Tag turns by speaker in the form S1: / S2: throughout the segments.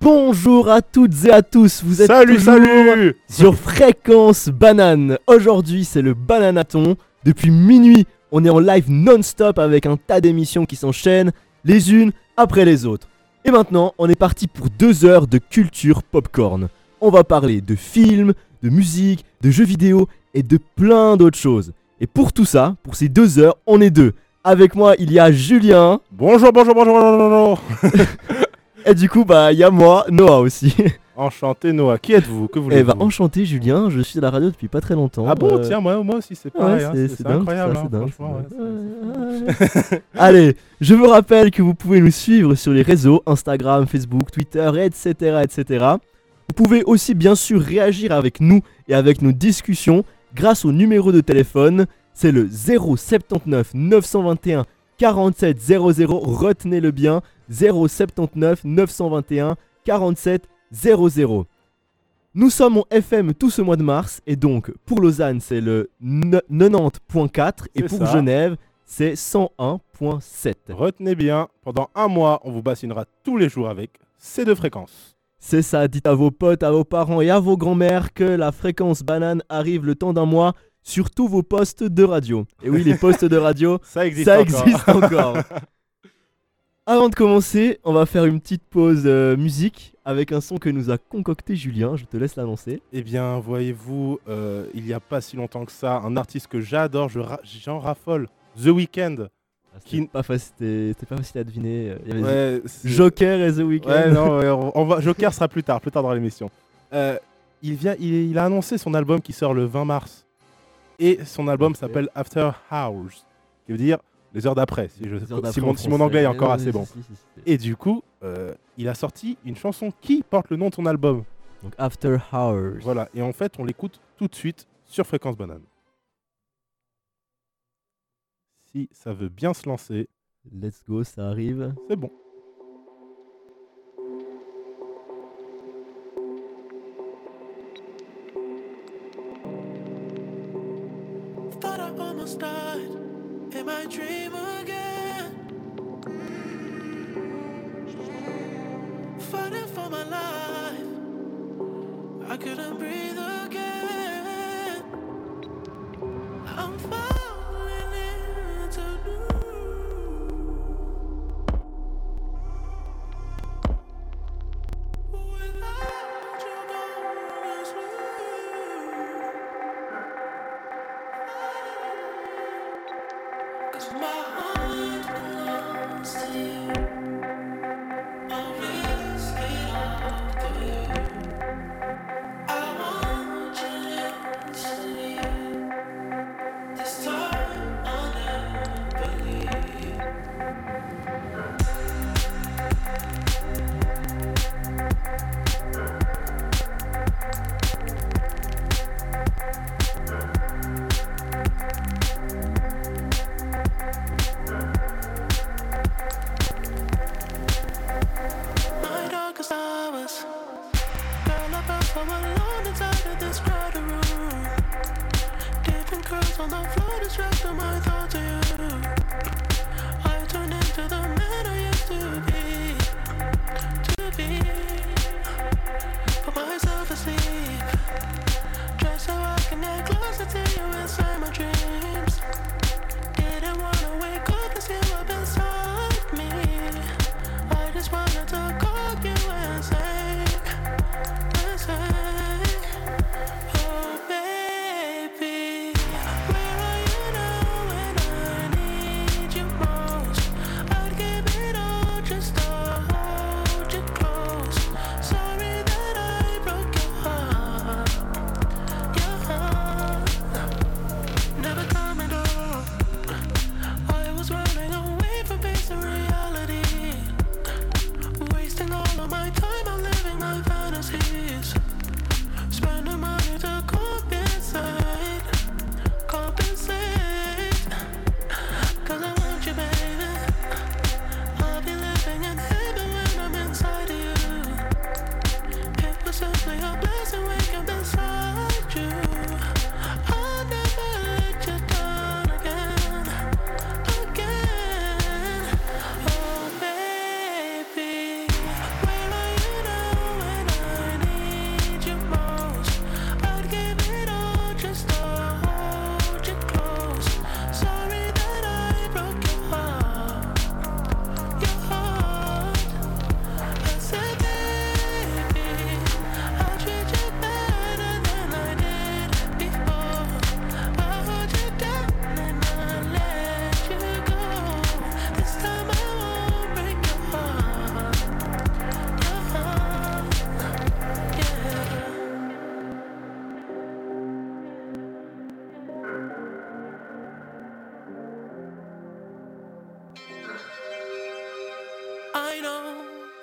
S1: Bonjour à toutes et à tous, vous êtes
S2: Salut,
S1: toujours
S2: salut
S1: sur Fréquence Banane. Aujourd'hui, c'est le bananaton. Depuis minuit, on est en live non-stop avec un tas d'émissions qui s'enchaînent, les unes après les autres. Et maintenant, on est parti pour deux heures de culture popcorn. On va parler de films, de musique, de jeux vidéo et de plein d'autres choses. Et pour tout ça, pour ces deux heures, on est deux. Avec moi, il y a Julien.
S2: Bonjour, bonjour, bonjour, bonjour, bonjour
S1: Et du coup, bah, il y a moi, Noah aussi.
S2: Enchanté Noah, qui êtes-vous Que
S1: Eh
S2: voulez-vous
S1: bah, enchanté Julien, je suis à la radio depuis pas très longtemps.
S2: Ah bon,
S1: Euh,
S2: tiens, moi, moi aussi c'est
S1: Ouais,
S2: pareil, hein, c'est-
S1: c'est- c'est
S2: c'est
S1: dingue,
S2: incroyable,
S1: ça,
S2: hein,
S1: c'est dingue,
S2: franchement.
S1: c'est
S2: ouais,
S1: dingue. Allez, je vous rappelle que vous pouvez nous suivre sur les réseaux Instagram, Facebook, Twitter, etc., etc. Vous pouvez aussi bien sûr réagir avec nous et avec nos discussions grâce au numéro de téléphone. C'est le 079 921 47 00. Retenez-le bien. 079 921 47 00. Nous sommes en FM tout ce mois de mars et donc pour Lausanne c'est le ne- 90.4 et
S2: C'est
S1: pour
S2: ça.
S1: Genève c'est 101.7.
S2: c'est- Retenez bien, pendant un mois, on vous bassinera tous les jours avec ces deux fréquences.
S1: C'est ça, dites à vos potes, à vos parents et à vos grands-mères que la fréquence banane arrive le temps d'un mois sur tous vos postes de radio. Et oui, les postes de radio,
S2: Ça existe
S1: ça
S2: encore.
S1: existe encore. Avant de commencer, on va faire une petite pause euh, musique avec un son que nous a concocté Julien, je te laisse l'annoncer.
S2: Eh bien, voyez-vous, euh, il n'y a pas si longtemps que ça, un artiste que j'adore, je ra- j'en raffole, The Weeknd.
S1: C'était
S2: Qui-
S1: pas, faci- c'était- c'était pas facile à deviner. euh, il y avait
S2: Ouais, c'est-
S1: Joker et The Weeknd.
S2: Ouais, non, ouais, on- on va- Joker sera plus tard, plus tard dans l'émission. Euh, il, vient, il, il a annoncé son album qui sort le 20 mars. Et son album
S1: Ok.
S2: s'appelle After Hours, qui veut dire les heures d'après, si, je-
S1: Les heures
S2: si
S1: d'après en
S2: mon, si mon
S1: français.
S2: anglais est
S1: Eh
S2: encore
S1: oui,
S2: assez
S1: si,
S2: bon.
S1: si, si, si.
S2: Et du coup, euh, il a sorti une chanson qui porte le nom de ton album.
S1: Donc After Hours.
S2: Voilà, et en fait, on l'écoute tout de suite sur Fréquence Banane. Si ça veut bien se lancer,
S1: Let's go, ça arrive.
S2: c'est bon.
S3: Thought I almost died in my dream again. Fighting for my life, I couldn't breathe again. I'm falling into new. Without you, gone is blue. Cause my heart belongs to you. I'll risk it all for you. I want you to leave. This time I'll never leave. My darkest hours. Girl, I felt so alone inside of this crowded room. Different curls on the floor distracting my thoughts of you. I turned into the man I used to be. To be. Put myself asleep. Just so I can get closer to you inside my dreams. Didn't wanna wake up and see what inside me. I just wanted to call you and say, and say, oh baby, where are you now when I need you most? I'd give it all just to hold you close. Sorry that I broke your heart, your heart.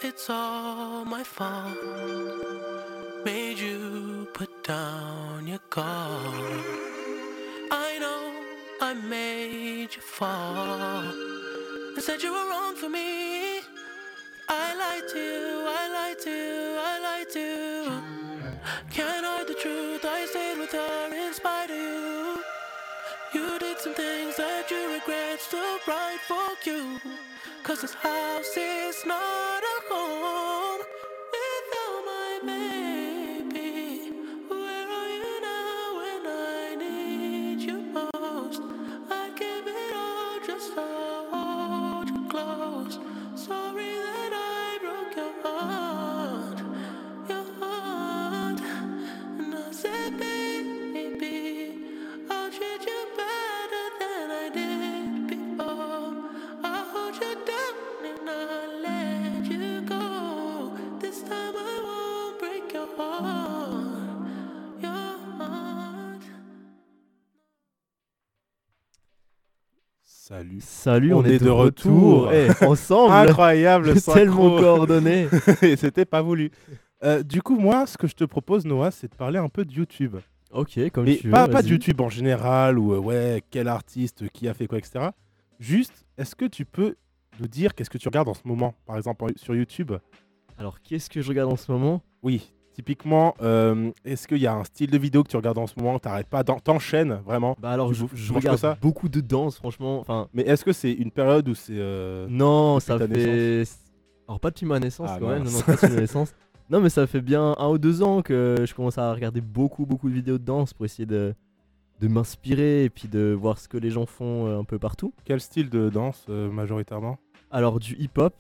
S3: it's all my fault. Made you put down your guard. I know I made you fall. And said you were wrong for me. I lied to you, I lied to you, I lied to you. Can't hide the truth, I stayed with her in spite of you. You did some things that you regret, still rightful you. Cause this house is not a home without my baby. Where are you now when I need you most? I give it all just to hold you close. Sorry that I broke your heart, your heart. And I said, baby, I'll treat you better than I did before. I'll hold you down and I'll let you go. This time I won't break your heart, your heart.
S2: Salut.
S1: Salut,
S2: On
S1: on,
S2: est de retour.
S1: Eh, ensemble,
S2: Incroyable, synchro.
S1: tellement coordonné.
S2: Et c'était pas voulu. Euh, du coup, moi, ce que je te propose, Noah, c'est de parler un peu de YouTube.
S1: ok, comme
S2: Mais
S1: tu veux.
S2: pas, pas de
S1: Ah, vas-y.
S2: YouTube en général, ou euh, ouais, quel artiste, qui a fait quoi, etc. Juste, est-ce que tu peux nous dire qu'est-ce que tu regardes en ce moment, par exemple en- sur YouTube
S1: Alors, qu'est-ce que je regarde en ce moment
S2: Oui, typiquement, euh, est-ce qu'il y a un style de vidéo que tu regardes en ce moment, t'arrêtes pas, d'en- t'enchaînes vraiment
S1: Bah alors,
S2: Tu
S1: je,
S2: bouffes-
S1: je
S2: tu manges que
S1: regarde
S2: ça
S1: beaucoup de danse, franchement. Enfin,
S2: Mais est-ce que c'est une période où c'est... euh,
S1: non,
S2: depuis
S1: ça
S2: ta
S1: fait... Alors, pas depuis ma naissance,
S2: Ah,
S1: quand même. Non,
S2: mince.
S1: non, pas depuis ma naissance. Non, mais ça fait bien un ou deux ans que je commence à regarder beaucoup, beaucoup de vidéos de danse pour essayer de, de m'inspirer et puis de voir ce que les gens font euh, un peu partout.
S2: Quel style de danse euh, majoritairement
S1: Alors, du hip-hop,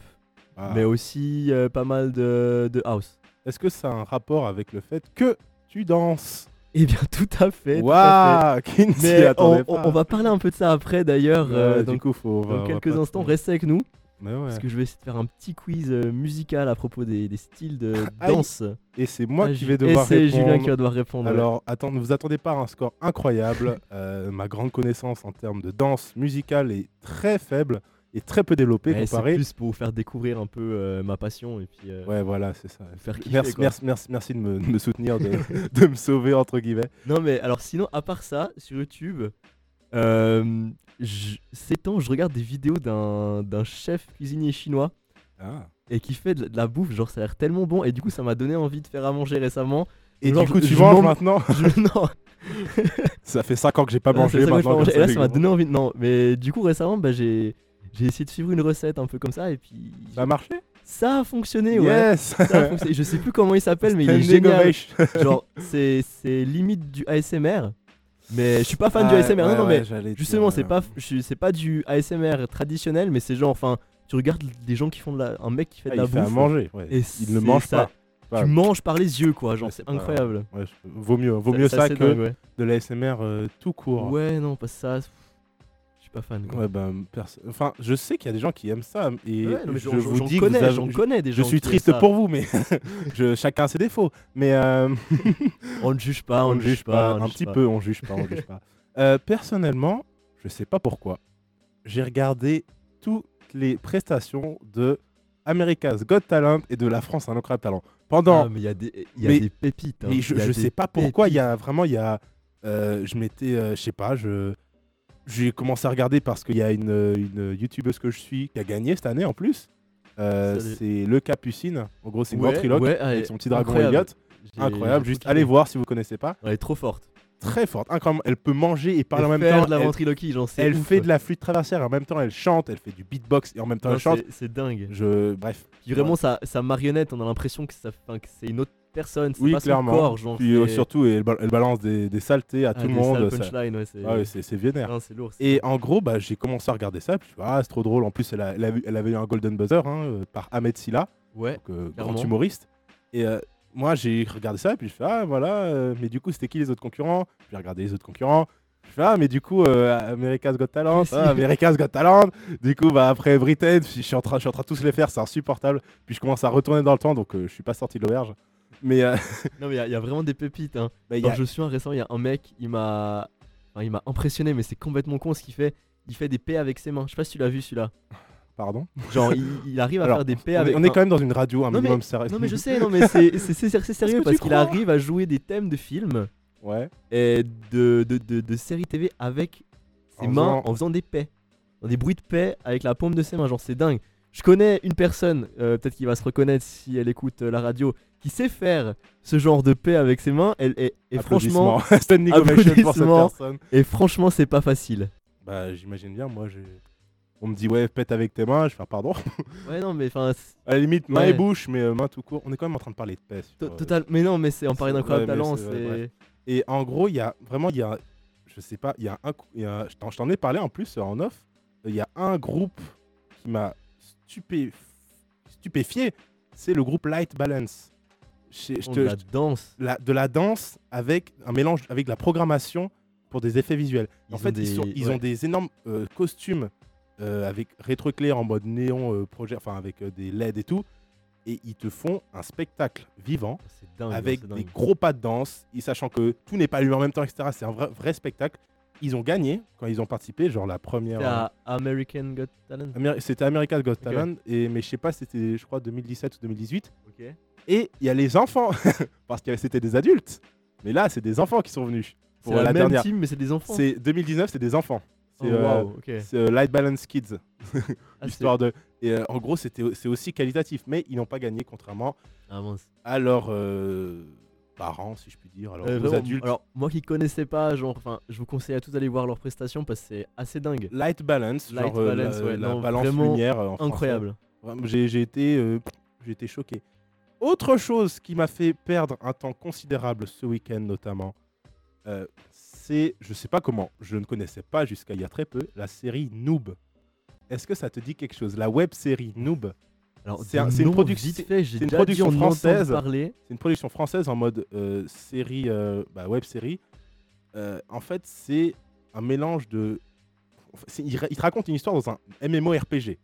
S2: Ah.
S1: mais aussi euh, pas mal de, de house.
S2: Est-ce que ça a un rapport avec le fait que tu danses
S1: Eh bien, tout à fait. tout à fait.
S2: Waouh Qui ne s'y
S1: Mais on,
S2: attendait
S1: on-
S2: pas.
S1: on va parler un peu de ça après d'ailleurs.
S2: Ouais,
S1: euh,
S2: du
S1: donc,
S2: coup, faut, on va-
S1: dans
S2: on va
S1: quelques
S2: pas
S1: instants,
S2: trop-
S1: restez avec nous
S2: Mais ouais.
S1: parce que je vais essayer de faire un petit quiz euh, musical à propos des, des styles de
S2: Aïe,
S1: danse.
S2: Et c'est moi
S1: Ah,
S2: qui
S1: Ju-
S2: vais devoir
S1: Et c'est Julien
S2: répondre.
S1: qui va devoir répondre. ouais.
S2: Alors, attends, ne vous attendez pas à un score incroyable. Euh, ma grande connaissance en termes de danse musicale est très faible et très peu développée
S1: Ouais, c'est
S2: comparée.
S1: plus pour vous faire découvrir un peu euh, ma passion et puis euh,
S2: Ouais, voilà, c'est ça.
S1: vous faire kiffer.
S2: Merci,
S1: quoi.
S2: merci, merci, merci de me, de me soutenir, de, de me sauver, entre guillemets.
S1: Non mais alors sinon, à part ça, sur YouTube, euh, je- ces temps, je regarde des vidéos d'un d'un chef cuisinier chinois
S2: Ah.
S1: et qui fait de de la bouffe, genre ça a l'air tellement bon et du coup ça m'a donné envie de faire à manger récemment.
S2: Et
S1: Genre,
S2: du coup,
S1: je-
S2: tu
S1: je
S2: manges
S1: mange-
S2: maintenant
S1: Je- non,
S2: Ça fait 5 ans que j'ai pas
S1: Ah,
S2: mangé.
S1: c'est ça que je
S2: maintenant,
S1: mange.
S2: grâce
S1: Et là,
S2: à
S1: ça m'a
S2: Lego.
S1: donné envie. de- Non, mais du coup, récemment, bah, j'ai j'ai essayé de suivre une recette un peu comme ça, et puis
S2: Ça a marché
S1: ça a fonctionné, ouais.
S2: Yes
S1: Ça a fonctionné. Je sais plus comment il s'appelle, mais il est
S2: Standing
S1: génial.
S2: ovation.
S1: Genre, c'est c'est limite du ASMR, mais je suis pas fan
S2: Ah,
S1: du ASMR. non,
S2: ouais,
S1: non,
S2: ouais,
S1: mais
S2: j'allais dire,
S1: justement, c'est
S2: euh,
S1: pas je suis- c'est pas du ASMR traditionnel, mais c'est genre, enfin, tu regardes des gens qui font de la, un mec qui fait
S2: ah,
S1: de la
S2: il fait à
S1: bouffe.
S2: manger. ouais.
S1: et
S2: Il
S1: c'est
S2: ne mange
S1: ça.
S2: pas. pas.
S1: Tu manges par les yeux, quoi. Genre,
S2: Ouais,
S1: c'est
S2: c'est pas-
S1: incroyable.
S2: Ouais, je- Vaut mieux, vaut mieux
S1: C'est
S2: ça
S1: assez
S2: que
S1: dingue, ouais.
S2: de l'ASMR euh, tout court.
S1: Ouais, non, pas ça. Je suis pas fan. Quoi.
S2: Ouais, ben, perso- enfin, je sais qu'il y a des gens qui aiment ça, et
S1: Ouais, non, mais
S2: je
S1: j'en-
S2: vous
S1: j'en
S2: dis que
S1: connais,
S2: vous avez-
S1: j'en
S2: je-
S1: connais des
S2: je
S1: gens
S2: suis
S1: qui aiment
S2: triste
S1: ça.
S2: pour vous, mais je, chacun ses défauts. Mais euh,
S1: On ne juge pas, Ah, on,
S2: on ne juge pas,
S1: on ne
S2: un
S1: juge
S2: petit
S1: pas.
S2: peu, on juge pas, on juge pas. Euh, personnellement, je sais pas pourquoi, j'ai regardé toutes les prestations de America's Got Talent et de la France un incroyable talent. Pendant
S1: Ah, mais il y a des, il y a
S2: Mais-
S1: des pépites. hein.
S2: Mais je,
S1: Il y a
S2: je
S1: des
S2: sais pas pourquoi, il y
S1: pépites.
S2: a vraiment, il y a, euh, je m'étais, euh, je sais pas, je, j'ai commencé à regarder parce qu'il y a une, euh, une youtubeuse que je suis qui a gagné cette année en plus. Euh,
S1: Ça,
S2: c'est le Capucine, en gros c'est une
S1: Ouais,
S2: ventriloque
S1: ouais,
S2: avec
S1: ouais,
S2: son petit dragon
S1: incroyable.
S2: Elliot.
S1: J'ai-
S2: Incroyable,
S1: j'ai
S2: juste
S1: trop
S2: allez
S1: kiffé.
S2: voir si vous connaissez pas.
S1: Elle est trop forte.
S2: Très forte, incroyable. Elle peut manger et
S1: Elle
S2: parler en même
S1: fait
S2: temps.
S1: de la
S2: elle
S1: ventriloquie, j'en sais.
S2: elle fait de la flûte traversière et en même temps elle chante, elle fait du beatbox et en même temps elle chante.
S1: C'est dingue.
S2: Je, bref.
S1: Puis vraiment, sa, sa marionnette, on a l'impression que, ça- enfin, que c'est une autre personne. C'est
S2: Oui,
S1: pas
S2: clairement.
S1: son corps, genre.
S2: Puis euh,
S1: c'est-
S2: surtout, elle, ba- elle balance des, des saletés à
S1: ah,
S2: tout le
S1: des sales
S2: monde. ça-
S1: punchline, ouais, c'est
S2: Ah ouais, c'est c'est vénère.
S1: non, c'est lourd. c'est-
S2: Et en gros, bah, j'ai commencé à regarder ça. Puis, je fais, ah, c'est trop drôle. En plus, elle, a- elle a eu- elle avait eu un Golden Buzzer hein, euh, par Ahmed Silla,
S1: Ouais.
S2: donc, euh, grand
S1: clairement.
S2: humoriste. Et euh, moi, j'ai regardé ça. Puis je fais, ah, voilà. euh, mais du coup, c'était qui les autres concurrents Puis J'ai regardé les autres concurrents. Je fais, ah, mais du coup, euh, America's Got Talent.
S1: Mais si.
S2: ah, America's Got Talent. Du coup, bah, après Britain, puis je suis en train je suis en train de tous les faire. C'est insupportable. Puis je commence à retourner dans le temps. Donc, euh, je suis pas sorti de l'auberge. Mais euh,
S1: Non, mais il y a- il y, a vraiment des pépites. Hein.
S2: bah, il y
S1: Dans
S2: a-
S1: Je suis un récent, il y a un mec, il m'a enfin, il m'a impressionné, mais c'est complètement con ce qu'il fait. Il fait des paix avec ses mains. Je sais pas si tu l'as vu celui-là.
S2: Pardon.
S1: Genre, il, il arrive à
S2: Alors,
S1: faire des paix
S2: on,
S1: avec.
S2: est, on est
S1: enfin,
S2: quand même dans une radio un
S1: Non, mais-
S2: minimum sérieux.
S1: Non mais je sais, non mais c'est c'est- c'est- c'est sérieux
S2: que
S1: parce
S2: tu
S1: qu'il
S2: crois
S1: arrive à jouer des thèmes de films
S2: Ouais.
S1: et de, de, de, de séries TV avec ses
S2: En
S1: mains
S2: faisant-
S1: en faisant des paix. Dans des bruits de paix avec la paume de ses mains, genre c'est dingue. Je connais une personne, euh, peut-être qu'il va se reconnaître si elle écoute euh, la radio, qui sait faire ce genre de paix avec ses mains. Elle, et, et franchement,
S2: Applaudissements. standing ovation pour cette
S1: applaudissements.
S2: personne.
S1: et franchement, c'est pas facile.
S2: Bah, j'imagine bien. Moi, j'ai. On me dit ouais, pète avec tes mains. Je vais faire pardon.
S1: Ouais non mais enfin c'est
S2: À la limite, main
S1: Ouais.
S2: et bouche, mais euh, main tout court. On est quand même en train de parler de paix. sur,
S1: to-
S2: euh,
S1: total. Mais non mais c'est en parler
S2: c'est-
S1: d'incroyable
S2: ouais, mais
S1: talent,
S2: c'est- ouais,
S1: c'est
S2: bref. Et en gros, il y a vraiment, il y a, je sais pas, il y a un, cou- il y a- je t'en- je t'en ai parlé en plus euh, en off. Il y a un groupe qui m'a stupé, stupéfié, c'est le groupe Light Balance. Je- je
S1: on
S2: te-
S1: la
S2: je-
S1: danse.
S2: la- de la danse avec un mélange, avec de la programmation pour des effets visuels.
S1: Ils
S2: en
S1: ont
S2: fait, ils,
S1: des-
S2: sont- ils
S1: ouais.
S2: ont des énormes euh, costumes euh, avec rétro-éclair en mode néon, euh, projet, enfin avec euh, des LED et tout, et ils te font un spectacle vivant
S1: C'est dingue. hein,
S2: avec
S1: c'est
S2: des
S1: dingue.
S2: gros pas de danse, et sachant que tout n'est pas lu en même temps, etc. C'est un vrai, vrai spectacle. Ils ont gagné quand ils ont participé, genre la première.
S1: C'est à American Got Talent.
S2: euh, Améri- C'était America's Got Talent, et, mais je sais pas, c'était je crois 2017 ou 2018.
S1: Ok.
S2: Et il y a les enfants, parce que c'était des adultes. Mais là, c'est des enfants qui sont venus.
S1: C'est
S2: Pour
S1: la,
S2: la,
S1: même
S2: dernière.
S1: team mais c'est des enfants.
S2: C'est 2019, c'est des enfants.
S1: Oh,
S2: C'est euh,
S1: waouh, ok.
S2: c'est, euh, Light Balance Kids.
S1: Ah, c'est-
S2: Histoire de. Et euh, en gros, c'était au- c'est aussi qualitatif, mais ils n'ont pas gagné, contrairement
S1: Ah, mince.
S2: à leurs euh, parents, si je puis dire, à leurs
S1: Euh,
S2: aux
S1: vraiment,
S2: adultes.
S1: Alors, moi qui connaissais pas, genre, enfin, je vous conseille à tous d'aller voir leurs prestations parce que c'est assez dingue.
S2: Light Balance,
S1: Light
S2: genre euh,
S1: Balance,
S2: la,
S1: ouais,
S2: la
S1: non,
S2: balance
S1: vraiment
S2: lumière euh, en français.
S1: Incroyable.
S2: Vraiment, J'ai j'ai été, euh, j'ai été choqué. Autre chose qui m'a fait perdre un temps considérable ce week-end notamment, euh, c'est, je sais pas comment, je ne connaissais pas jusqu'à il y a très peu, la série Noob. Est-ce que ça te dit quelque chose La web série Noob,
S1: Alors,
S2: C'est un-
S1: de
S2: c'est une
S1: nom,
S2: production-
S1: vite fait, j'ai
S2: c'est une
S1: déjà dû
S2: production
S1: en entendre
S2: française.
S1: parler.
S2: c'est une production française en mode euh, série, euh, bah, web série. Euh, en fait, c'est un mélange de. enfin, c'est- Il, ra- il te raconte une histoire dans un MMORPG.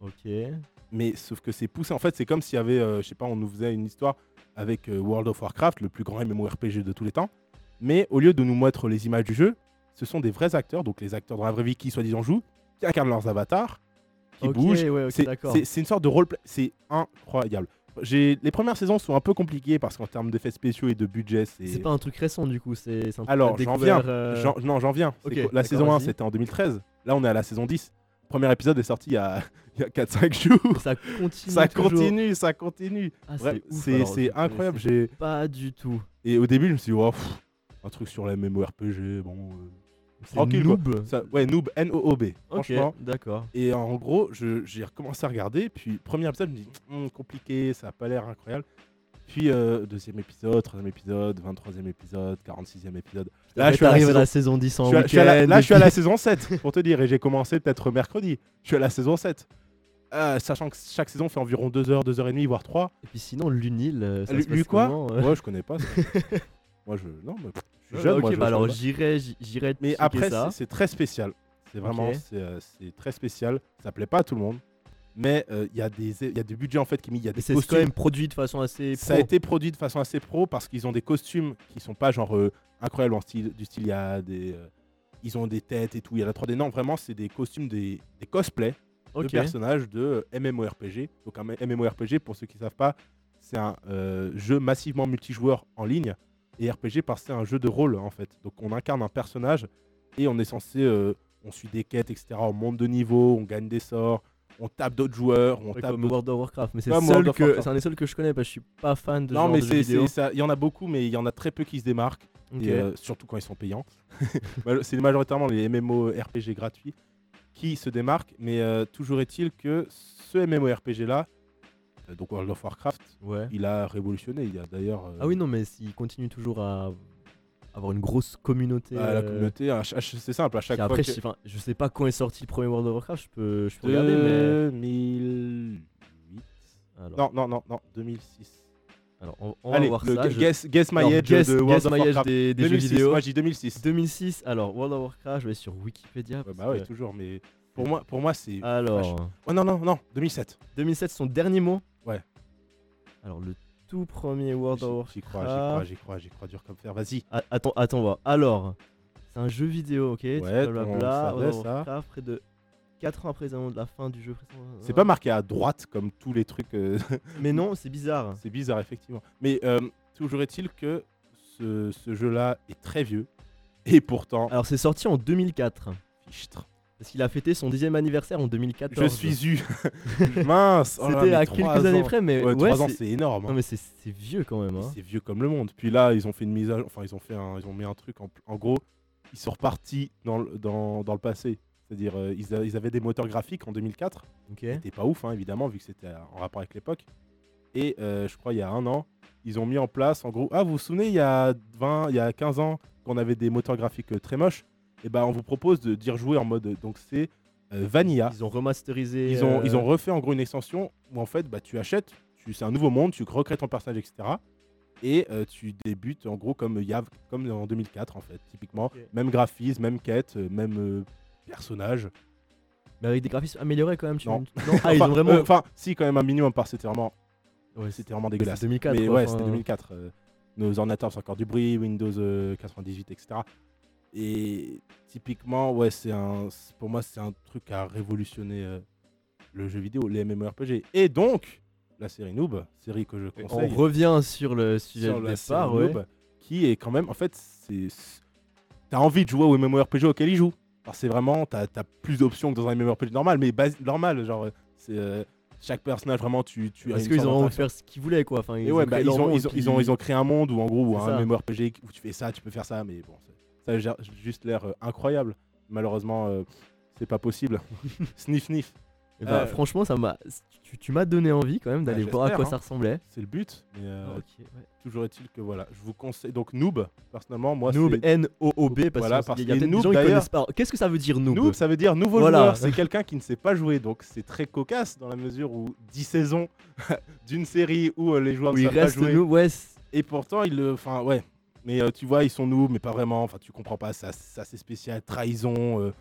S1: Ok.
S2: mais sauf que c'est poussé. En fait, c'est comme s'il y avait, euh, je sais pas, on nous faisait une histoire avec euh, World of Warcraft, le plus grand MMORPG de tous les temps. Mais au lieu de nous mettre les images du jeu, ce sont des vrais acteurs, donc les acteurs dans la vraie vie qui soi-disant jouent, qui incarnent leurs avatars, qui
S1: Ok,
S2: bougent.
S1: ouais, ok,
S2: C'est-
S1: Euh, d'accord.
S2: c'est- C'est une sorte de roleplay. C'est incroyable. J'ai- Les premières saisons sont un peu compliquées parce qu'en termes d'effets spéciaux et de budget,
S1: C'est pas un truc récent du coup, c'est c'est un truc
S2: Alors,
S1: que t'as
S2: j'en
S1: découvert,
S2: viens,
S1: euh,
S2: J'en- non, j'en viens. C'est
S1: ok,
S2: quoi- la
S1: d'accord,
S2: saison 1,
S1: vas-y.
S2: c'était en 2013. Là, on est à la saison 10. Premier épisode est sorti il y a, il y a 4-5 jours.
S1: Ça continue.
S2: Ça
S1: toujours.
S2: continue, ça continue.
S1: Ah,
S2: Bref,
S1: ouf,
S2: c'est
S1: alors, je
S2: c'est
S1: connaissais
S2: incroyable. j'ai-
S1: Pas du tout.
S2: Et au début, je me suis dit, oh, pff, un truc sur la MMORPG, bon. euh,
S1: C'est
S2: Tranquille, quoi.
S1: noob.
S2: ça- ouais, Noob, N-O-O-B,
S1: Ok,
S2: franchement.
S1: d'accord.
S2: Et en gros, je- j'ai recommencé à regarder. Puis, premier épisode, je me dis, Hum, compliqué, ça a pas l'air incroyable. Puis, euh, deuxième épisode, troisième épisode, 23e épisode, 46e épisode. Là, je suis à la
S1: T'arrives à
S2: saison-
S1: la saison 10
S2: je
S1: en
S2: suis à- je suis à la-
S1: week-end,
S2: là,
S1: et
S2: je suis à la
S1: puis-
S2: saison 7, pour te dire. Et j'ai commencé peut-être mercredi. Je suis à la saison 7. Euh, sachant que chaque saison fait environ 2 heures, 2 heures et demie, voire 3.
S1: Et puis sinon, l'unil. euh, ça
S2: Lu-
S1: se passe
S2: Lu quoi
S1: comment, euh
S2: Moi, je connais pas ça. moi, je. Non, mais. Je suis jeune,
S1: Ok,
S2: moi, je- je
S1: bah alors
S2: connais pas.
S1: j'irai, j- j'irai.
S2: Mais
S1: checker
S2: après,
S1: ça.
S2: c'est- c'est très spécial. C'est vraiment.
S1: Ok.
S2: C'est euh, c'est très spécial. Ça plaît pas à tout le monde. Mais euh, il y, a des- il y a du budget en fait qui est mis. Il y a
S1: Mais
S2: des
S1: c'est quand
S2: costumes.
S1: même produit de façon assez.
S2: Ça a été produit de façon assez pro parce qu'ils ont des costumes qui sont pas genre euh, incroyables en style. Du style, il y a des. euh, ils ont des têtes et tout. Il y a la 3D. Non, vraiment, c'est des costumes, des, des cosplays de personnages de euh, MMORPG. Donc un MMORPG, pour ceux qui ne savent pas, c'est un euh, jeu massivement multijoueur en ligne. Et RPG, parce que c'est un jeu de rôle, en fait. Donc on incarne un personnage et on est censé... euh, on suit des quêtes, etc. On monte de niveau, on gagne des sorts, on tape d'autres joueurs, on tape
S1: comme
S2: d'autres...
S1: World of Warcraft, mais c'est le
S2: Comme
S1: seul
S2: World of
S1: que
S2: Warcraft.
S1: c'est un des seuls que je connais parce que je suis pas fan de ce
S2: Non,
S1: genre
S2: mais
S1: de jeux
S2: c'est-
S1: vidéo.
S2: c'est- ça- il y en a beaucoup, mais il y en a très peu qui se démarquent.
S1: Ok.
S2: et, euh, surtout quand ils sont payants. Mal- c'est majoritairement les MMORPG gratuits qui se démarquent, mais euh, toujours est-il que ce MMORPG là, euh, donc World of Warcraft,
S1: Ouais.
S2: il a révolutionné. Il y a d'ailleurs euh,
S1: Ah oui non mais il continue toujours à avoir une grosse communauté.
S2: à bah, la
S1: euh,
S2: communauté, à ch- à ch- c'est simple, à
S1: qui
S2: chaque fois.
S1: après,
S2: que- Euh,
S1: je, enfin, je sais pas quand est sorti le premier World of Warcraft, je peux, je peux regarder, mais. euh,
S2: 2008.
S1: Alors,
S2: Non, non, non, non, 2006.
S1: alors, on, on va
S2: Allez,
S1: Oh, voir
S2: le
S1: ça.
S2: gu-
S1: je-
S2: guess, guess my
S1: alors,
S2: age
S1: guess-
S2: de World
S1: guess
S2: of
S1: my age
S2: Warcraft.
S1: des, des jeux
S2: 2006,
S1: vidéo.
S2: moi je dis 2006.
S1: 2006, alors World of Warcraft, je vais sur Wikipédia.
S2: Ouais,
S1: parce
S2: bah ouais,
S1: que-
S2: toujours, mais pour moi, pour moi c'est.
S1: Alors,
S2: Oh, non, non, non, 2007.
S1: 2007, son dernier mot
S2: Ouais.
S1: Alors, le tout premier World of Warcraft.
S2: J'y j'y crois, j'y
S1: Ah.
S2: crois, j'y crois, j'y crois dur comme fer. Vas-y.
S1: A- Attends, attends, voir. Alors, c'est un jeu vidéo, ok tu
S2: Ouais,
S1: blablabla,
S2: on savait
S1: World of
S2: ça.
S1: Warcraft, près de 4 ans après les annonces de la fin du jeu. précédent.
S2: C'est pas marqué à droite comme tous les trucs. euh,
S1: Mais non, c'est bizarre.
S2: c'est bizarre, effectivement. Mais euh, toujours est-il que ce, ce jeu-là est très vieux. Et pourtant,
S1: Alors, c'est sorti en 2004.
S2: fichtre.
S1: Parce qu'il a fêté son dixième anniversaire en 2014.
S2: je suis eu. Mince. oh là là,
S1: C'était
S2: mais
S1: à
S2: trois
S1: quelques années
S2: ans.
S1: près, mais
S2: Ouais,
S1: ouais,
S2: trois ans,
S1: c'est-
S2: c'est énorme. hein.
S1: Non, mais c'est c'est vieux quand même.
S2: Mais
S1: hein.
S2: C'est vieux comme le monde. Puis là, ils ont fait une mise à jour. Enfin, ils ont fait un, ils ont mis un truc en, en gros. Ils sont repartis dans le, dans, dans le passé. C'est-à-dire, euh, ils, a- ils avaient des moteurs graphiques en 2004.
S1: Ok.
S2: C'était pas ouf, hein, évidemment, vu que c'était euh, en rapport avec l'époque. Et euh, je crois, il y a un an, ils ont mis en place, en gros, ah, vous vous souvenez, il y a 20, il y a 15 ans, qu'on avait des moteurs graphiques euh, très moches. Et ben, on vous propose de d'y rejouer en mode. Donc, c'est euh, Vanilla.
S1: Ils ont remasterisé.
S2: Ils ont,
S1: euh,
S2: ils ont refait en gros une extension où en fait bah, tu achètes, tu, c'est un nouveau monde, tu recrées ton personnage, etc. Et euh, tu débutes en gros comme euh, Yav, comme en 2004 en fait, typiquement.
S1: Ok.
S2: Même graphisme, même quête, euh, même euh, personnage.
S1: Mais bah, avec des graphismes améliorés quand même, tu
S2: Non.
S1: veux- Ah, ils
S2: Enfin,
S1: ont vraiment.
S2: euh, Enfin, si, quand même un minimum parce que c'était vraiment,
S1: ouais,
S2: c'était vraiment
S1: c'est
S2: dégueulasse.
S1: 2004.
S2: Mais
S1: quoi,
S2: ouais,
S1: enfin,
S2: c'était 2004. euh, nos ordinateurs faisaient encore du bruit, Windows euh, 98, etc. Et typiquement, ouais, c'est un, c'est- pour moi, c'est un truc à révolutionner euh, le jeu vidéo, les MMORPG. Et donc, la série Noob, série que je
S1: On
S2: conseille,
S1: revient sur le sujet
S2: sur
S1: de
S2: la
S1: départ,
S2: série
S1: ouais.
S2: Noob, qui est quand même, en fait, c'est, c'est- t'as envie de jouer au MMORPG auquel il joue. Parce que c'est vraiment, t'as, t'as plus d'options que dans un MMORPG normal, mais basi- normal, genre, euh, c'est euh, chaque personnage vraiment, tu, tu as
S1: Parce
S2: une
S1: qu'ils
S2: sorte
S1: ont
S2: d'interaction.
S1: faire ce qu'ils voulaient, quoi. Enfin,
S2: Et ouais, bah,
S1: créé
S2: ils,
S1: leur
S2: ont,
S1: monde,
S2: ils, ont,
S1: puis-
S2: ils, ont, ils ont créé un monde où en gros où
S1: C'est
S2: un
S1: ça.
S2: MMORPG où tu fais ça, tu peux faire ça, mais bon, c'est- ça a gère- juste l'air euh, incroyable. Malheureusement, euh, c'est pas possible. sniff sniff,
S1: Eh ben,
S2: euh,
S1: Franchement, ça m'a. Tu, tu m'as donné envie quand même
S2: Bah,
S1: d'aller voir à
S2: j'espère,
S1: quoi
S2: hein.
S1: ça ressemblait.
S2: c'est le but. Mais euh,
S1: Ok, ouais.
S2: toujours est-il que voilà, je vous conseille donc Noob. Personnellement, moi,
S1: Noob,
S2: c'est
S1: N-O-O-B, parce
S2: Voilà, parce
S1: qu'on s'est dit, il y a
S2: qu'il y a
S1: peut-être des
S2: noob
S1: gens qui
S2: d'ailleurs.
S1: connaissent pas. Qu'est-ce que ça veut dire noob
S2: Noob, ça veut dire nouveau
S1: Voilà.
S2: joueur. C'est quelqu'un qui ne sait pas jouer, donc c'est très cocasse dans la mesure où 10 saisons d'une série où euh, les joueurs
S1: Où
S2: ne
S1: il
S2: savent pas
S1: reste
S2: jouer.
S1: noob, ouais. c'est-
S2: Et pourtant, ils le. Enfin, ouais. Mais euh, tu vois, ils sont nous, mais pas vraiment. Enfin, tu comprends pas. Ça, ça c'est spécial. Trahison. euh,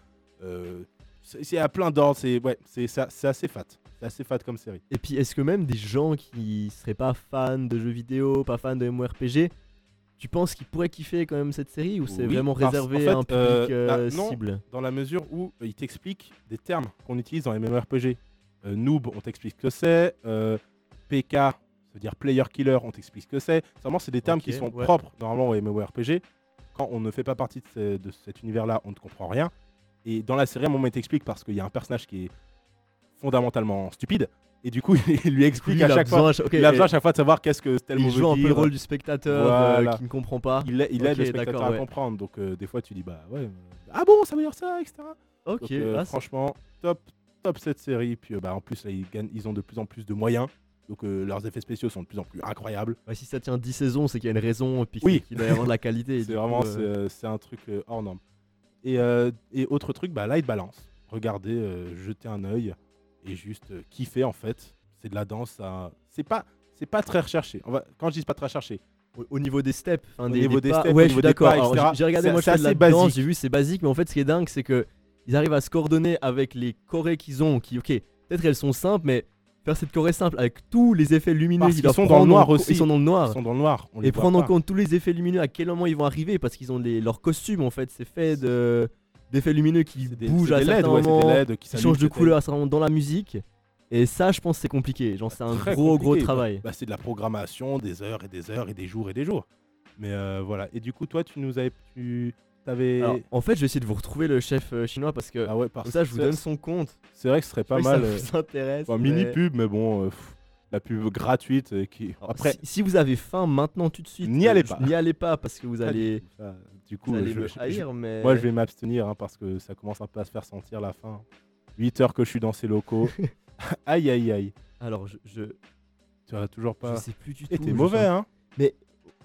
S2: euh, c'est c'est à plein d'ordres. C'est ouais, c'est ça, c'est assez fat. C'est assez fat comme série.
S1: Et puis, est-ce que même des gens qui seraient pas fans de jeux vidéo, pas fans de MMORPG, tu penses qu'ils pourraient kiffer quand même cette série ou c'est
S2: Oui,
S1: vraiment
S2: parce-
S1: réservé
S2: en fait,
S1: à un public
S2: euh,
S1: euh,
S2: bah, non.
S1: cible
S2: Dans la mesure où euh, ils t'expliquent des termes qu'on utilise dans les MMORPG. Euh, noob, on t'explique ce que c'est. euh, PK, ça veut dire player killer, on t'explique ce que c'est. Seulement, c'est des termes
S1: Ok,
S2: qui sont
S1: ouais.
S2: propres normalement aux MMORPG. Quand on ne fait pas partie de, ce- de cet univers-là, on ne comprend rien. Et dans la série, à un moment, il t'explique parce qu'il y a un personnage qui est fondamentalement stupide. Et du coup, il lui explique
S1: Lui,
S2: à
S1: il a
S2: chaque fois.
S1: besoin ok,
S2: Il a
S1: et
S2: besoin à chaque fois de savoir qu'est-ce que tel
S1: il
S2: mot
S1: joue un
S2: veut
S1: peu le
S2: dire.
S1: rôle du spectateur euh,
S2: Voilà.
S1: qui ne comprend pas.
S2: Il, a- il aide
S1: Ok,
S2: le spectateur
S1: d'accord,
S2: à
S1: ouais.
S2: comprendre. Donc, euh, des fois, tu dis, bah ouais, euh, ah bon, ça veut dire ça, etc.
S1: Ok,
S2: Donc, euh,
S1: ah, c'est-
S2: franchement, top, top cette série. Puis euh, bah, en plus, là, ils, gagnent- ils ont de plus en plus de moyens. Donc euh, leurs effets spéciaux sont de plus en plus incroyables.
S1: ouais, si ça tient 10 saisons, c'est qu'il y a une raison et puis
S2: Oui.
S1: qu'il doit y avoir de la qualité. et
S2: C'est
S1: du coup,
S2: vraiment
S1: euh,
S2: c'est, euh, c'est un truc euh, hors norme. Et, euh, et autre truc, bah, Light Balance. Regardez, euh, jetez un œil et juste euh, kiffez en fait. C'est de la danse. à- C'est pas, c'est pas très recherché. On va... Quand je dis c'est pas très recherché,
S1: au- au niveau des steps,
S2: Au
S1: enfin des,
S2: niveau des
S1: des pas-
S2: steps, au
S1: ouais, je
S2: niveau
S1: suis
S2: des
S1: d'accord.
S2: pas,
S1: Alors,
S2: etc.,
S1: J'ai j'ai regardé
S2: c'est-
S1: moi je
S2: c'est
S1: fais de la
S2: assez
S1: danse,
S2: basique.
S1: j'ai vu c'est basique, mais en fait ce qui est dingue c'est que ils arrivent à se coordonner avec les chorés qu'ils ont, qui ok, peut-être elles sont simples, mais faire cette choré simple avec tous les effets lumineux
S2: Parce
S1: qu'ils
S2: qu'ils
S1: doivent
S2: sont dans le
S1: prendre en
S2: noir
S1: co-
S2: aussi.
S1: ils sont dans le noir.
S2: ils sont dans le noir. On les
S1: Ah. Et
S2: voit
S1: prendre en
S2: pas.
S1: compte tous les effets lumineux, à quel moment ils vont arriver, parce qu'ils ont les- leurs costumes en fait, c'est fait de d'effets lumineux qui
S2: C'est des-
S1: bougent
S2: c'est
S1: à
S2: des
S1: certains
S2: LED, ouais, c'est des
S1: moments,
S2: LED qui
S1: qui
S2: s'allument,
S1: changent de
S2: etc.
S1: couleur à certains moments dans la musique. Et ça, je pense, c'est compliqué. Genre, c'est un
S2: Très
S1: gros, gros
S2: compliqué,
S1: travail.
S2: bah, c'est de la programmation, des heures et des heures et des jours et des jours. Mais euh, voilà. Et du coup, toi, tu nous avais, tu avais.
S1: Alors, en fait, je vais essayer de vous retrouver le chef euh, chinois parce que
S2: ah ouais, parce
S1: comme ça, je vous
S2: que
S1: donne son compte.
S2: C'est vrai que ce serait pas
S1: Je sais
S2: mal.
S1: si
S2: euh,
S1: ça vous intéresse.
S2: enfin, mini
S1: mais-
S2: pub, mais bon, euh, pff, la pub gratuite euh, qui.
S1: Alors,
S2: Après,
S1: si, si vous avez faim maintenant, tout de suite,
S2: N'y
S1: euh,
S2: allez
S1: je-
S2: pas.
S1: N'y allez pas parce que vous
S2: pas du
S1: allez,
S2: tout. Ça, du coup,
S1: vous
S2: euh,
S1: allez
S2: je-
S1: me
S2: je-
S1: haïr. Mais
S2: je- moi, je vais m'abstenir hein, parce que ça commence un peu à se faire sentir la fin. 8 heures que je suis dans ces locaux. aïe, aïe, aïe.
S1: alors, je, je,
S2: Tu as toujours
S1: je
S2: pas.
S1: sais plus du tout.
S2: Et t'es
S1: je
S2: mauvais, hein.
S1: sens-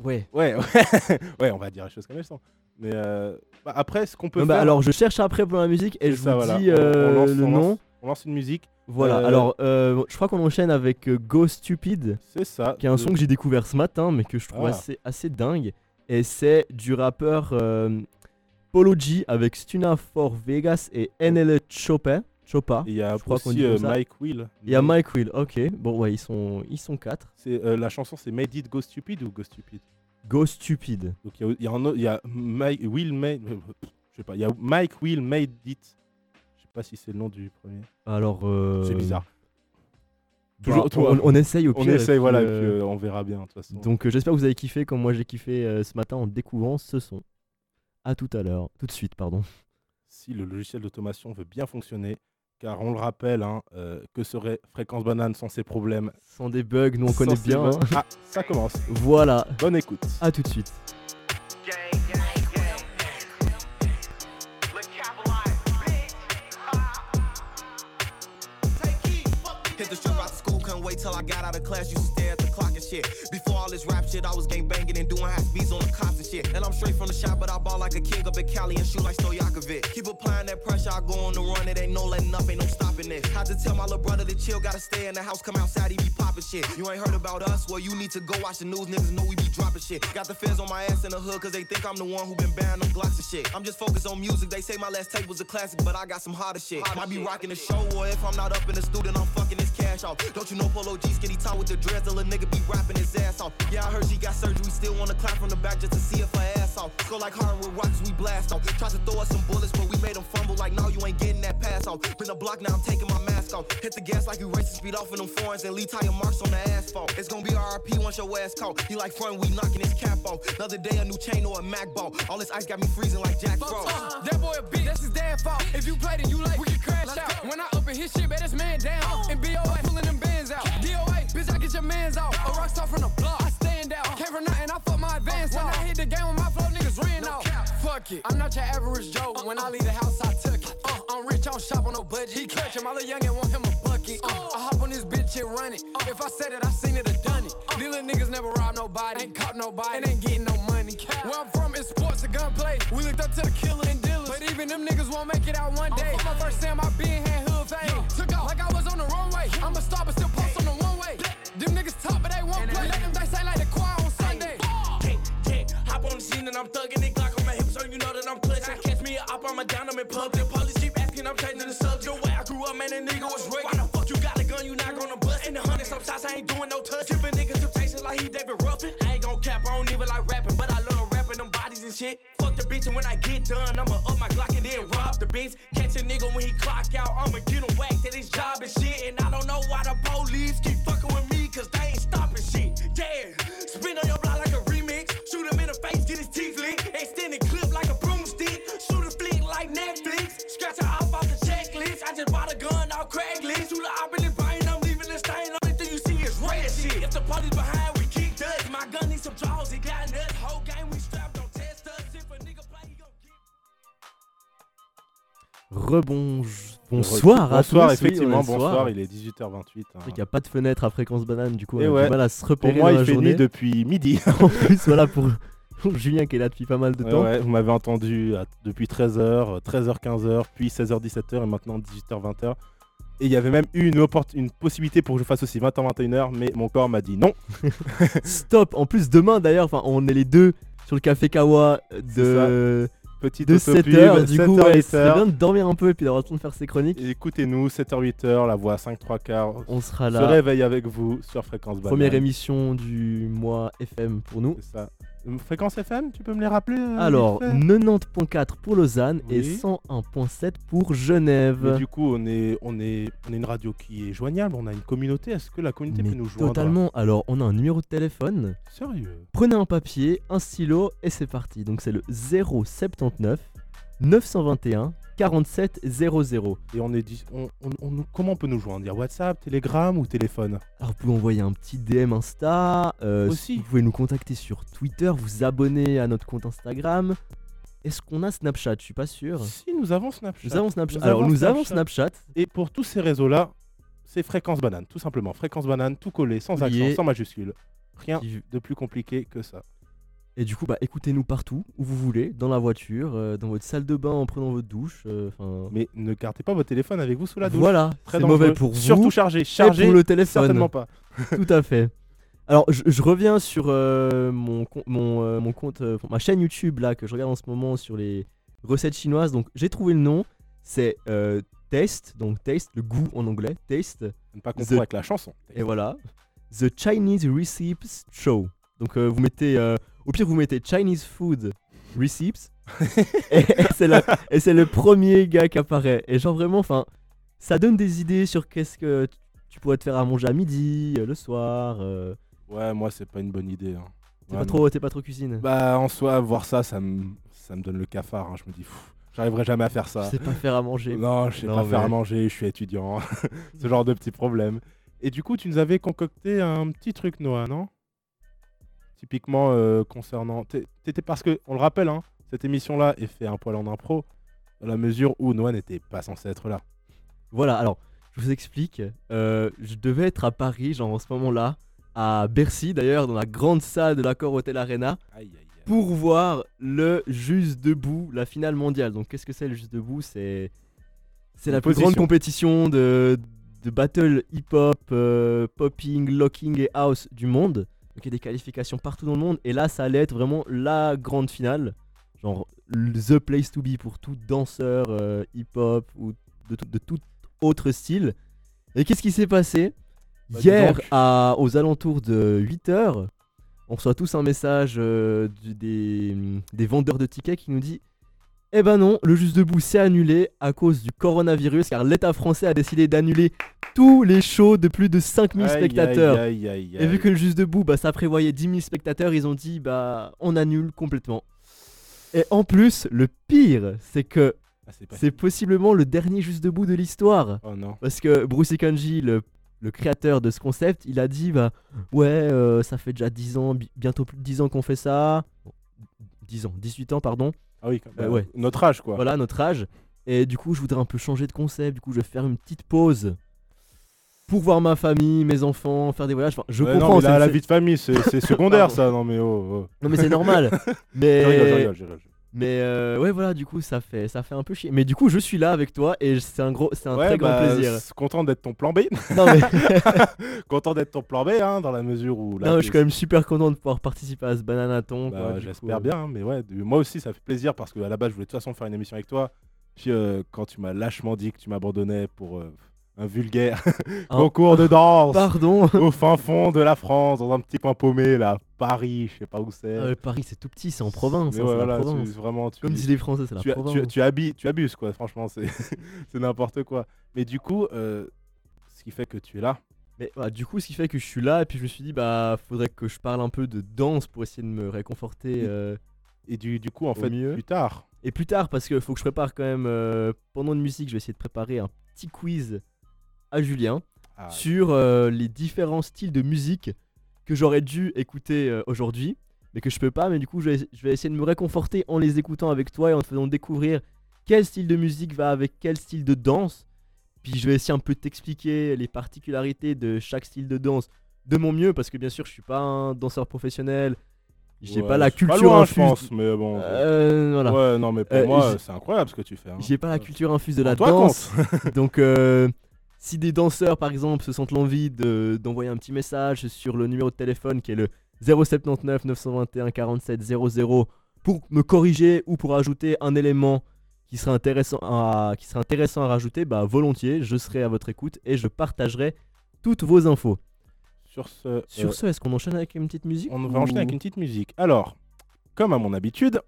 S1: Ouais.
S2: Ouais, ouais, ouais, on va dire les choses comme elles sont. Mais euh, bah, après, ce qu'on peut
S1: Non, bah,
S2: faire.
S1: alors, je cherche après pour la musique et
S2: c'est
S1: je vous
S2: ça, voilà.
S1: dis
S2: On- on
S1: euh,
S2: lance-
S1: le
S2: on
S1: nom.
S2: lance- on lance une musique.
S1: Voilà.
S2: Euh,
S1: Alors, euh, je crois qu'on enchaîne avec euh, Go Stupid,
S2: C'est ça. Euh,
S1: qui est un
S2: de-
S1: son que j'ai découvert ce matin, mais que je trouve
S2: Ah.
S1: assez, assez dingue. Et c'est du rappeur euh, Polo G avec Stuna for Vegas
S2: Oh.
S1: et NL Chopa. Chopa.
S2: Il y a
S1: je crois qu'on
S2: aussi
S1: dit comme
S2: euh,
S1: ça.
S2: Mike Will.
S1: Il y a Mike Will, ok. Bon, ouais, ils sont, ils sont quatre.
S2: C'est, euh, la chanson, c'est Made It Go Stupid ou Go Stupid
S1: Go Stupid.
S2: Donc il y a, euh, il y a un autre- il y a Mike Will Made. Je sais pas. Il y a Mike Will Made It. Je sais pas si c'est le nom du premier.
S1: Alors. euh,
S2: C'est bizarre.
S1: bah,
S2: Toujours toi.
S1: on, on essaye au pire.
S2: On
S1: et
S2: essaye,
S1: puis,
S2: voilà, et puis,
S1: euh,
S2: euh, on verra bien de toute façon.
S1: Donc euh, j'espère que vous avez kiffé comme moi j'ai kiffé euh, ce matin en découvrant ce son. À tout à l'heure, tout de suite, pardon.
S2: si le logiciel d'automation veut bien fonctionner, car on le rappelle, hein, euh, que serait Fréquence Banane sans ces problèmes
S1: Sans des bugs, nous on
S2: Sans
S1: connaît
S2: ces
S1: bien.
S2: boss-
S1: hein.
S2: Ah, ça commence.
S1: Voilà,
S2: Bonne écoute.
S1: à tout de suite.
S4: Hit the strip out of school, couldn't wait till I got out of class. Used to stare at the clock and shit. Before all this rap shit, I was gang banging and doing high speeds on the cops and shit. And I'm straight from the shop, but I ball like a king up in Cali and shoot like Stojakovic. Keep applying that pressure, I go on the run. It ain't no letting up, ain't no stopping this. Had to tell my little brother to chill, gotta stay in the house, come outside, he be popping shit. You ain't heard about us? Well, you need to go watch the news, niggas know we be dropping shit. Got the feds on my ass in the hood, cause they think I'm the one who been banning them Glocks and shit. I'm just focused on music, they say my last tape was a classic, but I got some hotter shit. Might be rocking the show, or if I'm not up in the student, I'm fucking this cash off. Don't you know Polo G skinny tie with the dreads, till a nigga be rapping his ass off. Yeah, I heard she got surgery, still wanna clap from the back just to see if her ass off. Go like hard with rocks, we blast off. Tries to throw us some bullets, but we made them fumble like, no, you ain't getting that pass off. Bring the block, now I'm taking my mask off. Hit the gas like you racing speed off in them foreigns and leave tire marks on the asphalt. It's gonna be RIP once your ass caught. He like front, we knocking his cap off. Another day, a new chain or a Mac ball. All this ice got me freezing like Jack Frost.
S5: Uh, that boy a bitch, that's his dad fault. If you played it, you like, we can crash out. When I up in his shit, bet his man down. And BOA, pulling them bands out. DOA, bitch, I get your mans out. A rock star from the block, I stand out. Came from nothing, I fuck my advance out. When I hit the game with my flow, niggas ran out. Fuck it, I'm not your average Joe. When I leave the house, I took it. Uh, I'm rich, I don't shop on no budget. He catch him, I look young and want him a bucket. Uh, I hop on this bitch and run it. Uh, if I said it, I seen it, I done it. Uh, These little niggas never rob nobody, ain't caught nobody, and ain't getting no money. Where I'm from is sports and gunplay. We looked up to the killer and dealers, but even them niggas won't make it out one day. My first time I been had hood fame. Took off like I was on the runway. I'm a star, but still post on the one way. Them niggas talk, but they won't play. Let them dice ain't like the choir on Sunday.
S4: Tick, tick. Hop on the scene and I'm thugging it. Glock on my hips, so you know that I'm clutching. Catch me up on my down, I'm in public. Police keep asking, I'm changing the subject. Where I grew up, man, that nigga was rigged. Why the fuck you got a gun? You not gonna bust. In the hundred some shots, I ain't doing no touch. Dripping niggas up chasing like he David Ruffin. I ain't gon' cap, I don't even like rapping, but I love rapping them bodies and shit. Fuck the bitch, and when I get done, I'ma up my Glock and then rob the bitch. Catch a nigga when he clock out, I'ma get him whacked at his job and shit. And I don't know why the police keep fucking with me, cause they ain't stopping shit. Yeah, spin on your block like a remix. Shoot him in the face, get his teeth licked. Extend the clip like a broomstick. Shoot a flick like Netflix. Scratch her off off the checklist. I just bought a gun off Craigslist. Shoot her up in the brain, I'm leaving the stain. Only thing you see is red shit. If the party's behind, we kick dust. My gun needs some draws, it got nuts. Whole game we strapped, don't test us. If a nigga play, he gon' get.
S1: Rebonge. Bonsoir à
S2: bonsoir,
S1: tous. oui,
S2: effectivement,
S1: bonsoir.
S2: bonsoir. Il est 18h28. hein.
S1: Il n'y a pas de fenêtre à fréquence banane, du coup, on
S2: Eh
S1: a
S2: ouais.
S1: du mal à se
S2: Pour
S1: repérer
S2: moi,
S1: dans la
S2: il fait
S1: journée.
S2: nuit depuis midi.
S1: En plus, voilà pour, pour Julien qui est là depuis pas mal de
S2: Ouais,
S1: temps.
S2: ouais, vous m'avez entendu à- depuis 13h, 13h15h, puis 16h17h et maintenant 18h20h. Et il y avait même eu une, opport- une possibilité pour que je fasse aussi 20h21h, mais mon corps m'a dit non.
S1: Stop. En plus, demain d'ailleurs, enfin, on est les deux sur le café Kawa de,
S2: Petite
S1: de
S2: autopub,
S1: 7h. Du coup,
S2: 7h,
S1: ouais,
S2: 8h.
S1: ce serait bien de dormir un peu et puis d'avoir le temps de faire ses chroniques.
S2: Écoutez-nous, 7h, 8h, la voix 5, 3 quarts.
S1: On sera
S2: Se
S1: Oh là.
S2: réveille avec vous sur Fréquence Banane.
S1: Première émission du mois FM pour nous.
S2: C'est ça. Euh, Fréquence FM, tu peux me les rappeler euh,
S1: Alors,
S2: vite fait
S1: 90.4 pour Lausanne et
S2: Oui.
S1: 101.7 pour
S2: Mais
S1: Genève.
S2: du coup, on est, on, est, on est une radio qui est joignable, on a une communauté. Est-ce que la communauté
S1: Mais
S2: peut nous joindre
S1: totalement. Alors, on a un numéro de téléphone.
S2: Sérieux
S1: Prenez un papier, un stylo et c'est parti. Donc, c'est le 079 921 4700.
S2: Et on est dis- on, on- on- comment on peut nous joindre Il y a WhatsApp, Telegram ou téléphone
S1: Alors, vous pouvez envoyer un petit DM Insta. euh,
S2: Aussi.
S1: Vous pouvez nous contacter sur Twitter, vous abonner à notre compte Instagram. Est-ce qu'on a Snapchat Je suis pas sûr.
S2: Si, nous avons Snapchat.
S1: Nous avons Snapchat.
S2: Nous
S1: Alors,
S2: avons
S1: nous avons
S2: Snapchat.
S1: Snapchat.
S2: Et pour tous ces réseaux-là, c'est Fréquence Banane, tout simplement. Fréquence Banane, tout collé, sans
S1: Oublié.
S2: accent, sans majuscule. Rien
S1: qui-
S2: de plus compliqué que ça.
S1: Et du coup, bah, écoutez-nous partout où vous voulez, dans la voiture, euh, dans votre salle de bain en prenant votre douche. euh, enfin,
S2: Mais ne gardez pas votre téléphone avec vous sous la douche.
S1: voilà,
S2: Très
S1: c'est
S2: dangereux.
S1: mauvais pour vous
S2: Surtout chargé. Chargé,
S1: et pour le téléphone.
S2: certainement pas.
S1: Tout à fait. Alors, je, je reviens sur euh, mon, com- mon, euh, mon compte, euh, ma chaîne YouTube là que je regarde en ce moment sur les recettes chinoises. Donc, j'ai trouvé le nom. C'est euh, Taste, donc Taste, le goût en anglais, Taste.
S2: Ne pas
S1: The-
S2: confondre avec la chanson.
S1: Et voilà. The Chinese Receipts Show. Donc euh, vous mettez. euh, au pire, vous mettez Chinese Food Receipts. et et c'est la- et c'est le premier gars qui apparaît. Et genre vraiment, enfin, ça donne des idées sur qu'est-ce que tu- tu pourrais te faire à manger à midi, euh, le soir. euh,
S2: Ouais, moi, c'est pas une bonne idée. hein.
S1: T'es pas
S2: Vraiment.
S1: trop, t'es pas trop cuisine.
S2: Bah, en soi, voir ça, ça me, ça me donne le cafard. hein. Je me dis, pff, j'arriverai jamais à faire
S1: Je
S2: ça.
S1: sais pas faire à manger.
S2: Non, je sais
S1: Non,
S2: pas faire
S1: mais-
S2: à manger, je suis étudiant. Ce genre de petits problèmes. Et du coup, tu nous avais concocté un petit truc, Noah, non Typiquement euh, concernant. t'é- T'étais parce que, on le rappelle, hein, cette émission-là est faite un poil en impro, dans la mesure où Noah n'était pas censé être là.
S1: Voilà, alors, je vous explique. Euh, je devais être à Paris, genre en ce moment-là, à Bercy d'ailleurs, dans la grande salle de l'accord Hotel Arena,
S2: Aïe, aïe, aïe.
S1: pour voir le Juste Debout, la finale mondiale. Donc, qu'est-ce que c'est le Juste Debout C'est c'est
S2: Une
S1: la plus
S2: position.
S1: grande compétition de, de battle hip-hop, euh, popping, locking et house du monde. Donc, il y a des qualifications partout dans le monde. Et là, ça allait être vraiment la grande finale. Genre, le- the place to be pour tout danseur euh, hip-hop ou de, tout- de tout autre style. Et qu'est-ce qui s'est passé
S2: Bah, dis
S1: Hier,
S2: donc.
S1: à- aux alentours de 8h, on reçoit tous un message euh, du- des, mm, des vendeurs de tickets qui nous dit Eh ben non, le Juste Debout s'est annulé à cause du coronavirus car l'État français a décidé d'annuler tous les shows de plus de 5000
S2: Aïe, aïe,
S1: spectateurs.
S2: aïe, aïe,
S1: Et
S2: aïe.
S1: vu que le Juste Debout, bah, ça prévoyait 10 000 spectateurs, ils ont dit Bah, on annule complètement. Et en plus, le pire, c'est que
S2: Ah, c'est pas-
S1: c'est possiblement le dernier Juste Debout de l'histoire.
S2: Oh non.
S1: Parce que Bruce Ikanji, le, le créateur de ce concept, il a dit bah ouais, euh, ça fait déjà 10 ans, bi- bientôt plus de 10 ans qu'on fait ça. Bon, 10 ans, 18 ans, pardon.
S2: Ah oui, quand-
S1: Bah,
S2: bah,
S1: ouais.
S2: notre âge, quoi.
S1: Voilà notre âge. Et du coup, je voudrais un peu changer de concept. Du coup, je vais faire une petite pause pour voir ma famille, mes enfants, faire des voyages. Enfin, je
S2: Ouais,
S1: comprends.
S2: Non, mais
S1: c'est-
S2: la, la
S1: c'est-
S2: vie de famille, c'est c'est secondaire, ça. Non, mais oh. oh.
S1: non, mais c'est normal.
S2: Je rigole, je
S1: mais
S2: rigole, je rigole.
S1: mais euh, ouais, voilà. Du coup, ça fait ça fait un peu chier. Mais du coup, je suis là avec toi et c'est un gros, c'est un
S2: Ouais,
S1: très grand
S2: bah,
S1: plaisir.
S2: c'est- Content d'être ton plan B.
S1: Non mais
S2: content d'être ton plan B, hein, dans la mesure où. là,
S1: non, mais je
S2: t'es-
S1: suis quand même super content de pouvoir participer à ce bananaton.
S2: Bah,
S1: quoi, du
S2: J'espère
S1: coup, euh,
S2: bien, hein, mais ouais, de- moi aussi, ça fait plaisir parce que à la base, je voulais de toute façon faire une émission avec toi. Puis euh, quand tu m'as lâchement dit que tu m'abandonnais pour euh, un vulgaire
S1: Un-
S2: concours de danse
S1: Pardon
S2: au fin fond de la France, dans un petit coin paumé, là, Paris, je sais pas où c'est.
S1: Ah ouais, Paris, c'est tout petit, c'est en province.
S2: Mais
S1: hein,
S2: ouais,
S1: c'est la
S2: voilà, tu-
S1: province.
S2: vraiment, tu,
S1: Comme disent les Français, c'est la
S2: tu,
S1: province.
S2: tu, tu habi- tu abuses, quoi, franchement, c'est c'est n'importe quoi. Mais du coup, euh, ce qui fait que tu es là,
S1: Mais voilà, du coup, ce qui fait que je suis là, et puis je me suis dit, bah, faudrait que je parle un peu de danse pour essayer de me réconforter.
S2: Oui.
S1: euh,
S2: et du, du coup, en
S1: Au
S2: fait,
S1: mieux.
S2: plus tard,
S1: Et plus tard, parce que faut que je prépare quand même, euh, pendant une musique, je vais essayer de préparer un petit quiz à Julien
S2: ah,
S1: sur euh, les différents styles de musique que j'aurais dû écouter euh, aujourd'hui, mais que je peux pas. Mais du coup, je vais, je vais essayer de me réconforter en les écoutant avec toi et en te faisant découvrir quel style de musique va avec quel style de danse. Puis je vais essayer un peu de t'expliquer les particularités de chaque style de danse de mon mieux, parce que bien sûr, je suis pas un danseur professionnel, j'ai
S2: ouais,
S1: pas la
S2: c'est
S1: culture
S2: loin, je
S1: infuse.
S2: pense, mais bon.
S1: Euh, voilà.
S2: Ouais, non, mais pour
S1: Euh,
S2: moi,
S1: j'ai-
S2: c'est incroyable ce que tu fais. hein.
S1: J'ai pas la culture infuse de la
S2: Rends-toi
S1: danse. donc, euh, si des danseurs, par exemple, se sentent l'envie de- d'envoyer un petit message sur le numéro de téléphone qui est le 079 921 47 00 pour me corriger ou pour ajouter un élément qui serait intéressant à, qui serait intéressant à rajouter, bah, volontiers, je serai à votre écoute et je partagerai toutes vos infos.
S2: Sur ce,
S1: Sur
S2: euh,
S1: ce, est-ce qu'on enchaîne avec une petite musique
S2: on va enchaîner avec une petite musique. Alors, comme à mon habitude,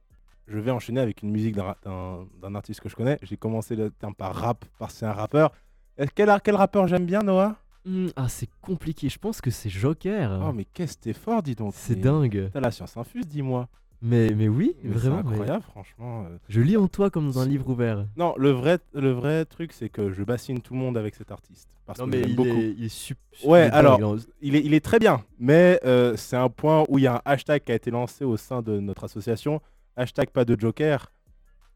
S2: je vais enchaîner avec une musique d'un ra- d'un d'un artiste que je connais. J'ai commencé le terme par rap, parce que c'est un rappeur. Est-ce- Quel, ar- quel rappeur j'aime bien, Noah
S1: Hmm, ah, c'est compliqué, je pense que c'est
S2: Oh,
S1: Joker.
S2: mais qu'est-ce que t'es fort, dis donc.
S1: Ah c'est
S2: Mais
S1: dingue.
S2: T'as la science infuse, dis-moi.
S1: Mais, mais oui,
S2: Mais
S1: vraiment.
S2: C'est
S1: mais-
S2: incroyable, franchement. euh.
S1: Je lis en toi comme dans un
S2: C'est-
S1: livre ouvert.
S2: Non, le vrai, le vrai truc, c'est que je bassine tout le monde avec cet artiste. Parce que je l'aime
S1: il
S2: beaucoup.
S1: est, il est sup-
S2: Ouais,
S1: il est dingue,
S2: alors,
S1: hein.
S2: il est, il est très bien, mais euh, c'est un point où il y a un hashtag qui a été lancé au sein de notre association, hashtag pas de joker.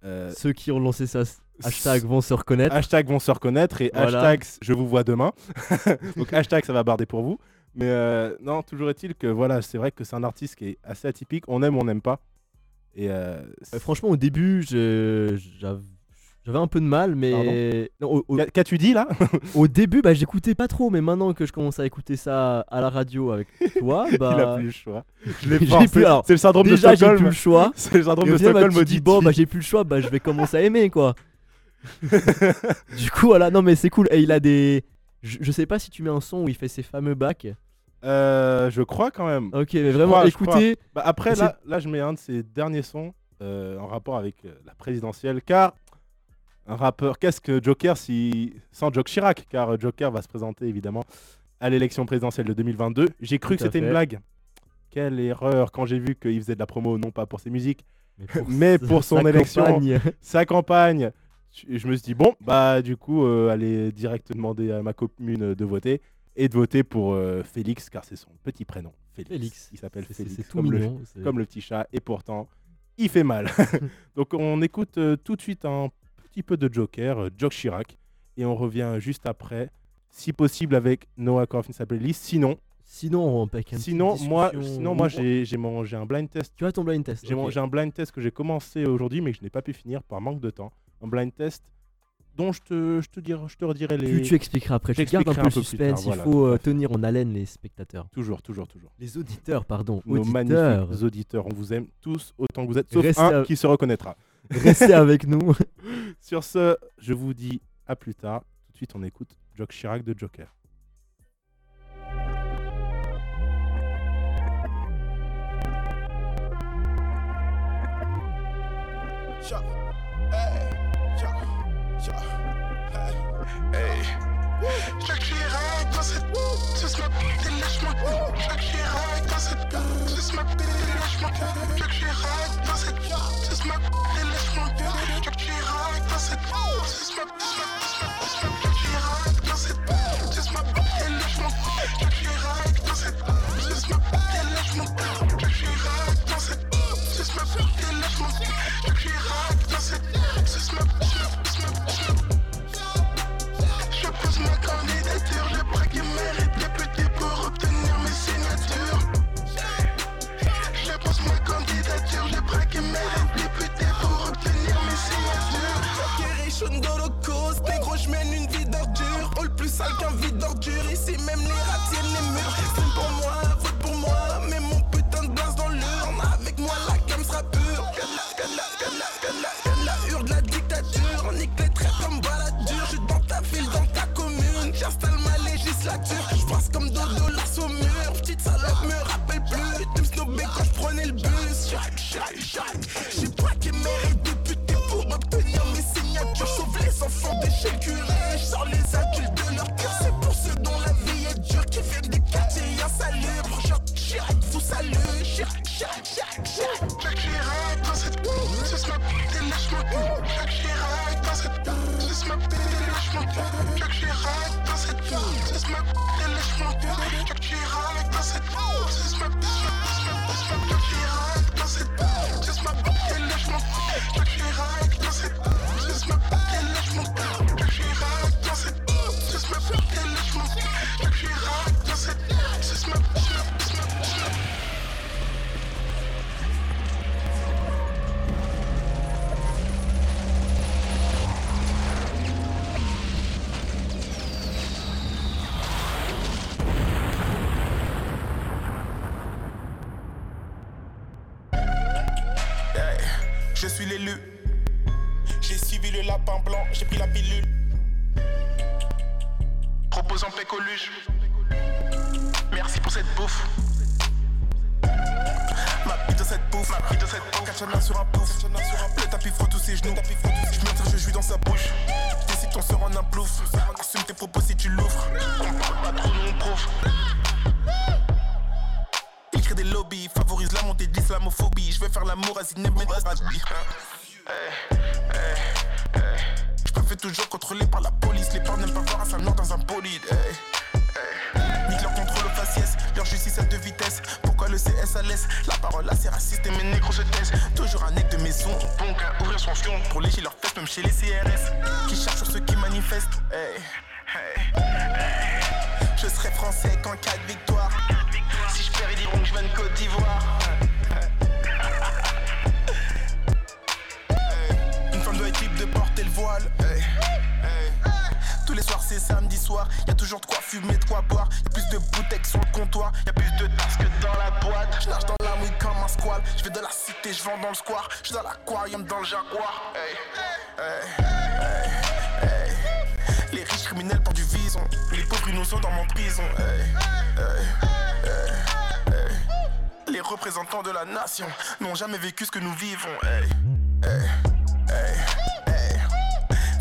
S2: Euh,
S1: ceux qui ont lancé ça s- hashtag vont se reconnaître.
S2: hashtag vont se reconnaître et
S1: Voilà.
S2: hashtag je vous vois demain. Donc hashtag ça va barder pour vous. Mais euh, non, toujours est-il que voilà, c'est vrai que c'est un artiste qui est assez atypique. On aime, on n'aime pas. Et euh,
S1: Euh, franchement, au début, je- j'av- j'avais un peu de mal, mais non, au, au-
S2: qu'a- qu'as-tu dit là
S1: au début, bah, j'écoutais pas trop, mais maintenant que je commence à écouter ça à la radio avec toi,
S2: Il a
S1: bah
S2: plus le choix. Je l'ai
S1: j'ai
S2: forcé.
S1: plus- alors,
S2: C'est le syndrome
S1: déjà
S2: de
S1: j'ai plus
S2: Stockholm.
S1: le choix.
S2: C'est le syndrome
S1: Et
S2: de
S1: au final, bah,
S2: Stockholm.
S1: tu te dis
S2: maudit.
S1: bon, bah j'ai plus le choix, bah je vais commencer à aimer quoi. du coup, voilà, non mais c'est cool. Et il a des, je, je sais pas si tu mets un son où il fait ses fameux bacs.
S2: Euh, je crois quand même.
S1: Ok, mais vraiment,
S2: crois, je crois.
S1: écoutez.
S2: Bah, après,
S1: Et c'est-
S2: là, là, je mets un de ses derniers sons. euh, en rapport avec euh, la présidentielle, car un rappeur, qu'est-ce que Joker si sans Jock Chirac, car euh, Joker va se présenter évidemment à l'élection présidentielle de 2022. J'ai cru que
S1: Tout à
S2: c'était
S1: fait.
S2: une blague. Quelle erreur quand j'ai vu qu'il faisait de la promo, non pas pour ses musiques,
S1: Mais pour,
S2: mais pour
S1: sa
S2: son élection.
S1: campagne.
S2: sa campagne. Je je me suis dit, bon, bah du coup, euh, allez direct demander à ma commune de voter et de voter pour euh, Félix, car c'est son petit prénom. Félix.
S1: Félix.
S2: Il s'appelle
S1: C'est- c'est-
S2: Félix.
S1: C'est tout
S2: comme, le,
S1: mignon. c'est-
S2: comme le petit chat, et pourtant, il fait mal. Donc on écoute euh, tout de suite un petit peu de Joker, euh, Jock Chirac, et on revient juste après, si possible avec Noah Corfin, s'appelle Lise. Sinon,
S1: Sinon, on peut avec un petit
S2: sinon, moi,
S1: discussion-
S2: sinon moi, j'ai j'ai mon- j'ai un blind test
S1: Tu as ton blind test.
S2: j'ai mon-
S1: ok.
S2: j'ai un blind test que j'ai commencé aujourd'hui, mais que je n'ai pas pu finir par manque de temps. Un blind test dont je te, je te, dirai- je te redirai les.
S1: Tu, tu expliqueras après. Tu gardes un
S2: J'expliquerai
S1: peu le
S2: un peu plus
S1: suspense.
S2: tard,
S1: Il
S2: voilà,
S1: faut
S2: tout à
S1: euh,
S2: fait.
S1: tenir en haleine les spectateurs.
S2: Toujours, toujours, toujours.
S1: Les auditeurs, pardon.
S2: Nos
S1: auditeurs,
S2: magnifiques auditeurs, on vous aime tous autant que vous êtes, sauf
S1: Restez
S2: un
S1: à-
S2: qui se reconnaîtra.
S1: restez avec nous.
S2: Sur ce, je vous dis à plus tard. Tout de suite, on écoute Jock Chirac de Joker.
S6: Chuck. Hey. Chuck. Chuck. Hey. Chuck Chirac dans cette ce snap, lâche-moi. Chuck Chirac dans cette ce snap, lâche-moi. Chuck Chirac dans cette ce snap, lâche-moi. Chuck Chirac dans cette ce snap, ce snap, ce snap, ce snap. Chuck Chirac dans cette ce snap, lâche-moi. Chuck Chirac dans cette ce snap, lâche-moi. Chuck Chirac dans cette ce snap, lâche-moi. Chuck Chirac dans cette ce snap, snap, snap, snap. Je pose ma candidature, j'ai braqué mes députés pour obtenir mes signatures. Je pose ma candidature, j'ai braqué mes députés pour obtenir mes signatures. Joker et Shondolo cause, négro, je mène une vie d'ordure. All plus sale qu'un vide d'ordure, ici même les rats tiennent les murs. Vote pour moi, vote pour moi, mais mon putain de blase dans l'urne. Avec moi, la cam sera pure. Que de la, que de la, que de la, que de la, que de la, hurle de la dictature. On nique les traits comme baladure. Je suis dans ta ville, dans ta commune. J'installe ma législature. Je passe comme dodo la au mur. Petite salope me rappelle plus. Tu me snobais quand je prenais le bus. Chirac, Chirac, Chirac. J'ai braqué mes députés pour obtenir mes signatures. Je sauve les enfants de chez le curé. Je sors les adultes de leur cœur. C'est pour ceux dont la vie est dure. Qui viennent des quartiers insalubres. Genre Chirac vous salue. Chirac, Chirac, Chirac, Chirac. Jacques Chirac dans cette ce snap, lâche-moi. Jacques Chirac dans cette ce snap, lâche-moi. Jacques Chirac dans cette ce snap, lâche-moi. Jacques Chirac dans cette ce snap, ce snap, ce snap. Jacques Chirac dans cette ce snap, lâche-moi. Jacques Chirac dans cette ce snap, lâche-moi. Jacques Chirac dans cette ce snap, lâche-moi. Jacques Chirac dans cette ce snap, snap, snap, snap. Hey, je suis l'élu. J'ai suivi le lapin blanc, j'ai pris la pilule. Proposant Pécoluche. Merci pour cette bouffe. Ma bite dans cette bouffe, ma bite dans cette bouffe. Cachana sur un pouf. Le tapis frotte tous ses genoux. Je montre, je jouis dans sa bouche. Je décide qu'on sort en un plouf. Assume tes propos si tu l'ouvres. On parle pas trop, nous on prouve. Il crée des lobbies, favorise la montée de l'islamophobie. Je vais faire l'amour à Ben Zineb Merabi. Je me fais toujours contrôler par la police. Les parents n'aiment pas voir un sale noir dans un bolide. Hey. Hey. Nique leur contrôle au faciès, leur justice à deux vitesses. Pourquoi le CS à l'aise La parole assez raciste et mes négros se taisent. Toujours un nec de maison, bon qu'à ouvrir son fion pour lécher leurs fesses, même chez les CRS. Qui cherchent sur ceux qui manifestent. Eh. Hey. Hey. Je serai français qu'en cas de victoire. Si je perds, ils diront que je viens de Côte d'Ivoire. Hey, Une femme doit être libre de porter le voile. Hey, hey. Tous les soirs, c'est samedi soir. Y a toujours de quoi fumer, de quoi boire. Y a plus de bouteilles que sur le comptoir. Y a plus de tasses que dans la boîte. Je nage dans la mouille comme un squal. Je vais de la cité, je vends dans le square. Je suis dans l'aquarium, dans le jaguar. Hey, hey. Les riches criminels portent du vison. Les pauvres innocents dans mon prison. Hey, hey, hey, hey. Les
S7: représentants de la nation n'ont jamais vécu ce que nous vivons. Hey, hey, hey, hey.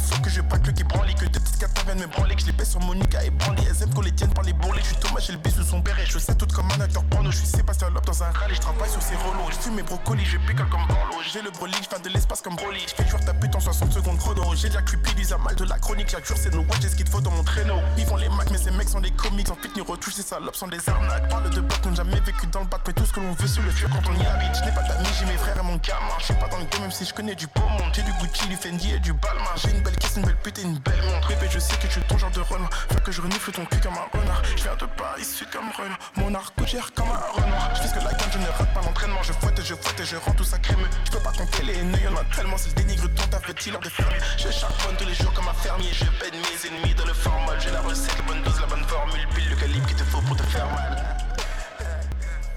S7: Faut que je braque le qui branle et que deux petites quatre viennent me branler, que je les baisse sur Monica et Brandy. Elles aiment qu'on les tienne par les bourrelets. Je suis Thomas, j'ai le B sous son béret. Je sais tout comme un acteur porno. Je suis Sébastien Loeb dans un rallye. Je travaille sur ses relots. Je fume mes brocolis, je picole comme Borlo. J'ai le brolic, je fais de l'espace comme Broly. Je fais jouer ta pute en 60 secondes chrono. J'ai de la cupidise, mal de la chronique. Chaque jour, c'est nos watch, j'ai ce qu'il te faut dans mon traîneau. Ils font les macs, mais ces mecs sont des comiques. En pit, ni retouche, ces salopes sont des arnaques. Parle de bac, n'a jamais vécu dans le bac. Mais tout ce que l'on veut, c'est le fur quand on y habite. Je n'ai pas d'amis, j'ai mes frères et mon gamin. Je suis pas dans le game, même si je connais du beau monde. J'ai du Gucci, du Fendi et du Balmain. J'ai une belle caisse, une belle pute et une belle montre. Bébé, je sais que tu es ton genre de renard. Faut que je renifle ton cul comme un renard. Je viens de Paris, sud comme Renault. Mon arc gère comme un renard. Je fais ce que la gamme, je ne rate pas l'entraînement. Je fouette et je fouette et je rends tout ça crémeux. Je peux pas compter les nœuds, y'en a tellement. C'est le dénigre dont t'as fait-il de fermier. Je charbonne tous les jours comme un fermier. Je pède mes ennemis dans le formal. J'ai la recette, la bonne dose, la bonne formule. Pile le calibre qu'il te faut pour te faire mal.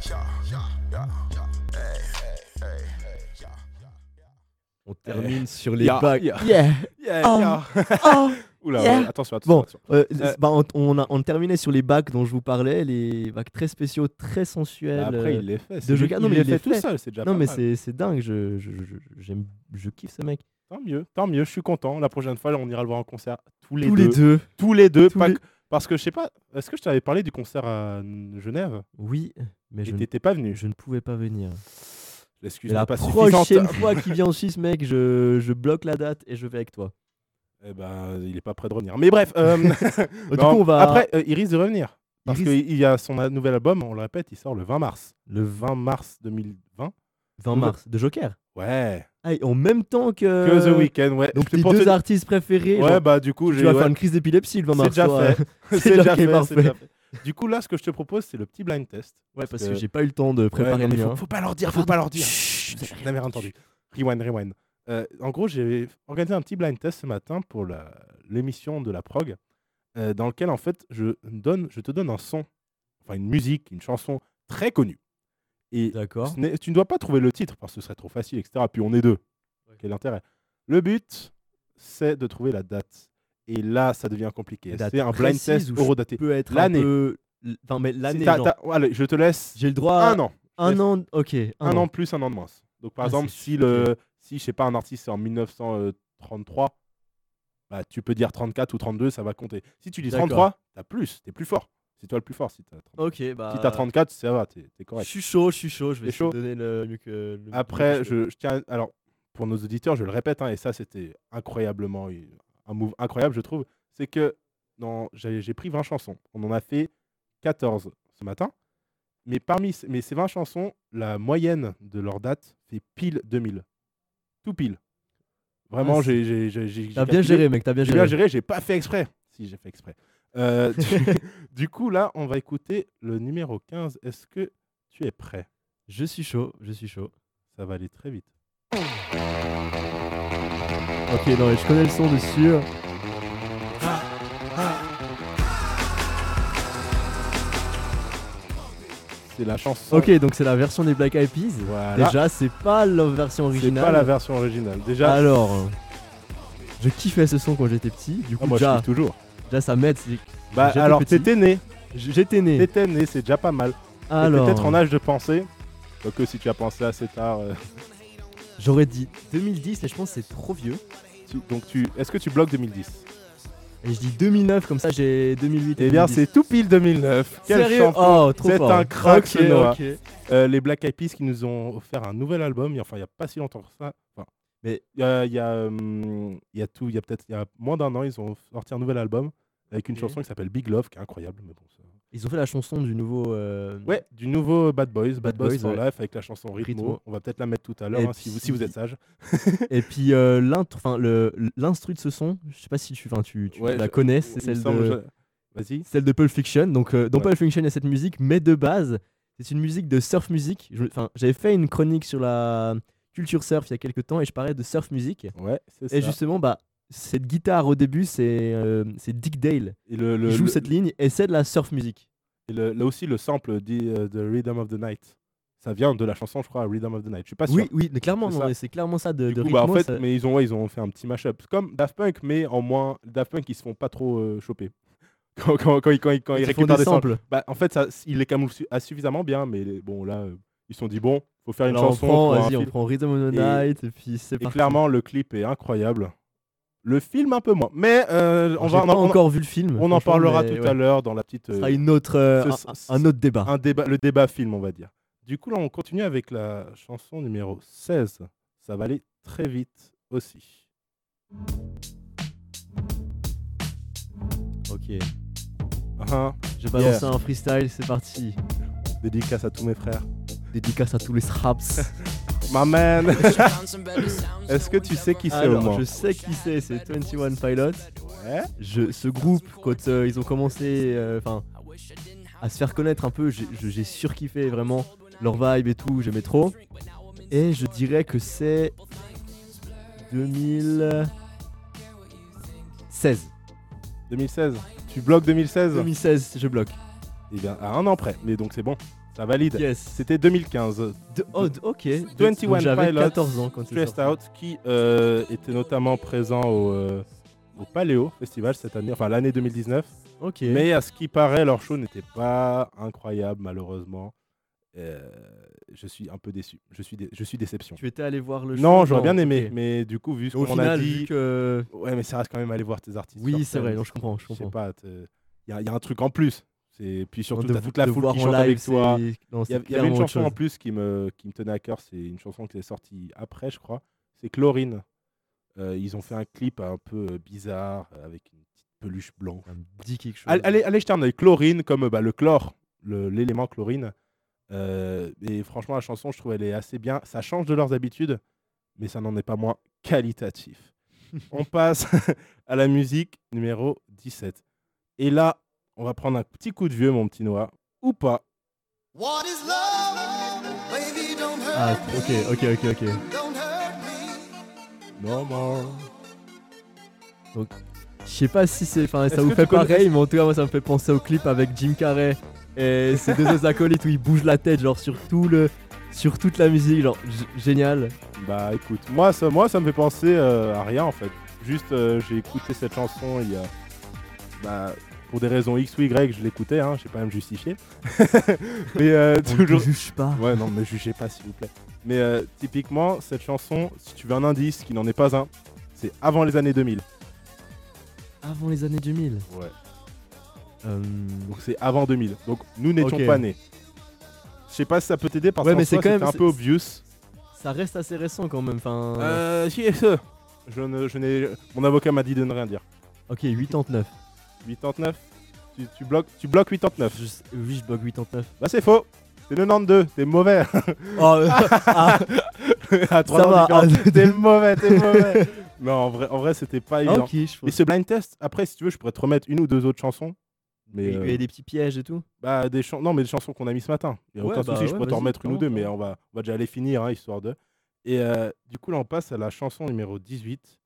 S7: Yeah, yeah, yeah, yeah. Hey, hey, hey, hey, yeah, yeah.
S8: On termine sur les
S2: Ya,
S8: bacs.
S2: ya,
S1: Yeah.
S2: ya,
S1: Oh.
S2: ya.
S1: Oh.
S2: Oula,
S1: Yeah.
S2: ouais, attention, attention.
S1: Bon,
S2: attention.
S1: euh, bah, on, on a- on terminait sur les bacs dont je vous parlais, les bacs très spéciaux, très sensuels.
S2: Bah, Après,
S1: euh,
S2: il les fait.
S1: de jeux- non, mais
S2: il les
S1: il
S2: fait
S1: les
S2: tout
S1: fait.
S2: seul, c'est déjà
S1: Non,
S2: pas
S1: mais
S2: mal.
S1: c'est c'est dingue, je, je, je- j'aime- je kiffe ce mec.
S2: Tant mieux, tant mieux, je suis content. La prochaine fois, on ira le voir en concert tous les
S1: Tous
S2: deux.
S1: les deux.
S2: Tous les deux.
S1: Tous
S2: pas
S1: les-
S2: que- Parce que je sais pas, est-ce que je t'avais parlé du concert à Genève
S1: Oui, mais
S2: Et
S1: je ne,
S2: t'étais pas venu.
S1: je ne pouvais pas venir.
S2: L'excuse
S1: Mais
S2: n'est
S1: la
S2: pas suffisante.
S1: prochaine fois qu'il vient en Suisse, mec, je, je bloque la date et je vais avec toi.
S2: Eh ben, il est pas prêt de revenir. Mais bref, euh,
S1: Oh, Du
S2: non,
S1: coup, on va.
S2: après, euh, il risque de revenir.
S1: il
S2: Parce
S1: risque-
S2: qu'il y a son euh, nouvel album, on le répète, il sort le 20 mars. Le 20 mars 2020
S1: 20 mars, de Joker.
S2: Ouais.
S1: Ah, et en même temps que.
S2: Que The Weeknd, ouais.
S1: Euh, Donc,
S2: C'est
S1: tes
S2: pour
S1: deux
S2: te-
S1: artistes préférés.
S2: Ouais,
S1: genre,
S2: bah du coup,
S1: tu
S2: j'ai.
S1: vas
S2: ouais.
S1: faire une crise d'épilepsie le 20
S2: C'est
S1: mars.
S2: déjà
S1: toi. hein.
S2: fait.
S1: C'est
S2: C'est déjà
S1: ok,
S2: fait,
S1: parfait.
S2: c'est déjà fait. Du coup, là, ce que je te propose, c'est le petit blind test.
S1: Ouais, parce que
S2: que-
S1: j'ai pas eu le temps de préparer
S2: Ouais, non,
S1: le
S2: mais
S1: mien.
S2: faut, faut pas leur dire, faut pas leur dire. Vous n'avez rien entendu. Rewind, rewind. Euh, en gros, j'ai organisé un petit blind test ce matin pour la- l'émission de la prog, euh, dans lequel en fait, je donne, je te donne un son, enfin une musique, une chanson très connue. Et
S1: D'accord.
S2: ce n'est- tu ne dois pas trouver le titre parce que ce serait trop facile, etc. Puis on est deux. Quel intérêt Le but, c'est de trouver la date. Et là, ça devient compliqué.
S1: Date
S2: C'est un blind
S1: précise
S2: test
S1: ou je
S2: eurodaté.
S1: Peut être
S2: L'année.
S1: Un peu... l- Enfin, mais l'année.
S2: Si t'as-
S1: genre,
S2: t'as- allez, je te laisse
S1: J'ai le droit. à
S2: un an.
S1: Un an. Ok.
S2: un an de plus, un an de moins. Donc par
S1: Ah,
S2: exemple,
S1: c'est
S2: si le, si je sais pas, un artiste c'est en 1933, bah tu peux dire 34 ou 32, ça va compter. Si tu dis
S1: D'accord.
S2: 33, t'as plus, t'es plus fort. C'est toi le plus fort si t'as 30.
S1: Ok, bah.
S2: Si t'as 34, ça va, t'es t'es
S1: Je
S2: correct.
S1: suis chaud, je suis chaud. Je vais
S2: T'es
S1: essayer
S2: chaud
S1: de donner le mieux que. le-
S2: Après,
S1: le-
S2: je, je tiens, alors pour nos auditeurs, je le répète, hein, et ça c'était incroyablement un move incroyable, je trouve, c'est que dans- j'ai j'ai pris 20 chansons, on en a fait 14 ce matin, mais parmi ces- mais ces 20 chansons, la moyenne de leur date fait pile 2000, tout pile. Vraiment,
S1: Ah,
S2: j'ai j'ai- j'ai- j'ai- j'ai
S1: T'as bien
S2: calculé.
S1: géré, mec. T'as bien
S2: J'ai bien
S1: géré.
S2: géré, j'ai pas fait exprès. Si j'ai fait exprès. Euh, du, du coup, là, on va écouter le numéro 15. Est-ce que tu es prêt
S1: Je suis chaud, je suis chaud.
S2: Ça va aller très vite.
S1: Ok, non, mais je connais le son dessus.
S2: C'est la chanson.
S1: Ok, donc c'est la version des Black Eyed Peas.
S2: Voilà.
S1: Déjà, c'est pas la version
S2: c'est
S1: originale.
S2: pas la version originale. Déjà,
S1: Alors, euh, je kiffais ce son quand j'étais petit. Du coup,
S2: ah, moi je
S1: déjà,
S2: kiffe toujours.
S1: déjà, ça m'aide. c'est-
S2: Bah
S1: j'étais
S2: alors,
S1: petit.
S2: t'étais né.
S1: J'étais né.
S2: T'étais né, c'est déjà pas mal. T'es
S1: Alors,
S2: Peut-être en âge de penser. Quoique si tu as pensé assez tard. euh,
S1: j'aurais dit 2010, mais je pense que c'est trop vieux.
S2: tu- donc, tu, est-ce que tu bloques 2010
S1: Et je dis 2009, comme ça j'ai 2008. et
S2: Eh bien,
S1: 2010.
S2: c'est tout pile 2009. Quel
S1: Sérieux
S2: chanson
S1: Oh, trop
S2: C'est
S1: fort.
S2: un crack, ce
S1: Ok,
S2: Noah.
S1: ok.
S2: Euh, les Black Eyed Peas qui nous ont offert un nouvel album, il- enfin il n'y a pas si longtemps que ça. Enfin,
S1: Mais-
S2: il y a, il y a, hum, il y a tout, il y a peut-être il y a moins d'un an, ils ont sorti un nouvel album avec une
S1: Ok.
S2: chanson qui s'appelle Big Love, qui est incroyable. Mais bon, ça-
S1: Ils ont fait la chanson du nouveau. euh,
S2: Ouais, du nouveau Bad Boys, Bad,
S1: Bad
S2: Boys,
S1: Boys,
S2: for
S1: ouais.
S2: Life avec la chanson Rhythmo.
S1: Rhythmo.
S2: On va peut-être la mettre tout à l'heure
S1: Et
S2: hein, si, vous, si vous
S1: puis-
S2: êtes sage.
S1: Et puis euh, l'intro- enfin, le- l'instru de ce son, je sais pas si tu, enfin, tu, tu
S2: Ouais,
S1: la
S2: je-
S1: connais,
S2: Il
S1: eh, c'est
S2: me
S1: celle
S2: semble,
S1: de.
S2: je- Vas-y.
S1: celle de Pulp Fiction. Donc, euh, dans
S2: Ouais.
S1: Pulp Fiction, il y a cette musique, mais de base, c'est une musique de surf music. Je- Enfin, j'avais fait une chronique sur la culture surf il y a quelques temps et je parlais de surf music.
S2: Ouais, c'est
S1: Et
S2: ça.
S1: justement, bah, cette guitare au début, c'est euh, c'est Dick Dale
S2: Et le,
S1: qui
S2: le-
S1: joue
S2: le-
S1: cette ligne et c'est de la surf music.
S2: et le- là aussi, le sample dit euh, The Rhythm of the Night. Ça vient de la chanson, je crois, Rhythm of the Night. Je suis pas sûr.
S1: Oui, oui, mais clairement,
S2: C'est
S1: non,
S2: ça.
S1: mais c'est clairement ça de,
S2: Du
S1: de euh,
S2: coup, bah, en
S1: rythmo,
S2: fait,
S1: ça-
S2: mais ils ont, ouais, ils ont fait un petit mashup. C'est Comme Daft Punk, mais en moins. Daft Punk, ils se font pas trop euh, choper. Quand, quand, quand, ils- quand, ils- quand ils
S1: ils font
S2: récupèrent des
S1: des
S2: samples.
S1: samples.
S2: Bah, en fait, ça, ils les camouflent su- ah, suffisamment bien, mais les- bon, là, euh, Ils se sont dit, bon, faut faire une
S1: Alors, on
S2: chanson.
S1: prend,
S2: pour un
S1: vas-y, on
S2: film.
S1: prend Rhythm of the
S2: Et-
S1: Night, et puis c'est
S2: Et
S1: parti.
S2: clairement, le clip est incroyable. Le film, un peu moins. Mais euh, on,
S1: J'ai
S2: va,
S1: pas
S2: on, en-
S1: encore vu le film.
S2: on en
S1: franchement,
S2: parlera
S1: mais
S2: tout
S1: ouais.
S2: à l'heure dans la petite.
S1: Ce
S2: euh,
S1: sera une autre, euh,
S2: ce-
S1: un-
S2: ce-
S1: un, autre débat.
S2: un débat, le débat film, on va dire. Du coup, là, on continue avec la chanson numéro 16. Ça va aller très vite aussi.
S1: Ok.
S2: Ah,
S1: Je vais
S2: Yeah.
S1: lancer un freestyle, c'est parti.
S2: dédicace à tous mes frères.
S1: Dédicace à tous les straps.
S2: Ma man
S3: Est-ce que tu sais qui c'est au
S1: Alors,
S3: moins
S1: je sais qui c'est, c'est 21 Pilots.
S2: Ouais.
S1: Je, ce groupe, quand euh, ils ont commencé euh, enfin, à se faire connaître un peu, j'ai je- j'ai surkiffé vraiment leur vibe et tout, j'aimais trop. Et je dirais que c'est 2016.
S2: 2016. Tu bloques 2016
S1: 2016, je bloque.
S2: Eh bien, à un an près. Mais donc, c'est bon. Ça valide.
S1: Yes.
S2: C'était 2015.
S1: De- oh, de- ok.
S2: 21
S1: Donc, J'avais
S2: Pilots,
S1: 14 ans quand c'est
S2: Stressed
S1: sorti.
S2: Out, qui euh, était notamment présent au, euh, au Paléo Festival cette année, enfin l'année 2019.
S1: Ok.
S2: Mais à ce qui paraît, leur show n'était pas incroyable, malheureusement. Euh, je suis un peu déçu. Je suis, dé- je suis déception.
S1: tu étais allé voir le show
S2: Non, j'aurais bien aimé,
S1: ok.
S2: mais du coup, vu ce
S1: Au
S2: qu'on a
S1: final,
S2: dit.
S1: vu que.
S2: Ouais, mais ça reste quand même aller voir tes artistes. sur
S1: Oui, c'est
S2: scène.
S1: vrai, non, je comprends, je
S2: Je sais
S1: comprends.
S2: pas, il y, a- y a un truc en plus. C'est puis surtout
S1: Non, de-
S2: t'as toute la
S1: de
S2: foule
S1: voir
S2: qui
S1: en
S2: chante
S1: live,
S2: avec toi.
S1: c'est- non,
S2: Il y,
S1: c'est
S2: a- y avait une
S1: clairement autre
S2: chanson en
S1: chose.
S2: plus qui me, qui me tenait à cœur, c'est une chanson qui est sortie après, je crois. C'est Chlorine. Euh, ils ont fait un clip un peu euh, bizarre euh, avec une petite peluche blanche.
S1: Ça me dit quelque chose.
S2: Allez, allez, allez jeter un œil. Chlorine, comme euh, bah, le chlore, le- l'élément chlorine. Euh, et franchement, la chanson, je trouve, elle est assez bien. Ça change de leurs habitudes, mais ça n'en est pas moins qualitatif. on passe à la musique numéro 17. Et là, on va prendre un petit coup de vieux, mon petit Noah, ou pas.
S6: What is love? Baby, don't hurt
S1: Ah, ok, ok, ok, ok.
S6: Don't hurt me.
S2: Normal.
S1: Je sais pas si c'est. Enfin,
S2: Est-ce
S1: ça vous
S2: que
S1: fait
S2: tu connais-
S1: pareil, mais en tout cas, moi, ça me fait penser au clip avec Jim Carrey et ses deux autres acolytes où ils bougent la tête, genre, sur tout le. Sur toute la musique, genre, g- génial.
S2: Bah écoute, moi ça, moi, ça me fait penser euh, à rien en fait. Juste, euh, j'ai écouté cette chanson il y a. Bah, pour des raisons X ou Y, je l'écoutais, hein, j'ai pas à me justifier. Mais euh,
S1: On ne
S2: toujours.
S1: juge pas.
S2: Ouais, non, mais jugez pas s'il vous plaît. Mais euh, typiquement, cette chanson, si tu veux un indice qui n'en est pas un, c'est avant les années 2000.
S1: Avant les années 2000.
S2: Ouais.
S1: Euh,
S2: Donc c'est avant 2000. Donc nous n'étions
S1: Ok.
S2: pas nés. Je sais pas si ça peut t'aider parce
S1: Ouais,
S2: que
S1: mais c'est
S2: c'était
S1: quand même-
S2: un peu obvious.
S1: Ça reste assez récent quand même. Enfin.
S2: Euh, JSE. Je ne, je n'ai, mon avocat m'a dit de ne rien dire.
S1: Ok, 89.
S2: 89 tu, tu bloques, tu bloques 89.
S1: Je sais- Oui, je bug 89.
S2: Bah c'est faux. C'est 92. T'es mauvais.
S1: Oh, ah,
S2: à trois
S1: Ça
S2: ans
S1: va,
S2: différence.
S1: ah,
S2: T'es mauvais. T'es mauvais. non, en vrai, en vrai, c'était pas évident.
S1: ok, je
S2: Et ce blind test, après, si tu veux, je pourrais te remettre une ou deux autres chansons. Mais
S1: Il y
S2: euh,
S1: a des petits pièges et tout.
S2: bah, des chansons, non, mais des chansons qu'on a mis ce matin. Il y a
S1: Ouais,
S2: aucun
S1: bah
S2: souci, je
S1: ouais,
S2: pourrais t'en
S1: vas-y,
S2: remettre une ou deux,
S1: clairement,
S2: mais on
S1: clairement.
S2: va, on va déjà aller finir, hein, histoire de. Et euh, du coup, là, on passe à la chanson numéro 18,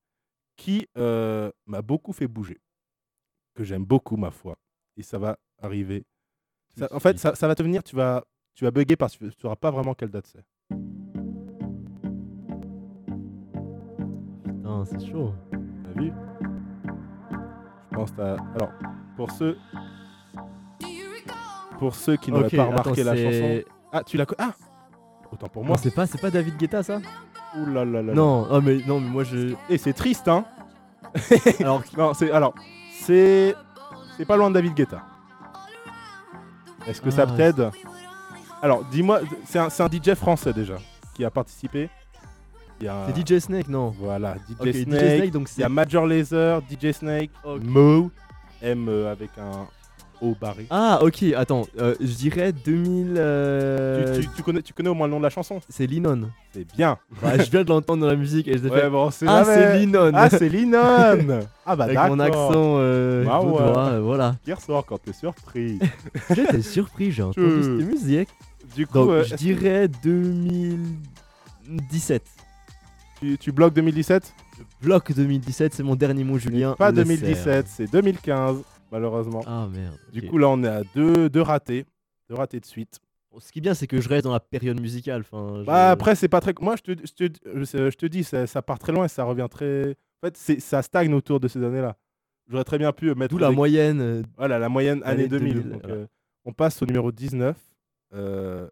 S2: qui euh, m'a beaucoup fait bouger, que j'aime beaucoup, ma foi. Et ça va arriver. Ça- en fait, ça, ça va te venir, tu vas, tu vas bugger parce que tu sauras pas vraiment quelle date c'est.
S1: Putain, c'est chaud.
S2: T'as vu Je pense que t'as- Alors, pour ceux, pour ceux qui n'auraient
S1: Ok,
S2: pas remarqué
S1: attends,
S2: la chanson.
S1: c'est-
S2: Ah, tu la connais Ah Autant pour
S1: Non,
S2: moi.
S1: c'est pas, c'est pas David Guetta ça
S2: Ouh là là là là.
S1: Non, non mais non mais moi je.
S2: Et c'est triste, hein
S1: Alors
S2: Non, c'est. Alors, c'est. C'est pas loin de David Guetta. Est-ce que ça
S1: Ah,
S2: t'aide Alors, dis-moi, c'est un, c'est un DJ français déjà qui a participé. Il y a.
S1: c'est DJ Snake non
S2: Voilà, DJ
S1: Ok DJ
S2: Ah. Snake.
S1: Snake
S2: Il
S1: donc c'est.
S2: y a Major Laser, DJ Snake,
S1: Ok.
S2: Mo, M euh, avec un O barré.
S1: Ah ok attends euh, je dirais 2000. euh,
S2: Tu, tu- tu connais, tu connais au moins le nom de la chanson
S1: C'est Linon.
S2: C'est bien.
S1: Bah, je viens de l'entendre dans la musique et je l'ai
S2: Ouais,
S1: fait.
S2: bon, c'est
S1: Ah
S2: jamais-
S1: c'est Linon.
S2: Ah, c'est Linon Ah bah
S1: Avec
S2: d'accord
S1: mon accent euh,
S2: Bah ouais.
S1: vaudois, euh, voilà.
S2: Qui ressort quand t'es surpris.
S1: J'étais surpris, j'ai entendu
S2: Euh.
S1: cette musique.
S2: du coup,
S1: Donc
S2: euh,
S1: je dirais 2017.
S2: tu, tu bloques 2017
S1: Bloc 2017, c'est mon dernier mot, Julien.
S2: Pas
S1: Lesser.
S2: 2017, c'est 2015, malheureusement.
S1: Ah merde.
S2: Du
S1: ok.
S2: coup, là, on est à deux, deux ratés. Deux ratés de suite.
S1: ce qui est bien, c'est que je reste dans la période musicale. Enfin, je-
S2: Bah, après, c'est pas très. Moi, je te, je te- je sais- je te dis, ça, ça part très loin et ça revient très. En fait, c'est- ça stagne autour de ces années-là. J'aurais très bien pu mettre.
S1: D'où la
S2: des-
S1: moyenne. euh,
S2: Voilà, la moyenne
S1: L'année
S2: année 2000.
S1: 2000,
S2: Donc,
S1: voilà.
S2: euh, on passe au numéro 19. euh,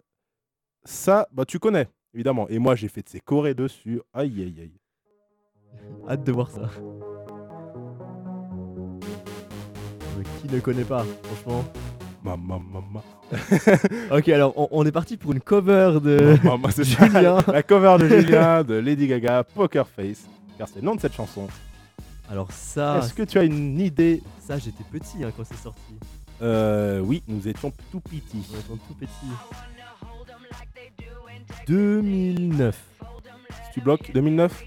S2: ça, bah, tu connais, évidemment. Et moi, j'ai fait de ces chorés dessus. Aïe, aïe, aïe.
S1: Hâte de voir ça. Mais Euh, Qui ne connaît pas, franchement.
S2: Maman, maman.
S1: Ok, alors on, on est parti pour une cover de
S2: Maman, c'est ça.
S1: Julien.
S2: La cover de Julien, de Lady Gaga, Poker Face. Car c'est le nom de cette chanson.
S1: Alors ça,
S2: Est-ce que tu as une idée
S1: ça j'étais petit hein, quand c'est sorti.
S2: Euh, Oui, nous étions tout petits.
S1: On était tout petit. 2009,
S2: Si Tu bloques 2009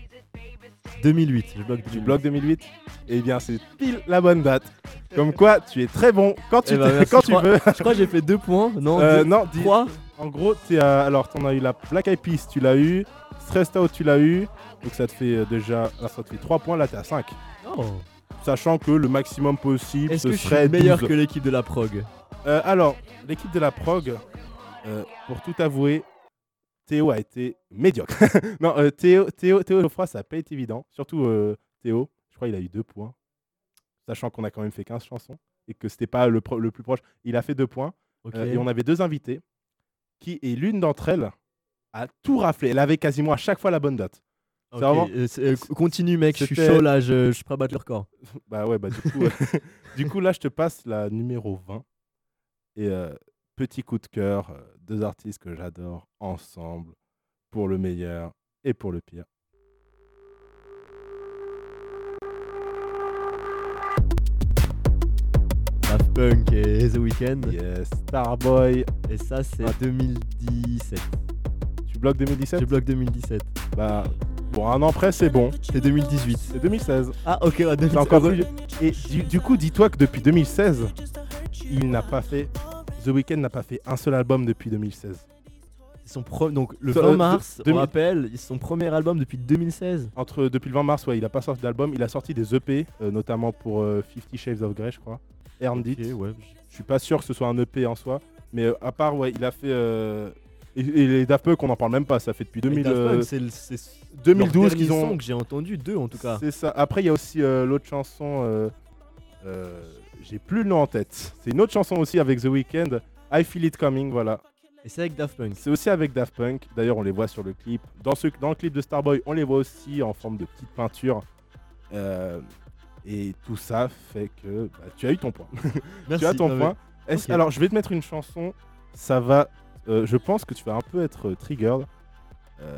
S1: 2008, je bloque
S2: Tu bloques 2008 Eh bien, c'est pile la bonne date. Comme quoi, tu es très bon quand tu,
S1: Eh ben,
S2: te-
S1: merci,
S2: quand
S1: je
S2: tu
S1: crois-
S2: veux.
S1: Je crois que j'ai fait 2 points, non
S2: Euh,
S1: deux-
S2: non, dis-
S1: trois.
S2: En gros, t'es à- alors t'en as eu la Black Eyed Peas, tu l'as eu, Stressed Out, tu l'as eu, donc ça te fait euh, déjà, ah, ça te fait 3 points, là t'es à 5.
S1: Oh.
S2: Sachant que le maximum possible,
S1: Est-ce
S2: ce
S1: que je
S2: serait
S1: suis meilleur
S2: 12.
S1: que l'équipe de la prog
S2: Euh, alors, l'équipe de la prog, euh, pour tout avouer, Théo a été médiocre. non, euh, Théo, Théo, Théo Geoffroy, ça n'a pas été évident. Surtout euh, Théo, je crois qu'il a eu 2 points. Sachant qu'on a quand même fait 15 chansons et que c'était pas le, pro- le plus proche. Il a fait 2 points.
S1: Ok.
S2: Euh, et on avait deux invités qui, et l'une d'entre elles, a tout raflé. Elle avait quasiment à chaque fois la bonne date.
S1: Ok,
S2: c'est vraiment-
S1: euh, c'est- euh, continue mec, je suis
S2: C'était-
S1: chaud là, je, je suis prêt à battre le record.
S2: Bah ouais, bah du coup, euh, du coup là, je te passe la numéro 20. Et euh, petit coup de cœur, euh, deux artistes que j'adore ensemble, pour le meilleur et pour le pire.
S1: Daft Punk et The Weeknd.
S2: Yes, Starboy,
S1: Et ça c'est
S2: Ah.
S1: 2017.
S2: tu bloques 2017
S1: Je bloque 2017.
S2: Bah, pour un an près, c'est bon.
S1: C'est 2018.
S2: C'est 2016.
S1: Ah ok, ouais, 2017.
S2: C'est encore plus- Et du, du coup, dis-toi que depuis 2016, il n'a pas fait. The Weeknd n'a pas fait un seul album depuis 2016.
S1: Ils sont pro- Donc le
S2: Ça,
S1: 20
S2: euh,
S1: mars,
S2: de-
S1: on
S2: 2000.
S1: rappelle, ils- son premier album depuis 2016.
S2: Entre depuis le 20 mars, ouais, il a pas sorti d'album. Il a sorti des EP, euh, notamment pour euh, 50 Shades of Grey, je crois. Earned It.
S1: Ok, ouais.
S2: Je suis pas sûr que ce soit un EP en soi, mais euh, à part, ouais, il a fait. euh, et, et les Daft Punk, on n'en parle même pas. Ça fait depuis 2000,
S1: Et Daft Punk,
S2: euh,
S1: c'est le- c'est
S2: 2012
S1: leur
S2: qu'ils
S1: dernier
S2: ont.
S1: son que j'ai entendu, deux en tout cas.
S2: C'est ça. Après, il y a aussi euh, l'autre chanson. euh, euh, J'ai plus le nom en tête. C'est une autre chanson aussi avec The Weeknd. I Feel It Coming, voilà.
S1: Et c'est avec Daft Punk.
S2: C'est aussi avec Daft Punk. D'ailleurs, on les voit sur le clip. Dans, ce, dans le clip de Starboy, on les voit aussi en forme de petite peinture. Euh, et tout ça fait que bah, tu as eu ton point.
S1: Merci.
S2: tu as ton
S1: Non, mais-
S2: point. Est-ce-
S1: ok.
S2: Alors, je vais te mettre une chanson. Ça va. euh, je pense que tu vas un peu être euh, triggered. Euh,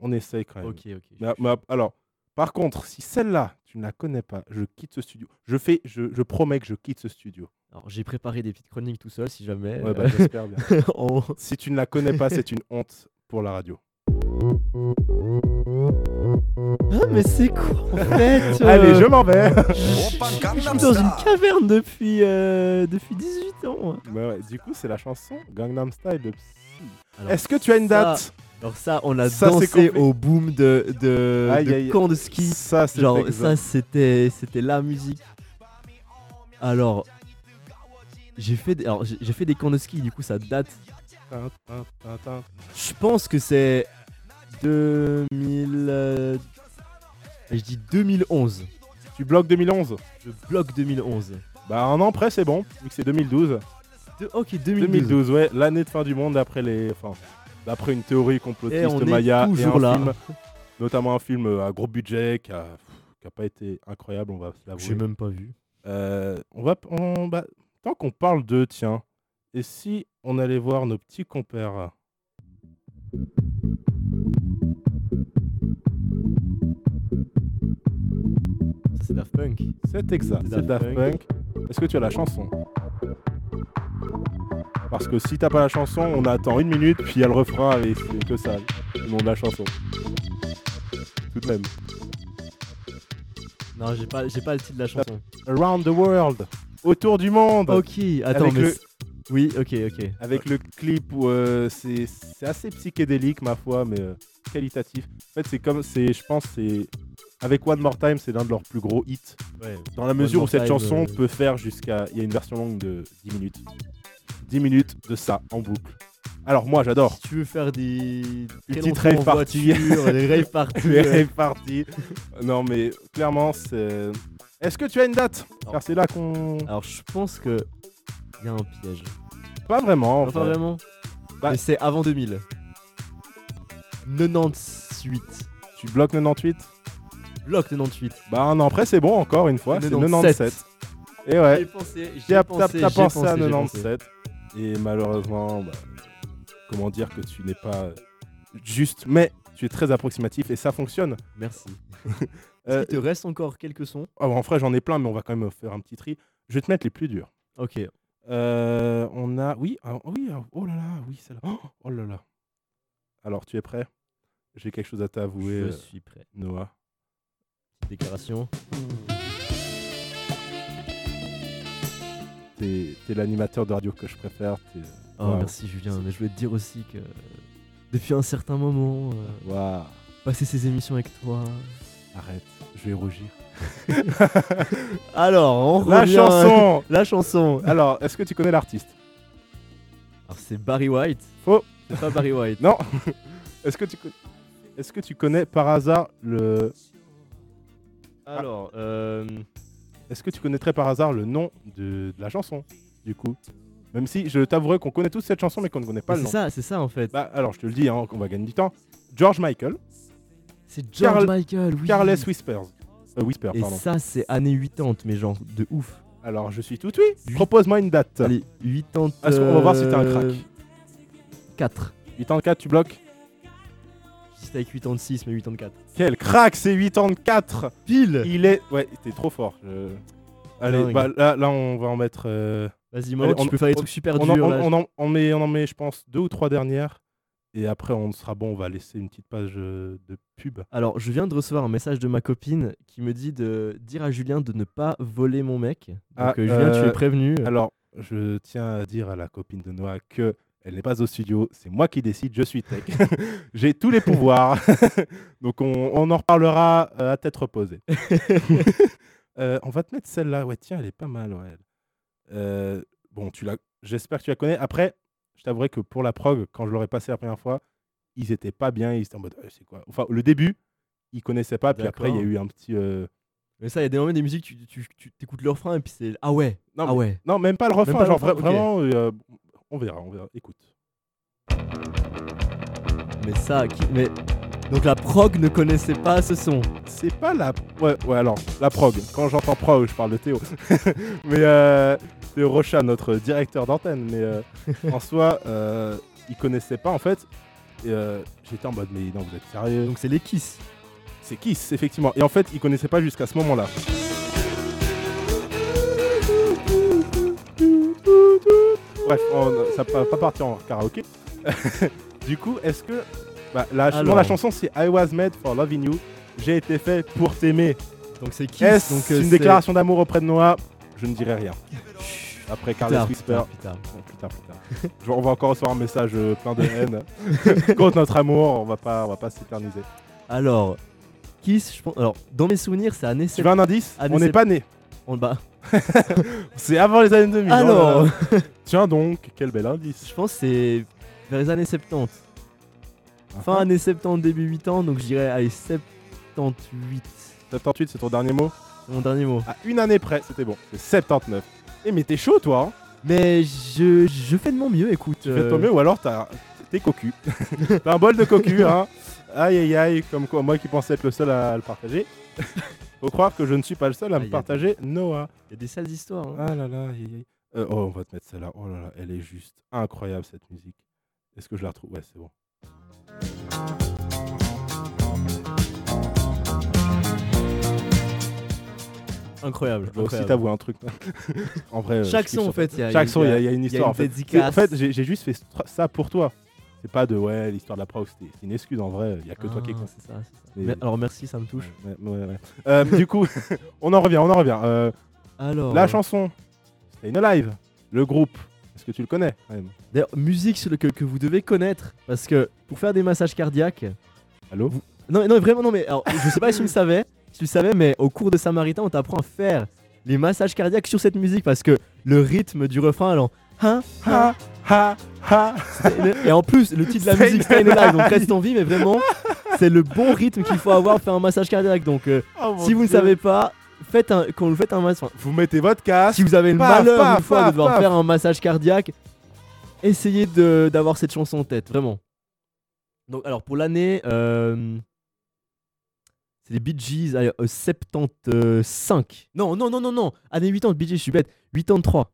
S2: on essaye quand même.
S1: Ok, ok.
S2: Mais- mais- Bah, alors, par contre, si celle-là, tu ne la connais pas, je quitte ce studio. Je, fais, je, je promets que je quitte ce studio.
S1: Alors j'ai préparé des petites chroniques tout seul si jamais. euh,
S2: Ouais, bah, j'espère bien.
S1: on-
S2: Si tu ne la connais pas, c'est une honte pour la radio.
S1: Ah mais c'est quoi en fait euh,
S2: Allez, je m'en vais.
S1: Je suis dans une caverne depuis, euh, depuis 18 ans.
S2: Bah ouais, du coup, c'est la chanson Gangnam Style de Psy.
S1: Alors,
S2: Est-ce que tu as une
S1: ça-
S2: date
S1: Alors ça, on a
S2: Ça, c'est
S1: dansé
S2: complet.
S1: au boom de, euh, de,
S2: Aïe,
S1: de
S2: aïe, aïe.
S1: camp de ski.
S2: Ça, c'est
S1: Genre
S2: exact.
S1: ça, c'était c'était la musique. Alors, j'ai fait, des- alors, j'ai j'ai fait des camps de ski, du coup ça date.
S2: Tin, tin, tin, tin.
S1: Je pense que c'est 2000... euh, Je dis 2011.
S2: Tu bloques 2011
S1: Je bloque 2011.
S2: Bah, un an près, c'est bon, vu que c'est 2012.
S1: De- ok, 2012.
S2: 2012, ouais, l'année de fin du monde après les. Enfin, d'après une théorie complotiste
S1: Et on est
S2: Maya et
S1: toujours
S2: un
S1: là.
S2: film, notamment un film euh, à gros budget qui a, qui a pas été incroyable, on va se
S1: J'ai
S2: l'avouer.
S1: même pas vu.
S2: Euh, on va, on- bah, tant qu'on parle d'eux, tiens, et si on allait voir nos petits compères
S1: Ça c'est Daft Punk.
S2: C'est exact,
S1: C'est
S2: c'est
S1: Daft
S2: Daft Punk. Est-ce que tu as la chanson Parce que si t'as pas la chanson, on attend une minute, puis il y a le refrain et c'est que ça, le nom de la chanson. Tout de même.
S1: Non, j'ai pas, j'ai pas le titre de la chanson.
S2: Around the World, autour du monde,
S1: Ok, attends,
S2: Avec
S1: mais.
S2: le-
S1: c- Oui, ok, ok.
S2: avec le clip où euh, c'est c'est assez psychédélique ma foi, mais euh, qualitatif. En fait, c'est comme, c'est, je pense, c'est avec One More Time, c'est l'un de leurs plus gros hits.
S1: Ouais.
S2: Dans la mesure
S1: More
S2: où cette
S1: Time,
S2: chanson
S1: euh,
S2: peut faire jusqu'à. Il y a une version longue de 10 minutes. 10 minutes de ça en boucle. Alors moi j'adore.
S1: Si tu veux faire des. très
S2: petite
S1: longtemps en
S2: rave party.
S1: voiture, Des rave parties.
S2: Les
S1: ouais.
S2: rêves partis. Non mais clairement c'est. Est-ce que tu as une date
S1: Non. Ah.
S2: Car c'est là qu'on.
S1: Alors, je pense que. Il y a un piège.
S2: Pas vraiment. en
S1: Enfin,
S2: vrai.
S1: vraiment
S2: Bah-
S1: Mais c'est avant 2000. 98.
S2: Tu bloques 98
S1: Bloc 98.
S2: Bah un an après, c'est bon encore une fois, c'est 97. Et
S1: J'ai
S2: ouais,
S1: pensé, j'ai
S2: t'as
S1: pensé,
S2: pensé,
S1: j'ai pensé,
S2: à
S1: j'ai pensé.
S2: 97. Et malheureusement, bah, comment dire que tu n'es pas juste, mais tu es très approximatif et ça fonctionne.
S1: Merci.
S2: Euh,
S1: Il te reste encore quelques sons.
S2: ah, en vrai, j'en ai plein, mais on va quand même faire un petit tri. Je vais te mettre les plus durs.
S1: Ok.
S2: Euh, on a. Oui, ah, oui, ah, oh là là, oui, celle-là. Oh, oh là là. Alors, tu es prêt J'ai quelque chose à t'avouer,
S1: Je
S2: euh,
S1: suis prêt.
S2: Noah.
S1: Déclaration.
S2: T'es t'es l'animateur de radio que je préfère. t'es-
S1: Oh,
S2: Waouh.
S1: merci Julien. Mais je voulais te dire aussi que euh, depuis un certain moment, euh,
S2: Waouh,
S1: passer ces émissions avec toi.
S2: arrête, je vais rougir.
S1: Alors, on
S2: La
S1: revient-
S2: chanson
S1: La chanson.
S2: Alors, est-ce que tu connais l'artiste
S1: Alors, c'est Barry White.
S2: Faux.
S1: C'est pas Barry White.
S2: Non Est-ce que, tu con- est-ce que tu connais par hasard le.
S1: Alors, euh,
S2: Est-ce que tu connaîtrais par hasard le nom de, de la chanson Du coup Même si je t'avouerai qu'on connaît tous cette chanson, mais qu'on ne connaît pas le
S1: c'est
S2: nom.
S1: ça, c'est ça en fait.
S2: Bah, alors, je te le dis, hein, on va gagner du temps. George Michael,
S1: c'est
S2: Carl-
S1: George Michael, oui.
S2: Careless Whispers. Euh, Whisper,
S1: Et
S2: pardon.
S1: ça, c'est années 80, mais genre de ouf.
S2: Alors, je suis tout de suite. Propose-moi une date.
S1: Allez, euh, 80.
S2: Est-ce qu'on va voir si t'as un crack
S1: 4.
S2: 84, tu bloques
S1: J'étais avec 86, mais 84.
S2: Quel crack, c'est 84
S1: Pile
S2: Il est... Ouais, t'es trop fort. je- Allez,
S1: Dingue.
S2: bah, là, là, on va en mettre... euh,
S1: Vas-y, moi,
S2: Allez,
S1: tu
S2: on-
S1: peux faire des
S2: on-
S1: trucs super
S2: On en,
S1: durs.
S2: on-
S1: là.
S2: on en- on met, on en met, je pense, deux ou trois dernières. Et après, on sera bon, on va laisser une petite page euh, de pub.
S1: Alors, je viens de recevoir un message de ma copine qui me dit de dire à Julien de ne pas voler mon mec. Donc,
S2: Ah,
S1: euh, Julien, tu
S2: euh,
S1: es prévenu.
S2: Alors, je tiens à dire à la copine de Noah que elle n'est pas au studio, c'est moi qui décide, je suis tech. J'ai tous les pouvoirs. Donc, on, on en reparlera euh, à tête reposée. Euh, on va te mettre celle-là. Ouais, tiens, elle est pas mal. ouais. Euh, bon, tu la... j'espère que tu la connais. Après, je t'avouerai que pour la prog, quand je l'aurais passé la première fois, ils étaient pas bien. Ils étaient en mode, Euh, c'est quoi Enfin, le début, ils connaissaient pas. Puis après, il y a
S1: D'accord.
S2: eu un petit. euh,
S1: Mais ça, il y a des moments des musiques, tu, tu, tu- t'écoutes le refrain et puis c'est. Ah ouais
S2: Non,
S1: Ah
S2: mais-
S1: ouais
S2: Non, même pas le refrain.
S1: pas le
S2: genre,
S1: refrain,
S2: vra-
S1: ok.
S2: vraiment, euh, on verra, on verra. Écoute.
S1: Mais ça, qui- mais. Donc la prog ne connaissait pas ce son.
S2: C'est pas la. Ouais, ouais, alors, la prog. Quand j'entends prog, je parle de Théo. mais euh, Théo Rocha, notre directeur d'antenne. Mais euh, en soi, euh, il connaissait pas, en fait. Et, euh, J'étais en mode, mais non, vous êtes sérieux
S1: Donc c'est les Kiss.
S2: C'est Kiss, effectivement. Et en fait, il connaissait pas jusqu'à ce moment-là. Bref, on- ça va pas partir en karaoké. du coup, est-ce que. Bah, la, non,
S1: Alors.
S2: la chanson, c'est I was made for loving you. J'ai été fait pour t'aimer.
S1: Donc c'est Kiss.
S2: Est-ce
S1: donc, euh,
S2: une
S1: c'est-
S2: déclaration d'amour auprès de Noah Je ne dirai rien. Après
S1: Plus
S2: Carlos
S1: tard, plus
S2: Whisper.
S1: tard, plus tard.
S2: Oh, plus tard, plus tard. Je- on va encore recevoir un message euh, plein de haine contre notre amour. On va pas, on va pas s'éterniser.
S1: Alors, Kiss, je pense. Alors, dans mes souvenirs, c'est années
S2: Tu
S1: 70.
S2: veux un indice
S1: Ah, mais
S2: On n'est
S1: c'est-
S2: pas né.
S1: En bas.
S2: C'est avant les années 2000.
S1: Alors,
S2: Oh là là. Tiens donc, quel bel indice.
S1: je pense que c'est vers les années 70. Fin
S2: Ah,
S1: années 70, début 80, donc je dirais, allez, 78.
S2: 78, c'est ton dernier mot
S1: C'est mon dernier mot.
S2: À une année près, c'était bon. C'est 79. Eh, mais t'es chaud, toi hein
S1: Mais je, je fais de mon mieux, écoute. euh,
S2: Tu fais de ton mieux ou alors t'as- t'es cocu. t'as un bol de cocu, hein Aïe, aïe, aïe, comme quoi, moi qui pensais être le seul à le partager. Faut croire que je ne suis pas le seul à me
S1: Aïe, aïe.
S2: partager Noah.
S1: Il y a des sales histoires. hein.
S2: Ah là là, aïe, aïe, aïe. Euh, oh, on va te mettre celle-là. Oh là là, elle est juste incroyable cette musique. Est-ce que je la retrouve Ouais, c'est bon.
S1: Incroyable.
S2: Je dois Ah. Bah, aussi
S1: incroyable.
S2: t'avouer un truc. en vrai, euh,
S1: Chaque
S2: je kiffe
S1: son, en
S2: sur-
S1: fait, il y a
S2: Chaque son, il y, a- il
S1: il
S2: y a une
S1: y a
S2: histoire.
S1: une
S2: en fait.
S1: dédicace.
S2: En fait, j'ai j'ai juste fait stra- ça pour toi. C'est pas de ouais, l'histoire de la prog, c'était- c'est une excuse en vrai. Il y a que toi qui
S1: Ah,
S2: compte.
S1: c'est ça, c'est ça.
S2: Mais-
S1: Mais- Alors, merci, ça me touche.
S2: Ouais, ouais, ouais. Euh, du coup, on en revient, on en revient. Euh,
S1: Alors,
S2: La chanson, c'est une live. Le groupe, est-ce que tu le connais quand même
S1: d'ailleurs, musique sur le- que, que vous devez connaître. Parce que pour faire des massages cardiaques.
S2: Allô
S1: Non, mais- non, mais vraiment, non, mais alors, je sais pas si tu le savais, si tu le savais, mais au cours de Samaritain, on t'apprend à faire les massages cardiaques sur cette musique parce que le rythme du refrain allant. Hein, hein,
S2: Ha ha ha.
S1: Le- Et en plus, le titre de la
S2: Stay
S1: musique, Stay Alive, donc reste en vie, mais vraiment, c'est le bon rythme qu'il faut avoir pour faire un massage cardiaque. Donc, euh,
S2: Oh mon
S1: si vous ne
S2: Dieu.
S1: savez pas, faites un, quand vous faites un massage,
S2: vous mettez votre casque.
S1: si vous avez le
S2: Ah, Paf,
S1: malheur
S2: paf,
S1: une fois de
S2: paf,
S1: devoir
S2: paf.
S1: faire un massage cardiaque, essayez de- d'avoir cette chanson en tête, vraiment. Donc, alors pour l'année, euh, c'est les Bee Gees allez, euh, 75. Non, non, non, non, non, année 80, Bee Gees, je suis bête. 83.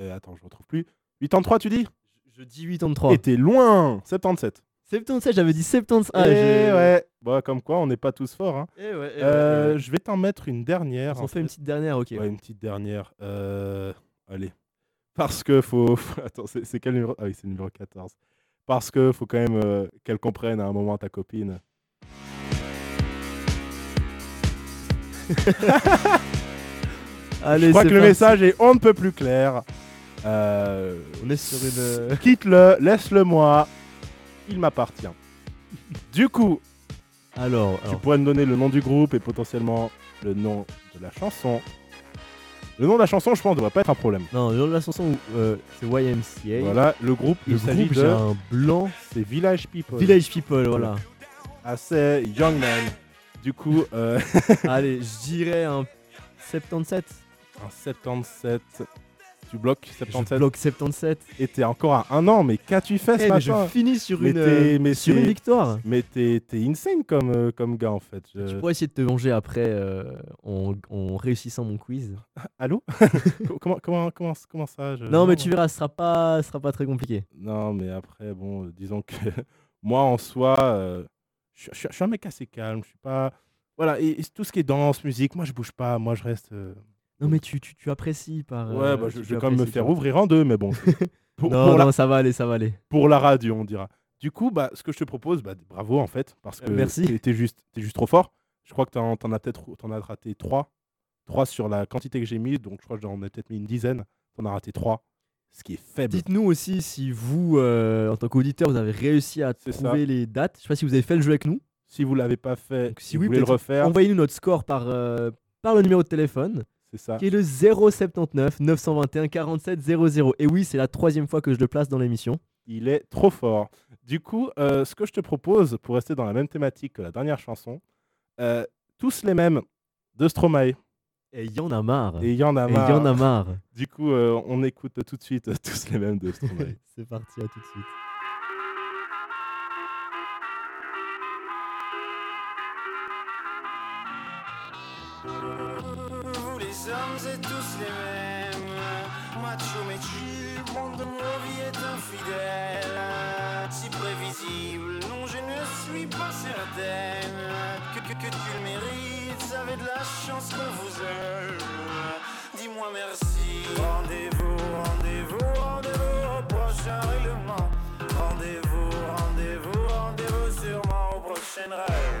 S2: Euh, attends, je retrouve plus. 83, tu dis
S1: Je dis 83.
S2: Et t'es loin 77.
S1: 77, j'avais dit 75.
S2: Eh
S1: Ah, j'ai-
S2: ouais. Bah, comme quoi, on n'est pas tous forts. hein.
S1: Eh ouais, eh ouais, eh
S2: Euh,
S1: ouais.
S2: Je vais t'en mettre une dernière. en
S1: On s'en fait une
S2: fait.
S1: petite dernière, ok.
S2: Ouais, une petite dernière. Euh, Allez. Parce que faut. Attends, c'est c'est quel numéro Ah oui, c'est le numéro 14. Parce que faut quand même euh, qu'elle comprenne à un moment ta copine.
S1: Allez,
S2: Je crois
S1: c'est
S2: que le
S1: parti.
S2: message est on ne peut plus clair. Euh,
S1: On est sur une. euh,
S2: Quitte-le, laisse-le moi. Il m'appartient. du coup,
S1: Alors,
S2: tu
S1: alors,
S2: pourrais me donner le nom du groupe et potentiellement le nom de la chanson. Le nom de la chanson, je pense, ne devrait pas être un problème.
S1: non, le nom de la chanson, euh, c'est YMCA.
S2: Voilà, le groupe,
S1: Le
S2: il s'agit
S1: groupe, j'ai
S2: de.
S1: un blanc.
S2: C'est Village People.
S1: Village People, voilà.
S2: Ah, c'est Young Man. Du coup, euh,
S1: Allez, je dirais un 77.
S2: un 77. Tu bloques
S1: Je
S2: 77
S1: bloque 77.
S2: et t'es encore à un an, mais qu'as-tu fait
S1: Eh,
S2: ce
S1: mais je
S2: matin
S1: finis sur
S2: Mais
S1: une, euh,
S2: t'es- mais
S1: sur une
S2: c'est-
S1: victoire.
S2: Mais t'es t'es insane comme, euh, comme gars en fait. Je-
S1: Tu pourrais essayer de te venger après euh, en, en réussissant mon quiz.
S2: Euh, Allô comment, comment, comment, comment ça je-
S1: Non, mais tu verras, ce sera pas, ce sera pas très compliqué.
S2: Non, mais après, bon, euh, disons que moi, en soi, euh, je suis- je suis je suis un mec assez calme. Je suis pas. Voilà, et, et tout ce qui est danse, musique, moi, je bouge pas. Moi, je reste. euh,
S1: Non, mais tu, tu, tu apprécies par.
S2: Ouais,
S1: euh,
S2: bah, je,
S1: tu-
S2: je
S1: tu
S2: vais quand même me
S1: apprécies,
S2: faire
S1: tu vois.
S2: ouvrir en deux, mais bon. c'est- Pour,
S1: Non,
S2: pour la,
S1: non, ça va aller, ça va aller.
S2: pour la radio, on dira. Du coup, bah, ce que je te propose, bah, bravo, en fait, parce
S1: Euh,
S2: que
S1: merci.
S2: t'es- t'es juste, t'es juste trop fort. Je crois que t'en t'en as peut-être t'en as raté trois. Trois sur la quantité que j'ai mis, donc je crois que j'en ai peut-être mis une dizaine. T'en as raté trois, ce qui est faible.
S1: Dites-nous aussi si vous, euh, en tant qu'auditeur, vous avez réussi à
S2: C'est ça.
S1: trouver les dates. Je sais pas si vous avez fait le jeu avec nous.
S2: Si vous l'avez pas fait,
S1: Donc, si
S2: si vous
S1: oui,
S2: voulez le
S1: peut-être
S2: refaire,
S1: Envoyez-nous notre score par, euh, par le numéro de téléphone,
S2: c'est ça.
S1: qui est le 079 921 47 00. Et oui, c'est la troisième fois que je le place dans l'émission.
S2: Il est trop fort. Du coup, euh, ce que je te propose, pour rester dans la même thématique que la dernière chanson, euh, tous les mêmes de Stromae.
S1: Et il y en a marre.
S2: Et il y en a
S1: Et il y en a
S2: marre.
S1: marre.
S2: Du coup, euh, on écoute tout de suite euh, tous les mêmes de Stromae.
S1: c'est parti, à tout de suite.
S7: Nous les hommes et tous les mêmes Macho mais chill, monde de nos vies est infidèle Si prévisible, non je ne suis pas certaine Que, que, que tu le mérites, ça avait de la chance qu'on vous aime Dis-moi merci Rendez-vous, rendez-vous, rendez-vous au prochain règlement Rendez-vous, rendez-vous, rendez-vous sûrement au prochain rêve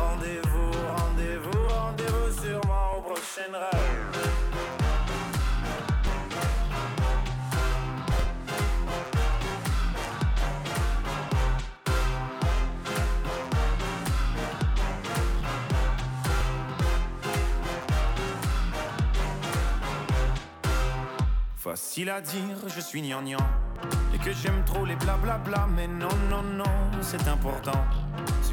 S7: Rendez-vous, rendez-vous, rendez-vous sûrement au prochain rêve Facile à dire, je suis gnangnan Et que j'aime trop les blablabla Mais non, non, non, c'est important Ce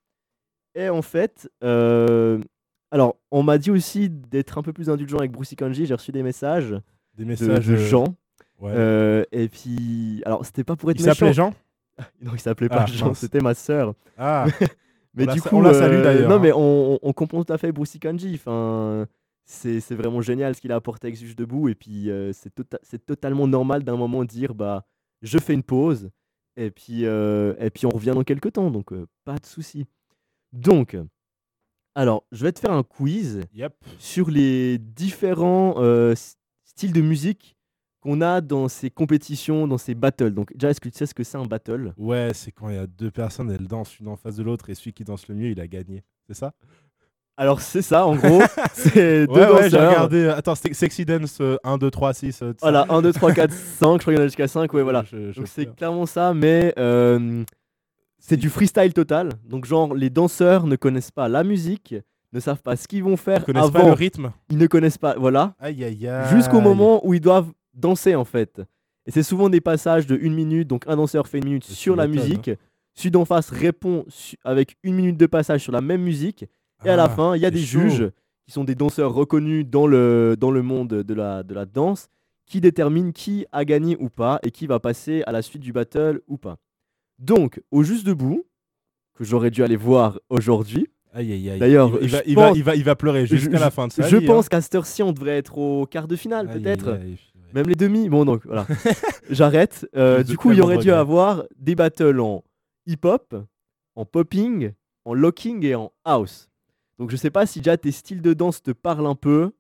S1: Et en fait, euh, alors on m'a dit aussi d'être un peu plus indulgent avec Brucey Kanji. J'ai reçu des messages, de-
S2: Des messages
S1: de,
S2: euh,
S1: Jean.
S2: ouais.
S1: Euh, et puis, alors c'était pas pour être
S2: Il s'appelait
S1: méchant.
S2: Jean
S1: Non, il s'appelait pas
S2: Ah,
S1: Jean,
S2: mince.
S1: c'était ma sœur.
S2: Ah,
S1: Mais
S2: On la
S1: du
S2: sa-
S1: coup, euh,
S2: on la salue d'ailleurs,
S1: Non,
S2: hein.
S1: mais on, on- on comprend tout à fait Brucey Kanji. Enfin, c'est c'est vraiment génial ce qu'il a apporté avec Juge Debout. Et puis, euh, c'est tota- c'est totalement normal d'un moment dire bah, je fais une pause. Et puis, euh, et puis on revient dans quelques temps. Donc, euh, pas de souci. Donc, alors, je vais te faire un quiz
S2: yep.
S1: sur les différents euh, s- styles de musique qu'on a dans ces compétitions, dans ces battles. Donc, déjà, est-ce que tu sais ce que c'est un battle
S2: Ouais, c'est quand il y a deux personnes, elles dansent une en face de l'autre et celui qui danse le mieux, il a gagné. C'est ça
S1: Alors, c'est ça, en gros. c'est deux
S2: Ouais, ouais, j'ai
S1: danseurs.
S2: regardé. euh, Attends, c'est- Sexy Dance euh, 1, 2, 3, 6. euh,
S1: Voilà, 1, 2, 3, 4, 5, je crois qu'il y en a jusqu'à 5, ouais, voilà.
S2: Je- je-
S1: Donc
S2: je-
S1: c'est clairement ça, mais euh, c'est du freestyle total. Donc genre, les danseurs ne connaissent pas la musique, ne savent pas ce qu'ils vont faire
S2: Ils connaissent pas le
S1: avant,
S2: rythme.
S1: ils ne connaissent pas, voilà.
S2: Aïe, aïe, aïe.
S1: Jusqu'au moment où ils doivent danser, en fait. Et c'est souvent des passages de 1 minute, donc un danseur fait une minute
S2: Ça, tu
S1: sur la
S2: m'étonnes, hein.
S1: musique, celui d'en face répond su- avec une minute de passage sur la même musique, et à la
S2: Ah,
S1: fin, il y a
S2: c'est
S1: des
S2: chaud.
S1: juges qui sont des danseurs reconnus dans le, dans le monde de la, de la danse qui déterminent qui a gagné ou pas et qui va passer à la suite du battle ou pas. Donc, au juste debout, que j'aurais dû aller voir aujourd'hui,
S2: Aïe, aïe, aïe.
S1: D'ailleurs,
S2: il, va,
S1: je
S2: il, va,
S1: pense-
S2: il, va, il va pleurer
S1: je-
S2: jusqu'à la fin de sa
S1: je
S2: vie,
S1: pense qu'à cette heure-ci, on devrait être au quart de
S2: hein.
S1: finale
S2: Aïe, aïe,
S1: peut-être,
S2: aïe, purée.
S1: même les demi. Bon, donc voilà, j'arrête. Euh,
S2: Juste
S1: du
S2: de
S1: coup, il y
S2: tellement
S1: aurait
S2: de
S1: dû
S2: regrets.
S1: avoir des battles en hip-hop, en popping, en locking et en house. Donc, je sais pas si déjà tes styles de danse te parlent un peu.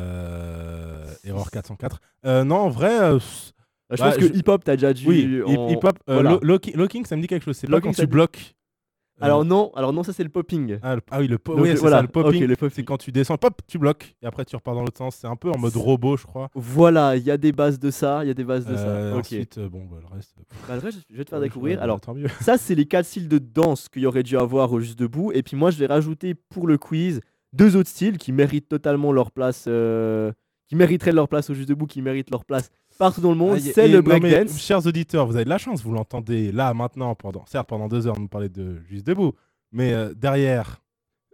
S2: Euh, Erreur 404. Euh, non, en vrai, euh, s-
S1: Bah, je
S2: Bah,
S1: pense que
S2: je-
S1: hip-hop, t'as déjà dû.
S2: oui, hip-
S1: en-
S2: hip-hop, euh,
S1: voilà.
S2: lo- locking, locking, ça me dit quelque chose. C'est pas
S1: Locking,
S2: quand
S1: ça
S2: tu
S1: dit-
S2: bloques. euh,
S1: Alors non, alors non, ça c'est le popping.
S2: Ah, le- ah oui, le, po-
S1: Donc,
S2: oui, c'est
S1: voilà,
S2: ça, le popping.
S1: ok, le popping.
S2: C'est quand tu descends, pop, tu bloques. Et après, tu repars dans l'autre sens. C'est un peu en mode
S1: C'est-
S2: robot, je crois.
S1: Voilà, il y a des bases de ça, il y a des bases de
S2: Euh,
S1: ça. Ok.
S2: Ensuite, euh, bon, bah, le reste. euh,
S1: Bah, le reste, je vais te faire
S2: ouais,
S1: découvrir.
S2: ouais,
S1: Alors,
S2: tant mieux.
S1: ça c'est les quatre styles de danse qu'il y aurait dû avoir au juste debout. Et puis moi, je vais rajouter pour le quiz deux autres styles qui méritent totalement leur place, euh, qui mériteraient leur place au juste debout, qui méritent leur place partout dans le monde.
S2: Ah, y- et-
S1: c'est le
S2: non, mais,
S1: breakdance.
S2: Chers auditeurs, vous avez de la chance, vous l'entendez là, maintenant, pendant, certes pendant deux heures, nous parler de Juste Debout, mais euh, derrière,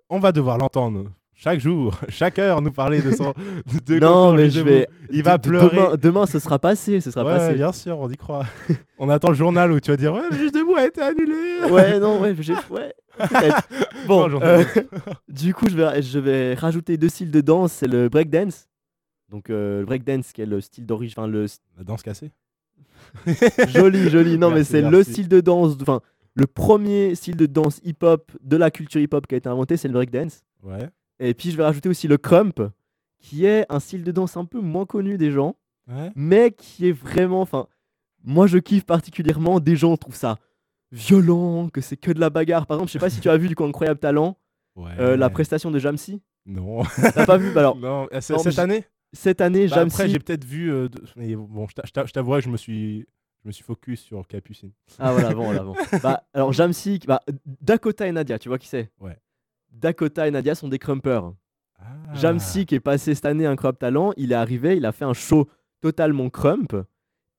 S2: on va devoir l'entendre chaque jour, chaque heure, nous parler de son. de- de
S1: Non,
S2: son
S1: mais
S2: Juste
S1: je
S2: Debout.
S1: vais.
S2: Il va
S1: de- de-
S2: pleurer.
S1: Demain, demain, ce sera passé, ce sera
S2: Ouais,
S1: passé.
S2: bien sûr, on y croit. on attend le journal où tu vas dire Ouais, le Juste Debout a été annulé.
S1: Ouais, non, ouais, j'ai. Ouais. peut-être.
S2: Non,
S1: Bon,
S2: j'en-
S1: euh, Du coup, je vais, je vais rajouter deux styles de danse, c'est le breakdance. Donc euh, le breakdance qui est le style d'origine, enfin le st-
S2: La danse cassée.
S1: joli, joli. Non, mais
S2: Merci,
S1: c'est le
S2: merci.
S1: style de danse, enfin le premier style de danse hip-hop de la culture hip-hop qui a été inventé, c'est le breakdance.
S2: Ouais.
S1: Et puis je vais rajouter aussi le crump, qui est un style de danse un peu moins connu des gens,
S2: Ouais.
S1: mais qui est vraiment, enfin, moi je kiffe particulièrement. Des gens trouvent ça violent, que c'est que de la bagarre. Par exemple, je sais pas si tu as vu du coup Incroyable Talent, euh, la prestation de Jamsi.
S2: Non.
S1: T'as pas vu Bah Alors
S2: non, euh, c'est-
S1: non, mais
S2: cette
S1: j'ai-
S2: année
S1: cette année,
S2: Bah,
S1: Jamsi.
S2: Après, j'ai peut-être vu. euh, de- mais bon, je t'a- je t'a- je t'avouerai que je me suis. Je me suis focus sur Capucine.
S1: Ah voilà, bon, voilà, bon. Bah, alors Jamsik, bah, Dakota et Nadia, tu vois qui c'est
S2: Ouais.
S1: Dakota et Nadia sont des crumpers.
S2: Ah.
S1: Jamsik est passé cette année un crump talent, il est arrivé, il a fait un show totalement crump.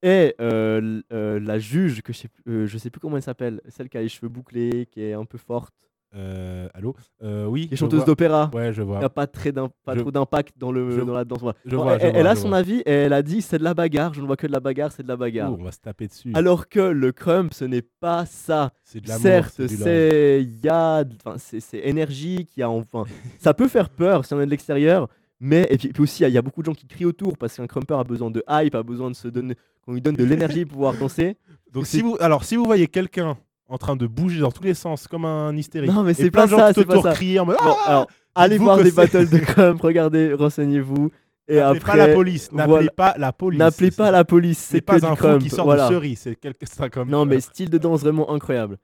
S1: Et euh, l- euh, la juge, que je sais, plus- euh, je sais plus comment elle s'appelle, celle qui a les cheveux bouclés, qui est un peu forte.
S2: Euh, allô Euh, Oui.
S1: Qui est
S2: je
S1: chanteuse
S2: vois.
S1: d'opéra.
S2: Ouais, je
S1: Il
S2: vois.
S1: n'y a pas, très d'im- pas
S2: Je-
S1: trop d'impact dans, le,
S2: je-
S1: dans la danse. Voilà.
S2: je
S1: Bon,
S2: vois, je
S1: elle,
S2: vois,
S1: elle a
S2: je
S1: son
S2: vois. Oh,
S1: avis et elle a dit c'est de la bagarre, je ne vois que de la bagarre, c'est de la bagarre.
S2: Ouh, on va se taper dessus.
S1: Alors que le crump, ce n'est pas ça.
S2: c'est de l'amour.
S1: Certes,
S2: c'est du love.
S1: c'est il y a, enfin, c'est c'est énergique, il y a enfin, ça peut faire peur si on est de l'extérieur, mais et puis, puis aussi il y a- il y, a beaucoup de gens qui crient autour parce qu'un crumper a besoin de hype, a besoin de se donner, qu'on lui donne de l'énergie pour pouvoir danser.
S2: Donc
S1: c'est-
S2: si vous, alors si vous voyez quelqu'un en train de bouger dans tous les sens comme un hystérique,
S1: Non, mais
S2: et
S1: c'est
S2: plein
S1: pas
S2: de gens
S1: ça,
S2: tout
S1: c'est pas
S2: autour
S1: ça.
S2: crier en mode,
S1: Bon,
S2: Ah
S1: alors allez
S2: Dites-vous
S1: voir
S2: que
S1: des
S2: c'est-
S1: battles de crump, regardez, renseignez-vous et
S2: N'appelez
S1: après
S2: pas la police, n'appelez
S1: voilà.
S2: pas la police.
S1: n'appelez pas la police,
S2: C'est
S1: c'est
S2: pas
S1: que
S2: un
S1: du
S2: fou
S1: crump.
S2: qui sort
S1: voilà.
S2: de cerise, c'est quelqu'un c'est comme
S1: Non, mais style de danse vraiment incroyable.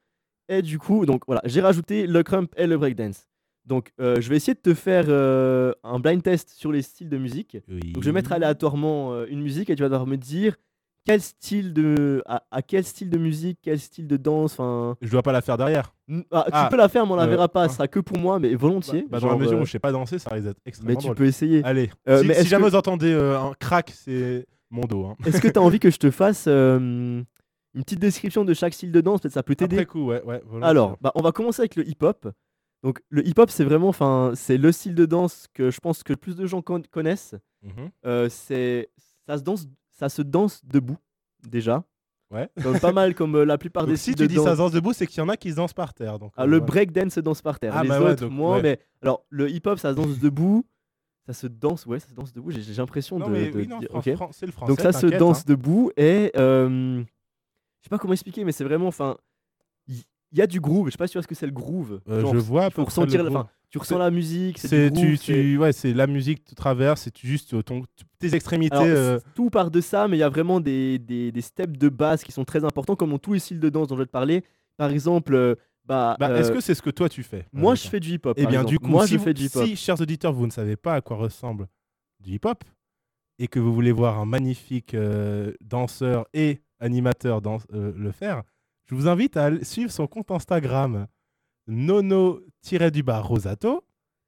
S1: Et du coup, donc voilà, j'ai rajouté le crump et le breakdance. Donc, euh, je vais essayer de te faire euh, un blind test sur les styles de musique. Donc, je vais mettre aléatoirement euh, une musique et tu vas devoir me dire quel style de, à, à quel style de musique, quel style de danse. Enfin,
S2: Je dois pas la faire derrière.
S1: n- ah, tu
S2: Ah,
S1: peux la faire, mais on la
S2: euh,
S1: verra pas.
S2: hein.
S1: Ce sera que pour moi, mais volontiers.
S2: Bah, dans la
S1: genre,
S2: mesure
S1: euh,
S2: où je sais pas danser, ça risque d'être extrêmement
S1: mais tu
S2: drôle. Ah.
S1: peux essayer.
S2: Allez,
S1: Euh,
S2: si,
S1: mais
S2: si
S1: est-ce
S2: jamais
S1: que-
S2: vous entendez euh, un crack, c'est mon dos. Hein.
S1: Est-ce que tu as envie que je te fasse euh, une petite description de chaque style de danse Peut-être ça peut t'aider.
S2: Après coup, ouais, ouais. volontiers.
S1: Alors, bah, on va commencer avec le hip-hop. Donc, le hip-hop, c'est vraiment, enfin, c'est le style de danse que je pense que le plus de gens con- connaissent.
S2: Mhm.
S1: Euh, c'est, ça se danse, ça se danse debout déjà.
S2: Ouais.
S1: Comme pas mal, comme euh, la plupart des
S2: Donc, si
S1: styles
S2: tu
S1: de
S2: dis
S1: danse.
S2: ça se danse debout, c'est qu'il y en a qui se dansent par terre. Donc,
S1: Ah,
S2: euh,
S1: le
S2: voilà.
S1: breakdance se danse par terre.
S2: Ah,
S1: Les
S2: bah ouais,
S1: autres,
S2: donc,
S1: moins,
S2: ouais.
S1: mais alors le hip-hop, ça se danse debout. Ça se danse, ouais, ça se danse debout. J'ai, j'ai l'impression
S2: Non,
S1: de.
S2: mais
S1: de
S2: oui, non,
S1: dire-
S2: Fran-
S1: ok.
S2: Fran- c'est le français.
S1: Donc ça se
S2: t'inquiète,
S1: danse
S2: hein.
S1: debout et euh, je sais pas comment expliquer, mais c'est vraiment, enfin, il y, y a du groove. Je sais pas si tu vois ce que c'est le groove.
S2: Euh,
S1: Genre,
S2: je vois à
S1: faut
S2: peu près le
S1: ressentir la-
S2: groove.
S1: enfin, tu ressens la musique, c'est,
S2: C'est
S1: du
S2: tu,
S1: groove, c'est-
S2: tu, ouais, c'est la musique te traverse, c'est tu juste euh, ton, tu- tes extrémités.
S1: Alors,
S2: euh,
S1: c'est- Tout part de ça, mais il y a vraiment des, des, des steps de base qui sont très importants, comme dans tous les styles de danse dont je vais te parler. Par exemple, euh, bah,
S2: bah, Est-ce
S1: euh,
S2: que c'est ce que toi tu fais euh,
S1: moi je fais du hip-hop.
S2: Et
S1: par
S2: Eh bien
S1: exemple.
S2: du coup,
S1: moi
S2: si,
S1: je
S2: vous-
S1: fais du hip-hop.
S2: si, chers auditeurs, vous ne savez pas à quoi ressemble du hip-hop et que vous voulez voir un magnifique euh, danseur et animateur dans, euh, le faire, je vous invite à aller suivre son compte Instagram nono-du-bas rosato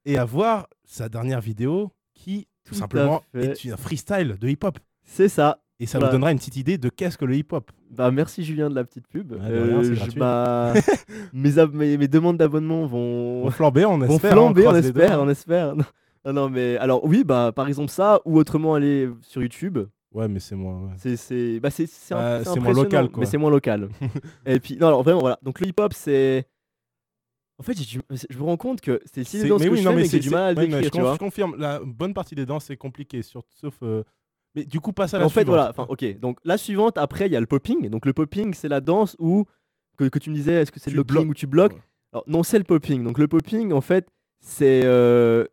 S2: et à voir sa dernière vidéo qui tout,
S1: Tout à
S2: simplement
S1: fait.
S2: est un freestyle de hip-hop.
S1: C'est ça.
S2: Et ça
S1: Voilà.
S2: vous donnera une petite idée de qu'est-ce que le hip-hop.
S1: Bah merci Julien de la petite pub.
S2: Ouais, de rien, c'est
S1: je-
S2: gratuit.
S1: bah, mes, ab- mes, mes demandes d'abonnement
S2: On
S1: vont,
S2: flambait, on
S1: vont
S2: espère. hein,
S1: flamber, on,
S2: croise les doigts.
S1: espère, on espère. Non, non, non, mais alors oui, bah par exemple ça, ou autrement aller sur YouTube.
S2: Ouais, mais c'est moi. ouais.
S1: C'est c'est bah c'est c'est imp-
S2: Bah,
S1: c'est
S2: c'est moins local,
S1: impressionnant,
S2: quoi.
S1: mais c'est moins local. et puis non alors vraiment voilà. Donc le hip hop c'est en fait j'ai du- je me rends compte que c'est le style de
S2: C'est-
S1: danse que je fais, mais que
S2: c'est-
S1: j'ai du
S2: c'est-
S1: mal à
S2: ouais, mais
S1: décrire,
S2: je,
S1: tu
S2: con-
S1: vois.
S2: je confirme, la bonne partie des danses c'est compliqué, sur- sauf. euh, Mais du coup, passe à la
S1: En fait
S2: suivante.
S1: voilà, enfin OK. Donc la suivante après il y a le popping. Donc le popping c'est la danse où que, que tu me disais est-ce que c'est
S2: Tu
S1: le locking
S2: bloques.
S1: ou tu bloques
S2: Ouais.
S1: Alors non, c'est le popping. Donc le popping en fait c'est euh,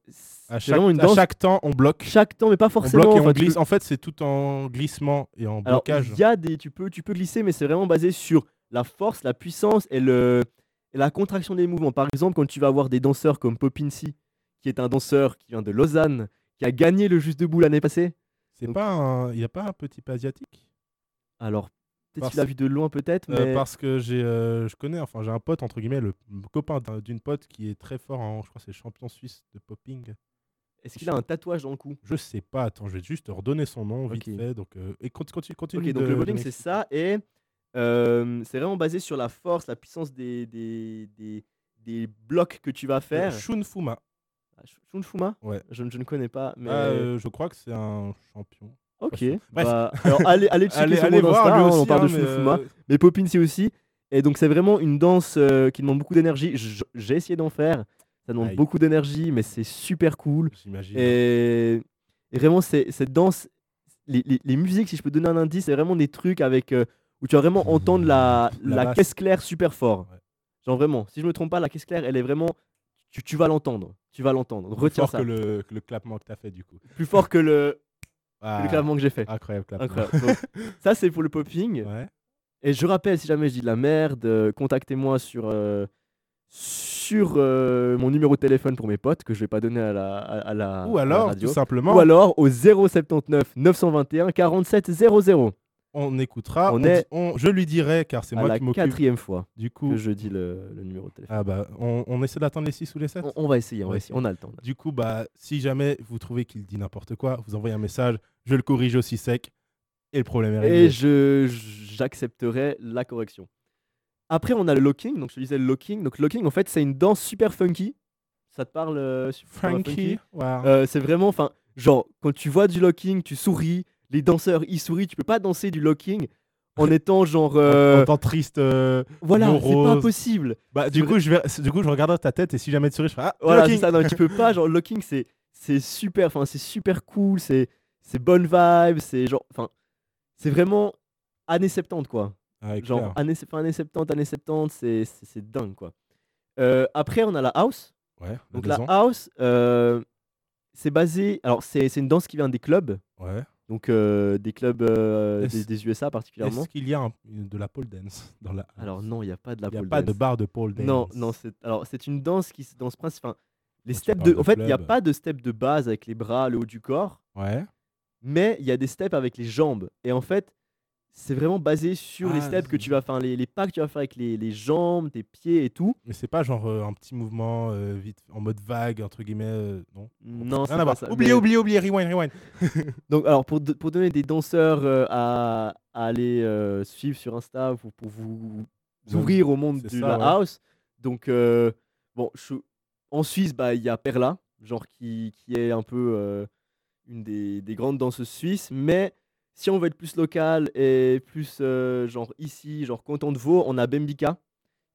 S2: à
S1: c'est
S2: chaque,
S1: vraiment une
S2: à
S1: danse
S2: chaque temps, on bloque.
S1: chaque temps mais pas
S2: on
S1: forcément
S2: bloque et on
S1: enfin, tu peux-
S2: glisse. En fait, c'est tout en glissement et en
S1: Alors,
S2: blocage.
S1: il y a des, tu peux, tu peux glisser, mais c'est vraiment basé sur la force, la puissance et, le, et la contraction des mouvements. Par exemple, quand tu vas avoir des danseurs comme Popinci, qui est un danseur qui vient de Lausanne, qui a gagné le Juste Debout l'année passée.
S2: C'est
S1: donc-
S2: pas un- Il n'y a pas un petit pas asiatique
S1: Alors, peut-être
S2: Parce-
S1: qu'il a vu de loin, peut-être,
S2: Euh,
S1: mais
S2: Parce que j'ai, euh, je connais, enfin, j'ai un pote, entre guillemets, le le copain d'un- d'une pote qui est très fort en. Je crois que c'est champion suisse de popping.
S1: est-ce qu'il a un tatouage dans le cou
S2: Je sais pas, attends, je vais juste te redonner son nom vite
S1: Ok.
S2: fait. Donc, euh, et conti- continue, continue.
S1: Ok, donc
S2: de-
S1: le
S2: de
S1: popping, c'est
S2: m'expliquer.
S1: ça, et euh, c'est vraiment basé sur la force, la puissance des, des, des, des blocs que tu vas
S2: Euh,
S1: faire.
S2: Shun Fuma.
S1: Ah, Sh- Shunfuma
S2: Ouais.
S1: je, ne- je ne connais pas, mais...
S2: Ah, euh, je crois que c'est un champion.
S1: Ok,
S2: Bref.
S1: bah, alors allez, allez checker son compte Insta, hein, on hein. parle de
S2: euh,
S1: Shunfuma, mais Popin c'est aussi. Et donc c'est vraiment une danse euh, qui demande beaucoup d'énergie. J- J'ai essayé d'en faire, ça demande
S2: Aïe.
S1: beaucoup d'énergie, mais c'est super cool.
S2: J'imagine.
S1: Et, et vraiment, c'est- cette danse, les, les- les musiques, si je peux donner un indice, c'est vraiment des trucs avec euh, où tu vas vraiment entendre la,
S2: La
S1: la
S2: basse.
S1: caisse claire super fort.
S2: Ouais.
S1: Genre vraiment, si je me trompe pas, la caisse claire, elle est vraiment, tu, tu vas l'entendre, tu vas l'entendre. Retiens
S2: Fort
S1: ça,
S2: que le, que le clapement que t'as fait du coup.
S1: plus fort que le, que
S2: Ah,
S1: le clavement que j'ai fait.
S2: Incroyable clapement.
S1: Incroyable. Donc, ça c'est pour le popping.
S2: hein. Ouais.
S1: Et je rappelle, si jamais je dis de la merde, euh, contactez-moi sur, euh, sur euh, mon numéro de téléphone pour mes potes que je vais pas donner à la, à, à la,
S2: Ou
S1: à Ah, la
S2: alors, tout
S1: radio.
S2: simplement,
S1: Ou alors au 079 921 47 00
S2: on écoutera.
S1: on
S2: On
S1: est-
S2: dit- on- je lui dirai car c'est
S1: à
S2: moi
S1: la
S2: qui m'occupe.
S1: quatrième fois
S2: Du coup,
S1: que je dis le, le numéro de téléphone.
S2: ah bah, on, on essaie d'atteindre les 6 ou les 7.
S1: On, on va essayer, on, va
S2: Ouais.
S1: essayer, on a le temps. là.
S2: Du coup, bah, si jamais vous trouvez qu'il dit n'importe quoi, vous envoyez un message, je le corrige aussi sec et le problème est réglé.
S1: Et je j'accepterai la correction. Après, on a le locking. Donc, je te disais le locking. Donc, le locking, en fait, c'est une danse super funky. Ça te parle euh, su- ça va
S2: Frankie. Wow.
S1: Euh, C'est vraiment, enfin, genre, quand tu vois du locking, tu souris. Les danseurs, ils sourient. Tu peux pas danser du locking en étant genre. euh,
S2: En temps triste. euh,
S1: voilà, c'est pas
S2: morose.
S1: possible.
S2: Bah, du,
S1: Sur-
S2: coup, je vais... du coup, je regarde ta tête et si jamais tu souris, je fais Ah,
S1: Voilà,
S2: Locking.
S1: c'est ça. Non, mais tu peux pas. Genre, le locking, c'est c'est super. Enfin, c'est super cool. C'est c'est bonne vibe. C'est genre, enfin, c'est vraiment années 70 quoi.
S2: Ah, éclair.
S1: Genre années, fin années 70, années 70, c'est- c'est c'est dingue quoi. Euh, après, on a la house.
S2: Ouais, on a
S1: Donc
S2: deux
S1: la
S2: ans.
S1: house, euh, c'est basé. Alors, c'est c'est une danse qui vient des clubs,
S2: Ouais.
S1: donc euh, des clubs euh,
S2: Est-ce-
S1: des, des USA particulièrement.
S2: Est-ce qu'il y a un- de la pole dance dans la
S1: Alors, non, il n'y a pas de la
S2: Il n'y a
S1: pole
S2: pas de
S1: dance.
S2: barre de pole dance.
S1: Non, non, c'est alors c'est une danse qui se danse principalement. Les
S2: Quand tu
S1: steps
S2: parles
S1: de.
S2: de
S1: En fait, il n'y a
S2: club.
S1: pas de step de base avec les bras, le haut du corps.
S2: Ouais.
S1: mais il y a des steps avec les jambes. Et en fait, c'est vraiment basé sur les
S2: Ah,
S1: steps que
S2: c'est-
S1: tu vas faire, les, les pas que tu vas faire avec les, les jambes, tes pieds et tout.
S2: Mais c'est pas genre euh, un petit mouvement euh, vite en mode vague entre guillemets euh, non.
S1: Non, c'est
S2: Rien à
S1: pas
S2: voir.
S1: ça.
S2: Oubliez,
S1: mais-
S2: oubliez, oubliez, rewind, rewind.
S1: Donc, alors, pour, do- pour donner des danseurs euh, à, à aller euh, suivre sur Insta, pour, pour vous
S2: Donc,
S1: ouvrir au monde
S2: c'est
S1: de
S2: ça,
S1: la
S2: ouais.
S1: house. Donc, euh, bon, je- en Suisse, bah, il y a Perla, genre qui, qui est un peu euh, une des, des grandes danseuses suisses. Mais si on veut être plus local et plus, euh, genre, ici, genre, canton de Vaud, on a Bembika,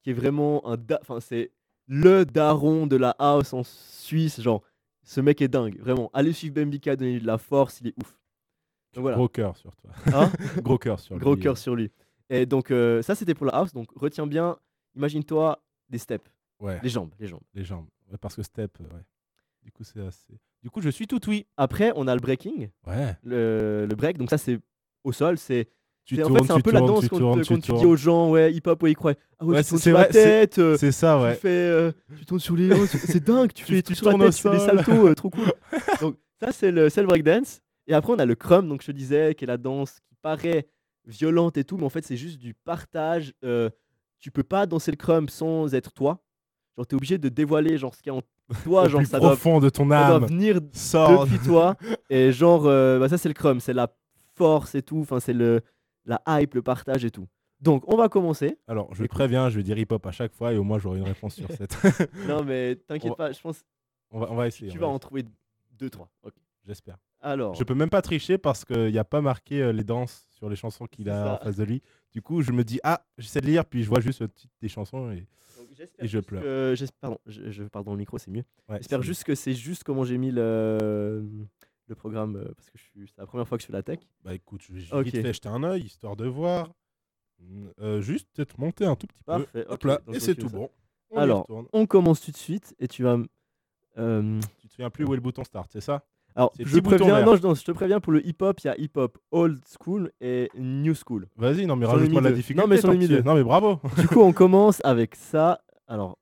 S1: qui est vraiment un. da- Enfin, c'est le daron de la house en Suisse. Genre, ce mec est dingue, vraiment. Allez suivre Bembika, donnez-lui de la force, il est ouf. Donc voilà.
S2: Gros cœur sur toi.
S1: Hein
S2: Gros cœur sur
S1: Gros
S2: lui.
S1: cœur sur lui. Et donc, euh, ça, c'était pour la house. Donc, retiens bien, imagine-toi des steps,
S2: Ouais,
S1: les jambes, les jambes.
S2: les jambes. Ouais, parce que step euh, ouais. Du coup, c'est assez. Du coup, je suis tout oui.
S1: Après, on a le breaking,
S2: Ouais.
S1: le, le break. Donc, ça, c'est au sol. C'est
S2: Tu
S1: c'est- en
S2: tournes,
S1: fait, c'est
S2: tu
S1: un peu la
S2: tournes,
S1: danse
S2: tu
S1: qu'on
S2: tournes,
S1: te-
S2: tu
S1: qu'on te dit
S2: tournes.
S1: aux gens, ouais, hip-hop, ouais, ils croient. Ah ouais,
S2: Ouais,
S1: tu tournes
S2: c'est-
S1: sur
S2: c'est
S1: la
S2: vrai, c'est-
S1: tête, euh,
S2: C'est ça,
S1: tu,
S2: ouais.
S1: fais, euh, tu tournes sur les hanches, c'est dingue,
S2: Tu-
S1: tu, fais,
S2: tu
S1: tu tournes sur
S2: tournes
S1: la
S2: au
S1: tête, tu fais
S2: sol.
S1: des saltos, euh, trop cool. donc, ça, c'est le, c'est le breakdance. Et après, on a le crumb, donc je te disais, qui est la danse qui paraît violente et tout, mais en fait, c'est juste du partage. euh, tu peux pas danser le crumb sans être toi. Genre, t'es obligé de dévoiler genre, ce qu'il y a en toi,
S2: Au
S1: genre,
S2: plus
S1: ça doit,
S2: profond Oh. de ton
S1: ça doit
S2: âme.
S1: venir
S2: Sors.
S1: depuis toi. Et genre, euh, bah ça c'est le crumb, c'est la force et tout, enfin c'est le la hype, le partage et tout. Donc on va commencer.
S2: Alors, je préviens, je vais dire hip hop à chaque fois et au moins j'aurai une réponse sur cette.
S1: Non mais t'inquiète
S2: On
S1: pas, je pense
S2: on, va, on va
S1: que
S2: essayer.
S1: tu
S2: on
S1: vas
S2: va
S1: en
S2: essayer,
S1: trouver deux trois. Ok.
S2: J'espère.
S1: Alors,
S2: Je peux même pas tricher parce qu'il n'y a pas marqué euh, les danses sur les chansons qu'il
S1: C'est
S2: a en
S1: ça.
S2: face de lui. Du coup, je me dis, ah, j'essaie de lire, puis je vois juste le titre des chansons. Et...
S1: donc, euh, j'espère
S2: et je
S1: juste
S2: pleure.
S1: que- j'es- pardon, je, je parle dans le micro, c'est mieux.
S2: Ouais,
S1: J'espère
S2: c'est-
S1: juste que c'est juste comment j'ai mis le le programme euh, parce que je suis c'est la première fois que je fais la tech.
S2: Bah écoute, je vais j-
S1: Ok.
S2: vite fait jeter un œil, histoire de voir. Mm, euh, juste peut-être monter un tout petit peu.
S1: Parfait.
S2: Hop
S1: ok,
S2: là,
S1: donc
S2: et
S1: on
S2: c'est
S1: suit
S2: tout
S1: ça.
S2: bon. On y
S1: Alors.
S2: retourne.
S1: On commence tout de suite et tu vas m- euh,
S2: Tu te souviens plus où est le bouton start, c'est ça
S1: alors
S2: C'est le
S1: je
S2: petit bouton
S1: préviens
S2: vert.
S1: non, je, non, je te préviens pour le hip hop, il y a hip hop old school et new school.
S2: Vas-y, non mais
S1: Sur
S2: rajoute
S1: les
S2: pas la
S1: mid-deux.
S2: difficulté.
S1: Non, mais sur
S2: tant
S1: les
S2: pis.
S1: mid-deux.
S2: Non mais bravo.
S1: Du coup, on commence avec ça. Alors,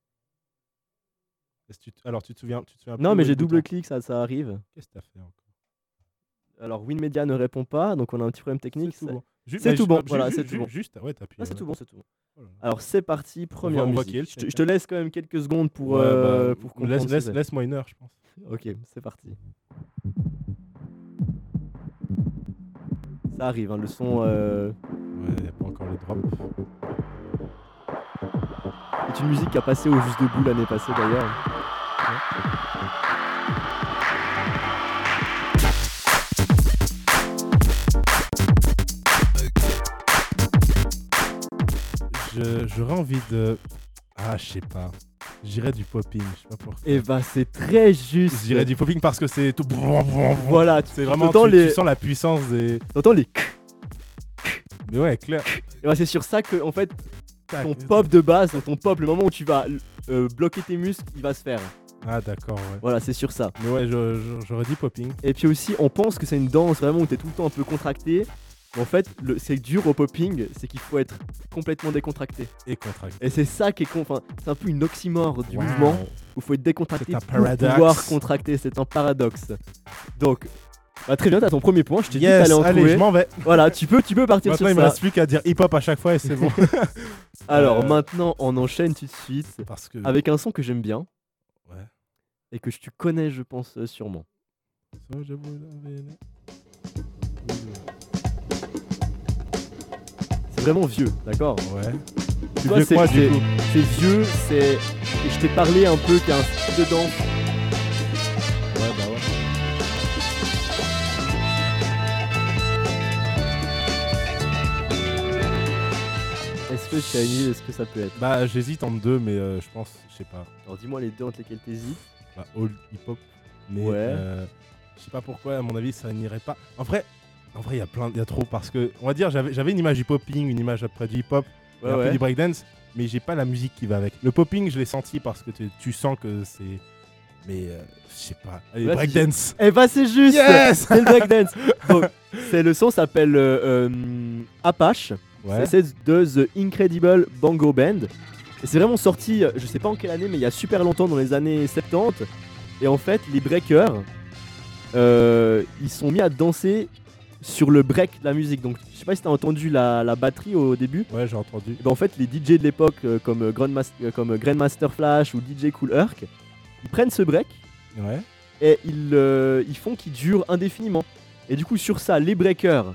S2: Est-ce que tu t- Alors tu te souviens, tu te souviens plus
S1: non,
S2: où
S1: mais
S2: est le
S1: j'ai
S2: bouton
S1: double-clic, ça, ça arrive.
S2: Qu'est-ce que t'as fait encore
S1: Alors, WinMedia ne répond pas, donc on a un petit problème technique.
S2: C'est tout
S1: ça-
S2: bon. Ju-
S1: c'est
S2: mais
S1: tout
S2: ju-
S1: bon,
S2: ah, ju-
S1: voilà,
S2: ju-
S1: c'est tout
S2: ju-
S1: bon.
S2: Juste, ah ouais, t'appuies.
S1: Ah, c'est
S2: ouais.
S1: tout bon, c'est tout bon.
S2: Oh là là.
S1: Alors, c'est parti, première
S2: on voit
S1: musique.
S2: qui est le
S1: je, te, je
S2: chef.
S1: te laisse quand même quelques secondes pour,
S2: Ouais, bah,
S1: euh, pour comprendre.
S2: laisse-
S1: ce que
S2: laisse-
S1: c'est.
S2: Laisse-moi une heure, je pense.
S1: Ok, c'est parti. Ça arrive, hein, le son. euh,
S2: Ouais, y a pas encore le drop.
S1: est une musique qui a passé au Juste Debout l'année passée d'ailleurs.
S2: Je- J'aurais envie de. Ah, je sais pas. J'irais du popping, je sais pas pourquoi.
S1: Et bah, c'est très juste.
S2: J'irais du popping parce que c'est tout.
S1: Voilà, tu
S2: C'est vraiment.
S1: T'entends
S2: Tu, tu
S1: les-
S2: sens la puissance des.
S1: entends les.
S2: Mais ouais, clair.
S1: Et bah, c'est sur ça que, en fait,
S2: Tac.
S1: ton pop de base, dans ton pop, le moment où tu vas euh, bloquer tes muscles, il va se faire.
S2: Ah, d'accord, ouais.
S1: Voilà, c'est sur ça.
S2: Mais ouais, je- je- j'aurais dit popping.
S1: Et puis aussi, on pense que c'est une danse vraiment où t'es tout le temps un peu contracté. Mais en fait, le, c'est dur au popping, c'est qu'il faut être complètement décontracté.
S2: Et contract.
S1: Et c'est ça qui est con. Enfin, c'est un peu une oxymore du
S2: Wow.
S1: mouvement où faut être décontracté
S2: C'est un
S1: pour
S2: paradoxe.
S1: pouvoir contracter. C'est un paradoxe. Donc, bah, très bien, t'as ton premier point. Je t'ai dit que
S2: Yes,
S1: t'allais en
S2: allez, je
S1: trouver.
S2: m'en vais.
S1: Voilà, tu peux, tu peux partir
S2: Maintenant, il
S1: sur
S2: me
S1: ça.
S2: reste plus qu'à dire hip hop à chaque fois et c'est bon.
S1: Alors
S2: Euh.
S1: maintenant, on enchaîne tout de suite
S2: Parce que.
S1: avec un son que j'aime bien
S2: Ouais.
S1: et que tu connais, je pense, euh, sûrement.
S2: Ça, j'avoue, là, mais-
S1: C'est vraiment vieux, d'accord
S2: Ouais. plus
S1: vois,
S2: vieux que
S1: c'est-
S2: moi,
S1: c'est-
S2: du coup.
S1: C'est vieux, c'est. et je t'ai parlé un peu qu'il y a un style de danse.
S2: Ouais, bah ouais.
S1: Est-ce que tu as une idée de ce que ça peut être
S2: Bah, j'hésite entre deux, mais euh, je pense, je sais pas.
S1: Alors dis-moi les deux entre lesquels t'hésites.
S2: Bah, old hip-hop. Mais
S1: Ouais.
S2: euh, je sais pas pourquoi, à mon avis, ça n'irait pas. En vrai, en vrai, il y a plein, il y a trop parce que, on va dire, j'avais j'avais une image du popping, une image après du hip-hop, et un peu du breakdance, mais j'ai pas la musique qui va avec. Le popping, je l'ai senti parce que tu, tu sens que c'est, mais euh, je sais pas. Allez,
S1: Là, tu-
S2: breakdance.
S1: Eh bah c'est juste
S2: Yes
S1: C'est le breakdance Donc, c'est le son s'appelle euh, euh, Apache.
S2: Ouais.
S1: C'est de The Incredible Bongo Band. Et c'est vraiment sorti, euh, je sais pas en quelle année, mais il y a super longtemps, dans les années 70. Et en fait, les breakers, euh, ils sont mis à danser sur le break de la musique. Donc, je sais pas si t'as entendu la, la batterie au début.
S2: Ouais, j'ai entendu.
S1: Et ben, en fait, les DJ de l'époque, euh, comme, euh, Grandmas- euh, comme euh, Grandmaster Flash ou DJ Cool Herc, ils prennent ce break
S2: Ouais.
S1: et ils, euh, ils font qu'ils durent indéfiniment. Et du coup, sur ça, les breakers,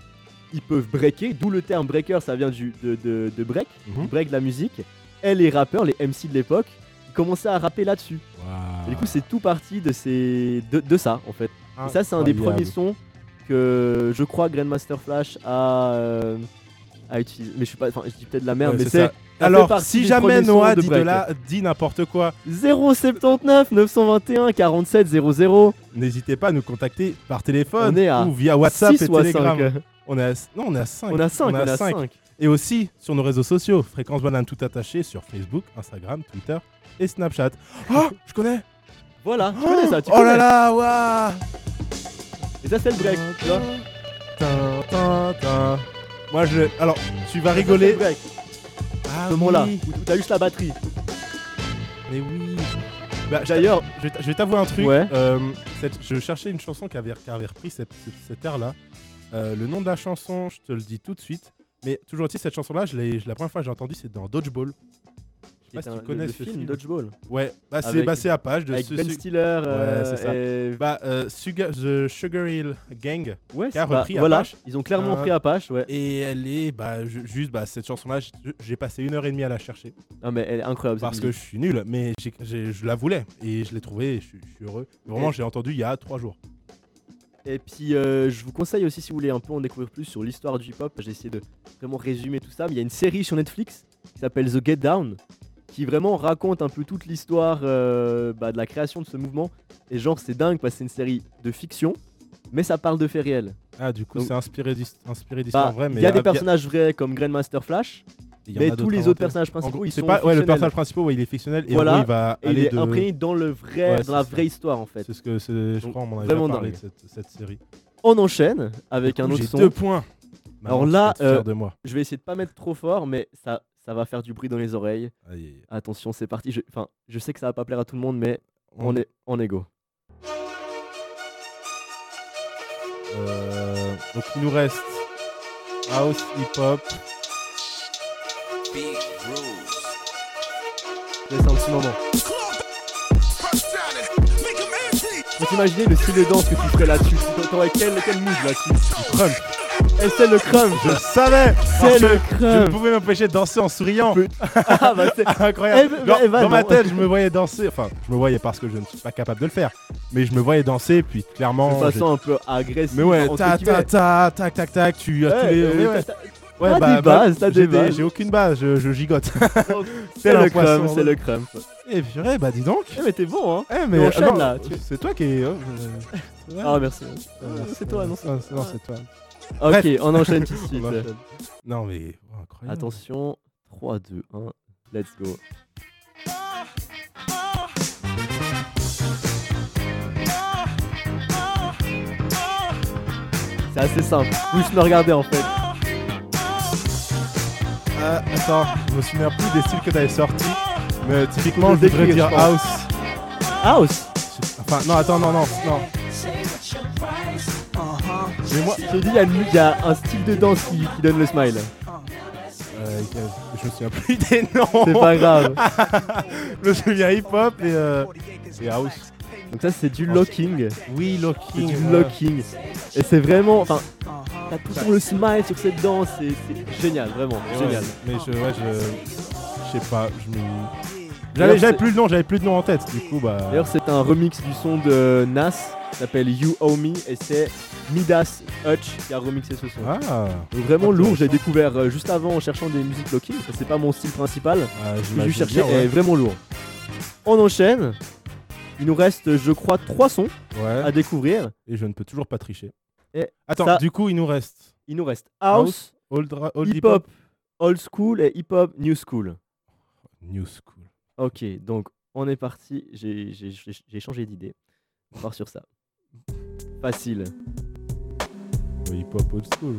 S1: ils peuvent breaker, d'où le terme breaker, ça vient du, de, de- de break,
S2: Mhm.
S1: break de la musique. Et les rappeurs, les MC de l'époque, ils commençaient à rapper là-dessus.
S2: Waouh.
S1: Et du coup, c'est tout parti de, ces, de, de ça, en fait. Et ça, c'est un des
S2: Ah, Incroyable.
S1: premiers sons que je crois Grandmaster Flash a, euh, a utilisé. Mais je suis pas, enfin, je dis peut-être de la merde,
S2: Ouais,
S1: mais
S2: c'est
S1: c'est.
S2: ça.
S1: fait
S2: Alors,
S1: partie
S2: si
S1: du
S2: jamais
S1: premier son
S2: Noah
S1: de
S2: dit de
S1: break.
S2: là, dit n'importe quoi,
S1: 079 921 47 00
S2: n'hésitez pas à nous contacter par téléphone
S1: On est à
S2: ou via WhatsApp et
S1: 665.
S2: Telegram. On est à... Non, on est à 5.
S1: On a 5, on a 5.
S2: Et aussi sur nos réseaux sociaux, Fréquence Banane tout attaché sur Facebook, Instagram, Twitter et Snapchat. Oh, je connais
S1: Voilà, tu connais ça, Ah, tu
S2: Oh
S1: connais.
S2: là Oh, là, waouh
S1: Et ça, c'est le break, tu vois.
S2: Tin, tin, tin. Moi, je... Alors, tu vas rigoler.
S1: Break,
S2: Ah
S1: ce moment-là,
S2: oui,
S1: où t'as juste la batterie.
S2: Mais oui Bah, D'ailleurs,
S1: D'ailleurs,
S2: je vais t- je vais t'avouer un truc.
S1: Ouais.
S2: euh, cette- je cherchais une chanson qui avait, qui avait repris cette, cette air-là. Euh, le nom de la chanson, je te le dis tout de suite. Mais toujours aussi, cette chanson-là, je l'ai- je- la première fois que j'ai entendu, c'est dans Dodgeball. Je sais pas si
S1: c'est un-
S2: tu
S1: le-
S2: connais
S1: le
S2: ce
S1: film,
S2: film.
S1: Dodgeball
S2: Ouais, bah, c'est
S1: Avec-
S2: bah, c'est à page de
S1: avec
S2: ce-
S1: Ben
S2: ce-
S1: Stiller euh,
S2: c'est ça.
S1: et
S2: Bah, euh, Sugar- The Sugar Hill Gang.
S1: ouais,
S2: qui a
S1: c'est pas-
S2: repris
S1: Bah, voilà,
S2: Apache.
S1: ils ont clairement
S2: Euh,
S1: pris Apache, ouais.
S2: Et elle est, bah, ju- juste, bah, cette chanson-là, j- j'ai passé une heure et demie à la chercher.
S1: Non mais elle est incroyable. cette
S2: Parce que
S1: musique.
S2: je suis nul, mais j'ai- j'ai- je la voulais. Et je l'ai trouvée, et je, suis- je suis heureux. Vraiment,
S1: Et-
S2: j'ai entendu il y a trois jours.
S1: Et puis euh, je vous conseille aussi si vous voulez un peu en découvrir plus sur l'histoire du hip-hop, j'ai essayé de vraiment résumer tout ça, mais il y a une série sur Netflix qui s'appelle The Get Down qui vraiment raconte un peu toute l'histoire euh, bah, de la création de ce mouvement. Et genre c'est dingue parce que c'est une série de fiction, mais ça parle de faits réels.
S2: Ah, du coup,
S1: Donc-
S2: c'est inspiré d'his- inspiré
S1: Bah,
S2: d'histoires vraies.
S1: il
S2: mais
S1: y a des
S2: ah,
S1: personnages vrais comme Grandmaster Flash,
S2: il y en a
S1: mais
S2: d'autres
S1: tous les
S2: inventés.
S1: autres personnages
S2: En
S1: principaux
S2: gros,
S1: ils
S2: c'est
S1: sont
S2: pas, ouais, le
S1: fictionnels.
S2: personnage principal, ouais, il est fictionnel. Et
S1: Voilà,
S2: en gros, il va
S1: Et il
S2: aller
S1: est
S2: de...
S1: imprégné dans le vrai,
S2: Ouais, c'est
S1: dans la
S2: ça.
S1: vraie histoire en fait.
S2: C'est ce que c'est- je
S1: Donc,
S2: crois, on en avait
S1: vraiment
S2: déjà parlé de
S1: dingue.
S2: cette, cette série.
S1: On enchaîne avec un
S2: Ouh,
S1: autre
S2: j'ai
S1: son.
S2: deux points. Maman,
S1: Alors
S2: tu
S1: là,
S2: vas te faire
S1: euh,
S2: de moi.
S1: Je vais essayer de pas mettre trop fort, mais ça, ça va faire du bruit dans les oreilles.
S2: Aïe, aïe, aïe.
S1: Attention, c'est parti. Je- Enfin, je sais que ça va pas plaire à tout le monde, mais
S2: Mm.
S1: on est on est go.
S2: Euh, donc il nous reste house, hip hop.
S6: Big rules.
S1: Laisse un petit moment. Vous imaginez le style de danse que tu ferais là-dessus Tu- T'aurais quel, quel move là-dessus
S2: Crumb.
S1: Et c'est le crumb
S2: Je le savais.
S1: C'est
S2: Parce que
S1: le
S2: Je ne
S1: crumb
S2: pouvais m'empêcher de danser en souriant.
S1: Peut- Ah bah c'est... Eh
S2: Incroyable.
S1: ben,
S2: Genre,
S1: eh ben,
S2: dans ma
S1: non.
S2: tête, je me voyais danser. Enfin, je me voyais parce que je ne suis pas capable de le faire. Mais je me voyais danser, puis
S1: De
S2: clairement. j'ai-
S1: façon un peu agressive.
S2: Mais ouais,
S1: entre
S2: ta ta
S1: guillemets.
S2: ta tac tac tac, tu as tous
S1: Ouais,
S2: les.
S1: euh,
S2: ouais,
S1: t'as-
S2: ouais.
S1: t'as-
S2: Ouais,
S1: t'as
S2: bah,
S1: des
S2: bah,
S1: bases, t'as
S2: j'ai
S1: des
S2: des-
S1: bases.
S2: J'ai aucune base, je, je gigote.
S1: Donc,
S2: Tel
S1: C'est
S2: un
S1: le
S2: poisson,
S1: crumb, c'est
S2: ouais.
S1: le crumb.
S2: Eh purée, bah dis donc.
S1: Eh mais t'es bon hein
S2: Eh
S1: on
S2: mais
S1: enchaîne,
S2: non,
S1: là, tu-
S2: c'est toi qui hein, est.
S1: Ah merci. c'est toi, non, c'est-
S2: Non, Ah, c'est toi.
S1: Ok, on enchaîne tout de suite.
S2: On enchaîne. Non mais oh, incroyable.
S1: Attention, 3, 2, 1, let's go. C'est assez simple, vous juste me regarder en fait.
S2: Ah, attends, je me souviens plus des styles que t'avais sortis. Mais typiquement,
S1: Faut
S2: je
S1: le
S2: devrais
S1: décrire,
S2: dire
S1: je pense.
S2: house.
S1: House
S2: Enfin, non, attends, non, non, non. Mais moi,
S1: J'ai dit, il y a une- il y, a un style de danse qui, qui donne le smile.
S2: euh, je me souviens plus des noms.
S1: C'est pas grave.
S2: Je me souviens hip hop et, euh, et house.
S1: Donc, ça, c'est du locking.
S2: Oui,
S1: C'est
S2: locking.
S1: du
S2: voilà.
S1: locking. Et c'est vraiment. Enfin, t'as toujours le smile sur cette danse. C'est c'est génial, vraiment.
S2: Ouais,
S1: Génial.
S2: Mais je, ouais, je, Je sais pas, je me. J'avais, j'avais plus de nom, j'avais plus de nom en tête. Du coup, bah.
S1: D'ailleurs, c'est un remix du son de Nas, s'appelle You Owe Me, et c'est Midas Hutch qui a remixé ce son.
S2: Ah,
S1: Donc vraiment lourd, j'ai
S2: Intéressant.
S1: découvert euh, juste avant en cherchant des musiques locking, parce que c'est pas mon style principal,
S2: ah,
S1: mais
S2: j'imagine
S1: je cherchais,
S2: bien, ouais.
S1: et vraiment lourd. On enchaîne, il nous reste, je crois, trois sons
S2: Ouais,
S1: à découvrir.
S2: et je ne peux toujours pas tricher.
S1: Ah. Et
S2: Attends,
S1: ça-
S2: du coup, il nous reste
S1: Il nous reste House,
S2: Old, Ra- Old Hip Hop,
S1: Hip-Hop, Old School et Hip-Hop New School.
S2: New School.
S1: Ok, donc on est parti. J'ai- J'ai j'ai- j'ai changé d'idée. On part sur ça. Facile.
S2: Ouais, Hip Hop, Old School.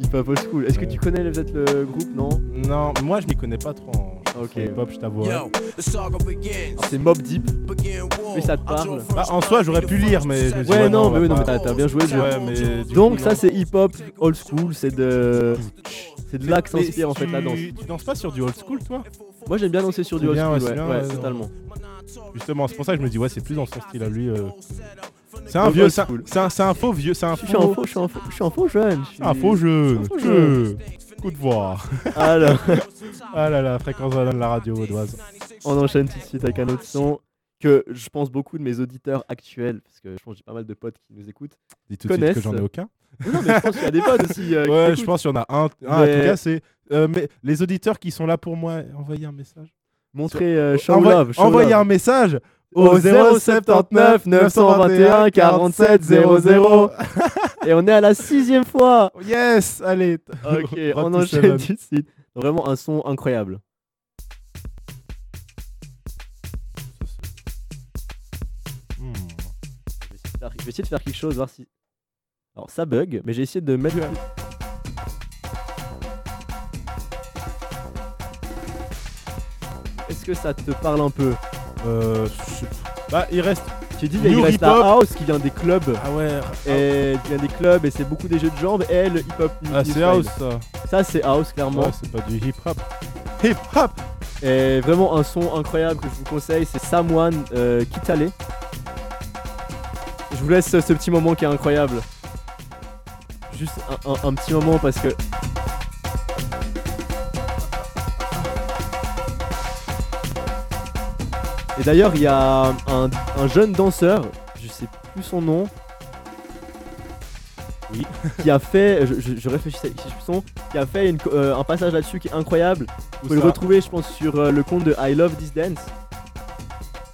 S1: Hip Hop Old School. Est-ce que
S2: Ouais.
S1: tu connais peut-être le groupe Non
S2: Non, moi, je m'y connais pas trop en chanson
S1: Ok.
S2: hip hop, je t'avoue.
S9: Yo, the saga begins.
S1: Ah, C'est Mob Deep.
S9: Mais
S1: ça te parle
S2: Bah, en soi, j'aurais pu lire, mais. je me suis dit,
S1: Ouais,
S2: bah,
S1: non,
S2: on va
S1: mais oui, non,
S2: pas-
S1: mais t'as t'as bien joué. le jeu.
S2: Ouais, mais. du
S1: Donc,
S2: coup,
S1: ça,
S2: non.
S1: c'est Hip Hop Old School. C'est de. C'est de là que s'inspire en fait
S2: tu-
S1: la danse.
S2: Tu danses pas sur du old school, toi
S1: Moi j'aime bien danser sur du
S2: C'est
S1: old
S2: bien,
S1: school,
S2: ouais,
S1: ouais,
S2: c'est bien,
S1: ouais,
S2: ouais,
S1: totalement.
S2: Justement, c'est pour ça que je me dis, ouais, c'est plus dans son style à lui. euh. C'est un
S1: Old
S2: vieux, c'est un-
S1: school.
S2: c'est un, c'est un faux vieux, c'est un
S1: Je suis un
S2: faux.
S1: faux, je suis un faux, je suis un faux jeune. je suis-
S2: c'est un Ah, faux jeu.
S1: faux
S2: Que- Coup de voir.
S1: Alors,
S2: Ah là là, fréquence de la radio vaudoise.
S1: on enchaîne tout de suite avec un autre son que je pense beaucoup de mes auditeurs actuels, parce que je pense que j'ai pas mal de potes qui nous écoutent.
S2: Dis tout de suite que
S1: Connaissent.
S2: j'en ai aucun.
S1: Non, mais je pense qu'il y a des potes aussi. euh, qui
S2: Ouais, je
S1: t'écoutent.
S2: pense qu'il y en a un. Ah, En
S1: Mais-
S2: tout cas, c'est. euh, mais les auditeurs qui sont là pour moi, envoyez un message.
S1: Montrer euh, show
S2: Envoie-
S1: love. show
S2: envoyez
S1: love.
S2: un message au 079 921 47 00.
S1: Et on est à la sixième fois.
S2: Yes, allez.
S1: Ok,
S2: Rate
S1: on
S2: tout
S1: enchaîne
S2: seul.
S1: tout de suite. Vraiment un son incroyable.
S2: Hmm.
S1: Je vais essayer de faire, je vais essayer de faire quelque chose, voir si. Alors ça bug, mais j'ai essayé de mettre. Est-ce que ça te parle un peu
S2: Euh, je- bah, il reste.
S1: J'ai dit,
S2: New
S1: il reste la
S2: hip-hop.
S1: house qui vient des clubs.
S2: Ah ouais.
S1: Et il vient des clubs et c'est beaucoup des jeux de jambes et le hip-hop.
S2: Ah,
S1: new
S2: c'est
S1: style.
S2: house ça.
S1: Ça c'est house clairement.
S2: Ouais, c'est pas du hip hop. Hip hop
S1: Et vraiment un son incroyable que je vous conseille, c'est Samoan euh, Kitale. Je vous laisse euh, ce petit moment qui est incroyable. Juste un, un- un petit moment parce que. Et d'ailleurs, il y a un, un jeune danseur, je sais plus son nom,
S2: Oui.
S1: qui a fait, je, je- je réfléchis à ce son, qui a fait une co- euh, un passage là-dessus qui est incroyable. Vous pouvez le retrouver, je pense, sur euh, le compte de I Love This Dance.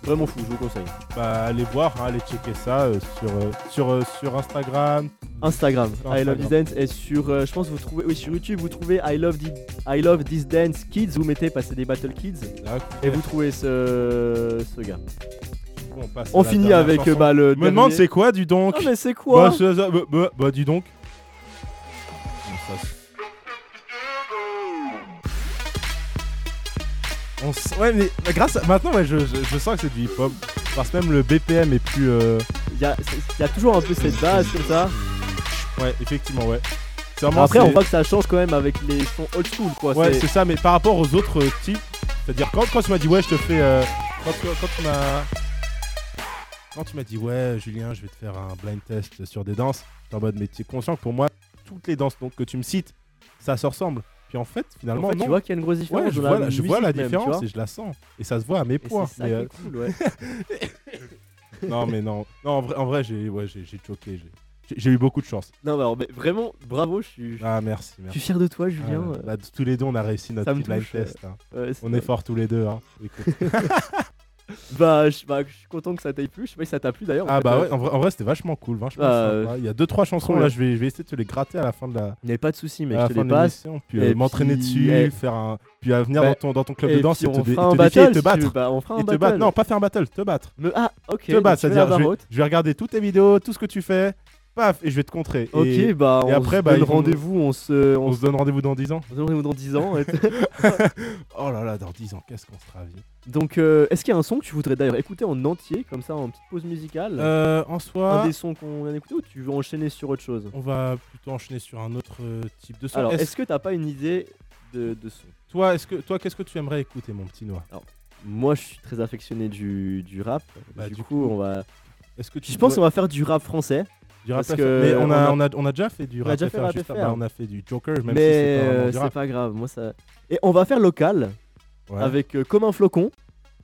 S1: Vraiment fou, je vous conseille.
S2: Bah, allez voir, hein, allez checker ça euh, sur, euh, sur, euh, sur Instagram.
S1: Instagram,
S2: Sur
S1: I Love This
S2: Instagram.
S1: Dance. Et sur, euh, je pense, vous trouvez, oui, sur YouTube, vous trouvez I Love, Thi- I Love This Dance Kids. Vous mettez passer des Battle Kids et vous trouvez ce, ce gars.
S2: on, passe à
S1: On
S2: la
S1: finit
S2: dernière
S1: avec
S2: chanson.
S1: euh, bah, le.
S2: Je me demande
S1: dernier-
S2: c'est quoi du donc
S1: Ah, mais c'est
S2: bah,
S1: quoi
S2: c'est- bah, bah, bah, dis donc. Bon, ça, c'est- On s- Ouais mais mais grâce à... maintenant ouais, je, je, je sens que c'est du hip hop parce que même le BPM est plus euh,
S1: Il y, a- c'est- il y a toujours un peu cette base comme ça.
S2: ouais effectivement ouais C'est vraiment,
S1: Ah. Après,
S2: c'est-
S1: on voit que ça change quand même avec les sons old school, quoi.
S2: Ouais,
S1: c'est-
S2: c'est ça, mais par rapport aux autres euh, types, c'est-à-dire quand, quand tu m'as dit ouais, je te fais. euh, quand, tu- quand tu m'as. Quand tu m'as dit ouais, Julien, je vais te faire un blind test sur des danses, t'es en mode mais t'es conscient que pour moi, toutes les danses donc, que tu me cites, ça se ressemble. Puis en fait,
S1: en
S2: finalement,
S1: fait,
S2: non.
S1: tu vois qu'il y a une grosse différence.
S2: ouais, je
S1: dans la
S2: vois, la, je
S1: musique
S2: vois la
S1: même, tu
S2: différence
S1: vois.
S2: et je la sens. Et ça se voit à mes
S1: Et
S2: points.
S1: c'est ça
S2: mais,
S1: qui
S2: euh,
S1: est cool, ouais.
S2: non, mais non. Non, en vrai, en vrai j'ai ouais, j'ai- j'ai choqué. j'ai- J'ai j'ai eu beaucoup de chance.
S1: Non, mais alors, mais vraiment, bravo, je suis,
S2: Ah, merci,
S1: je
S2: merci.
S1: suis fier de toi,
S2: Ah,
S1: Julien. euh,
S2: là, tous les deux, on a réussi notre
S1: me
S2: petit blind
S1: touche, euh,
S2: test. hein.
S1: ouais, c'est
S2: On
S1: top.
S2: est forts tous les deux. Hein. Écoute.
S1: Bah je, bah, je suis content que ça t'aille plu. Je sais pas si ça t'a plu d'ailleurs. en
S2: Ah
S1: fait,
S2: bah
S1: euh,
S2: ouais, en vrai, en vrai, c'était vachement cool, vachement
S1: Bah,
S2: sympa. Il y a deux trois chansons
S1: cool.
S2: là, je vais, je vais essayer de te les gratter à la fin de la,
S1: Il n'y avait pas de souci, mais
S2: à la
S1: je te
S2: fin
S1: les
S2: de
S1: passe.
S2: l'émission, puis
S1: Et
S2: euh, m'entraîner
S1: puis,
S2: dessus,
S1: eh,
S2: faire un, puis à venir
S1: bah,
S2: dans ton dans ton club
S1: Et
S2: de danse
S1: puis,
S2: et te,
S1: on
S2: dé-
S1: fera un
S2: te défier et te
S1: battle. si tu veux.
S2: battre,
S1: Bah, on fera un
S2: et te
S1: battle.
S2: battre. Non, pas faire un battle, te battre,
S1: Me- Ah, ok.
S2: te
S1: donc
S2: battre,
S1: tu veux
S2: c'est-à-dire
S1: la
S2: je, vais-
S1: barotte.
S2: je vais regarder toutes tes vidéos, tout ce que tu fais, paf, et je vais te contrer. Et
S1: Ok, bah
S2: et
S1: on
S2: après,
S1: se
S2: bah,
S1: donne
S2: ils vont-
S1: rendez-vous, on se.
S2: on
S1: On se
S2: se donne rendez-vous dans 10 ans.
S1: on se donne rendez-vous dans 10 ans. et-
S2: Oh là là, dans 10 ans, qu'est-ce qu'on sera vieux.
S1: Donc, euh, est-ce qu'il y a un son que tu voudrais d'ailleurs écouter en entier, comme ça, en petite pause musicale
S2: Euh, en
S1: Un
S2: soi,
S1: des sons qu'on vient d'écouter ou tu veux enchaîner sur autre chose
S2: on va plutôt enchaîner sur un autre euh, type de son.
S1: Alors,
S2: Est-ce-
S1: est-ce que t'as pas une idée de, de son
S2: toi, est-ce que toi, qu'est-ce que tu aimerais écouter, mon petit noir
S1: Moi, je suis très affectionné du, du rap.
S2: Bah,
S1: du,
S2: du
S1: coup, on va.
S2: Est-ce que tu
S1: Je pense
S2: pourrais-
S1: qu'on va faire du rap français.
S2: Du rap
S1: Parce
S2: FR.
S1: que
S2: mais on a,
S1: on
S2: on, a, on a déjà fait du
S1: on a
S2: rap
S1: déjà fait
S2: FR,
S1: rap
S2: juste Bah,
S1: FR.
S2: avant, on a fait du Joker, même si
S1: mais
S2: c'est pas vraiment
S1: euh,
S2: du
S1: c'est
S2: rap.
S1: pas grave, moi ça. Et on va faire local.
S2: Ouais.
S1: avec euh, Comme un flocon,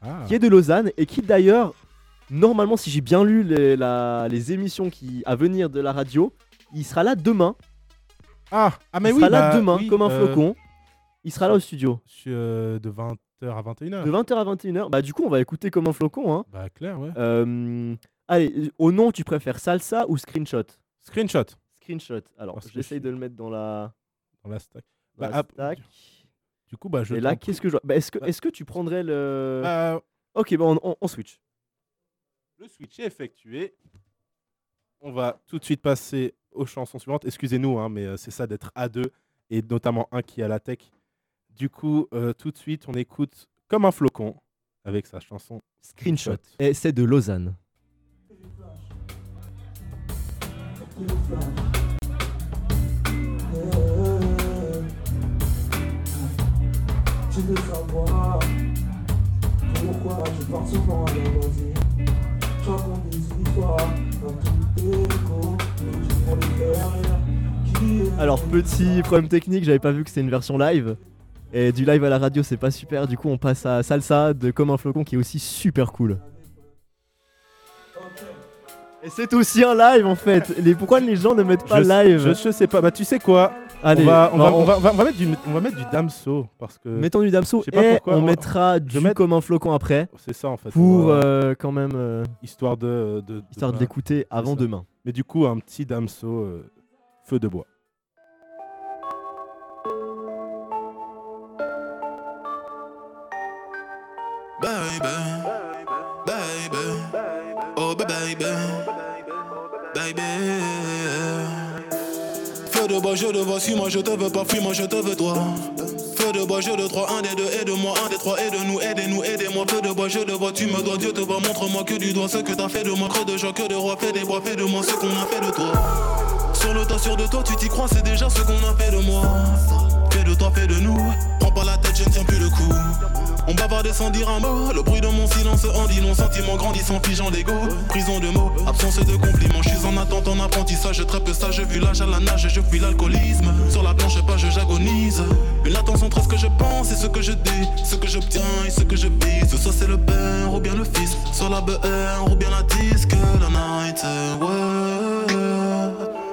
S2: Ah.
S1: qui est de Lausanne et qui d'ailleurs, normalement, si j'ai bien lu les, la- les émissions qui, à venir de la radio, il sera là demain.
S2: Ah, ah, mais
S1: il
S2: oui,
S1: sera là
S2: bah,
S1: demain,
S2: oui,
S1: Comme un
S2: euh,
S1: flocon. Il sera là au studio
S2: je suis, euh, de 20h à 21h.
S1: de 20h à 21h. Bah, du coup, on va écouter Comme un flocon. Hein.
S2: Bah, clair, ouais.
S1: Euh, allez, euh, au nom, tu préfères salsa ou screenshot
S2: Screenshot
S1: Screenshot. Alors,
S2: Parce que
S1: j'essaye
S2: je-
S1: de le mettre dans la,
S2: dans la stack.
S1: dans
S2: Bah,
S1: la
S2: ap-
S1: stack.
S2: Du coup, bah, je.
S1: Et là,
S2: tente-
S1: qu'est-ce que je Ah. vois Bah, Est-ce que,
S2: Bah-
S1: est que tu prendrais le.
S2: Bah,
S1: Ok, bah, on, on- on switch.
S2: Le switch est effectué. On va tout de suite passer aux chansons suivantes. Excusez-nous, hein, mais euh, c'est ça d'être à deux, et notamment un qui est à la tech. Du coup, euh, tout de suite, on écoute Comme un flocon avec sa chanson.
S1: Screenshot. Et c'est de Lausanne.
S10: Je veux savoir pourquoi je pars souvent à la loisir. Je raconte des histoires dans tout écho, mais tu pour les faire rire. Qui est-
S1: Alors, petit problème technique, j'avais pas vu que c'était une version live. Et du live à la radio, c'est pas super. Du coup, on passe à Salsa de Comme un Flocon qui est aussi super cool. Et c'est aussi un live en fait. Les, pourquoi les gens ne mettent pas
S2: je,
S1: live
S2: Je, je sais pas. Bah, tu sais quoi
S1: Allez,
S2: on, va, on,
S1: bah,
S2: va, on, va, on va- on va mettre du, on va mettre du damso parce que
S1: mettons du Damso
S2: je sais pas
S1: et
S2: pourquoi,
S1: on
S2: on-
S1: mettra du
S2: mets-
S1: Comme un Flocon après
S2: c'est ça en fait. on
S1: pour
S2: va-
S1: euh, quand même euh,
S2: histoire de, de, de-
S1: histoire de
S2: bah,
S1: l'écouter avant
S2: ça.
S1: demain.
S2: Mais du coup, un petit damso euh, feu de bois.
S6: Baby, baby, oh ba- baby, baby. Feu de bois, je de vois, suis-moi, je te veux pas, fuis-moi, je te veux toi. Feu de bois, je de trois, un des deux, aide-moi, un des trois, aide-nous, aidez-nous, aidez-moi. Feu de bois, je de vois, tu me dois, Dieu te voit, montre-moi que du doigt ce que t'as fait de moi. Creux de joie, que de roi, fais des bois, fais de moi ce qu'on a fait de toi. Sur le tas, sûr de toi, tu t'y crois, c'est déjà ce qu'on a fait de moi. Fais de toi, fais de nous. Prends pas la tête, je ne tiens plus le coup. On bavarde sans dire un mot. Le bruit de mon silence en dit non. Sentiment grandissant, figeant l'ego. Prison de mots, absence de compliments. Je suis en attente, en apprentissage. Je trappe ça, je vis l'âge à la nage. Je fuis l'alcoolisme. Sur la planche, pas, je j'agonise. Une attention entre ce que je pense et ce que je dis. Ce que j'obtiens et ce que je vise. Soit c'est le père ou bien le fils. Soit la beurre ou bien la disque. La night, euh, ouais.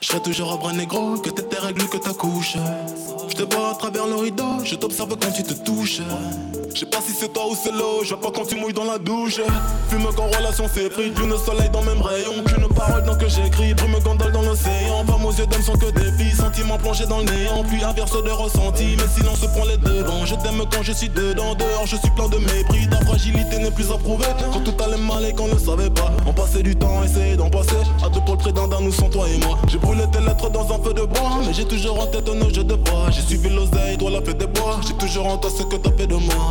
S6: Je serai toujours un bras négro, que t'es tes règles, que ta couche. Je te vois à travers le rideau, je t'observe quand tu te touches. Je sais pas si c'est toi ou c'est l'eau, je vois pas quand tu mouilles dans la douche. Fume qu'en relation s'effrite, lune soleil dans même rayon. Qu'une parole dans que j'écris, brume gondole dans l'océan. Femme aux yeux d'homme sans que des filles, sentiments plongés dans le néant. Puis inverse de ressenti, mais silence prend les devants. Je t'aime quand je suis dedans, dehors je suis plein de mépris. Ta fragilité n'est plus approuvée. Quand tout allait mal et qu'on ne savait pas, on passait du temps, à essayer d'en passer. À deux pour le près d'un d'un, nous sans toi et moi. J'ai brûlé tes lettres dans un feu de bois, mais j'ai toujours en tête nos jeux de bois. J'ai suivi l'oseille, toi la fête des bois. J'ai toujours en toi ce que t'as fait de moi.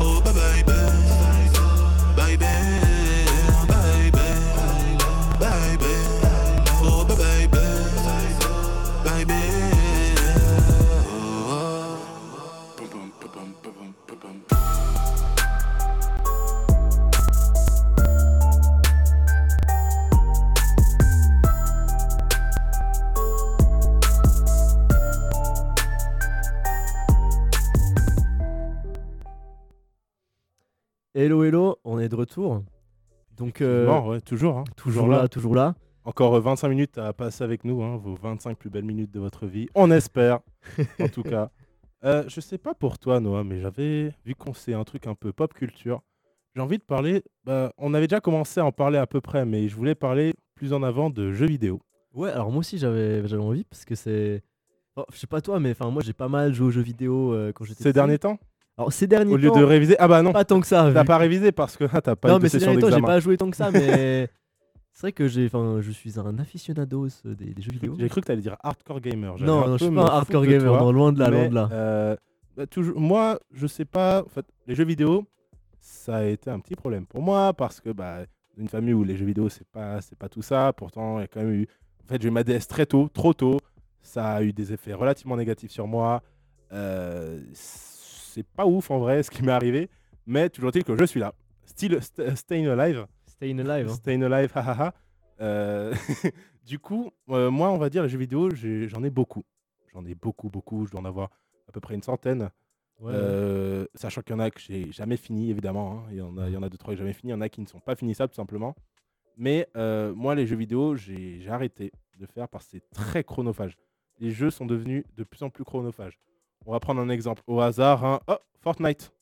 S6: oh ba- baby, baby, baby, baby, oh ba- baby, baby.
S1: Hello, hello, on est de retour. Donc, euh,
S2: Mort, ouais, toujours, hein,
S1: toujours là, toujours là.
S2: Encore euh, 25 minutes à passer avec nous, hein, vos 25 plus belles minutes de votre vie. On espère, en tout cas. Euh, je sais pas pour toi, Noah, mais j'avais, vu qu'on sait un truc un peu pop culture, j'ai envie de parler. bah, on avait déjà commencé à en parler à peu près, mais je voulais parler plus en avant de jeux vidéo.
S1: Ouais, alors moi aussi j'avais j'avais envie oh, parce que c'est. Bon, je sais pas toi, mais enfin moi j'ai pas mal joué aux jeux vidéo euh, quand j'étais.
S2: Ces
S1: petit.
S2: derniers temps
S1: Alors ces derniers
S2: Au lieu
S1: temps,
S2: de réviser. Ah bah non,
S1: pas tant que ça.
S2: t'as
S1: vu-
S2: pas révisé parce que ah, t'as pas
S1: non
S2: eu de
S1: mais ces
S2: session
S1: derniers temps, j'ai
S2: d'examen.
S1: pas joué tant que ça, mais c'est vrai que j'ai, enfin, je suis un aficionados euh, des, des jeux vidéo.
S2: J'ai cru que t'allais dire hardcore gamer. J'allais
S1: Non,
S2: un
S1: non,
S2: peu
S1: je suis
S2: me
S1: pas un
S2: foutre
S1: hardcore
S2: de
S1: gamer,
S2: toi.
S1: non, loin de là, loin
S2: Mais,
S1: de là.
S2: euh, bah, toujours, moi, je sais pas. En fait, les jeux vidéo, ça a été un petit problème pour moi parce que bah, une famille où les jeux vidéo, c'est pas, c'est pas tout ça. Pourtant, il y a quand même eu. En fait, j'ai eu ma DS très tôt, trop tôt. Ça a eu des effets relativement négatifs sur moi. Euh, c'est pas ouf en vrai ce qui m'est arrivé, mais toujours est-il que je suis là. Still st- staying alive.
S1: Staying alive. hein.
S2: Staying alive, ha, ha, ha. Euh, du coup, euh, moi, on va dire, les jeux vidéo, j'ai- j'en ai beaucoup. J'en ai beaucoup, beaucoup. Je dois en avoir à peu près une centaine.
S1: Ouais.
S2: Euh, sachant qu'il y en a que j'ai jamais fini, évidemment. hein. Il, y en a, il y en a deux, trois que j'ai jamais fini. Il y en a qui ne sont pas finissables, tout simplement. Mais euh, moi, les jeux vidéo, j'ai j'ai arrêté de faire parce que c'est très chronophage. Les jeux sont devenus de plus en plus chronophages. On va prendre un exemple au hasard. hein. Oh, Fortnite.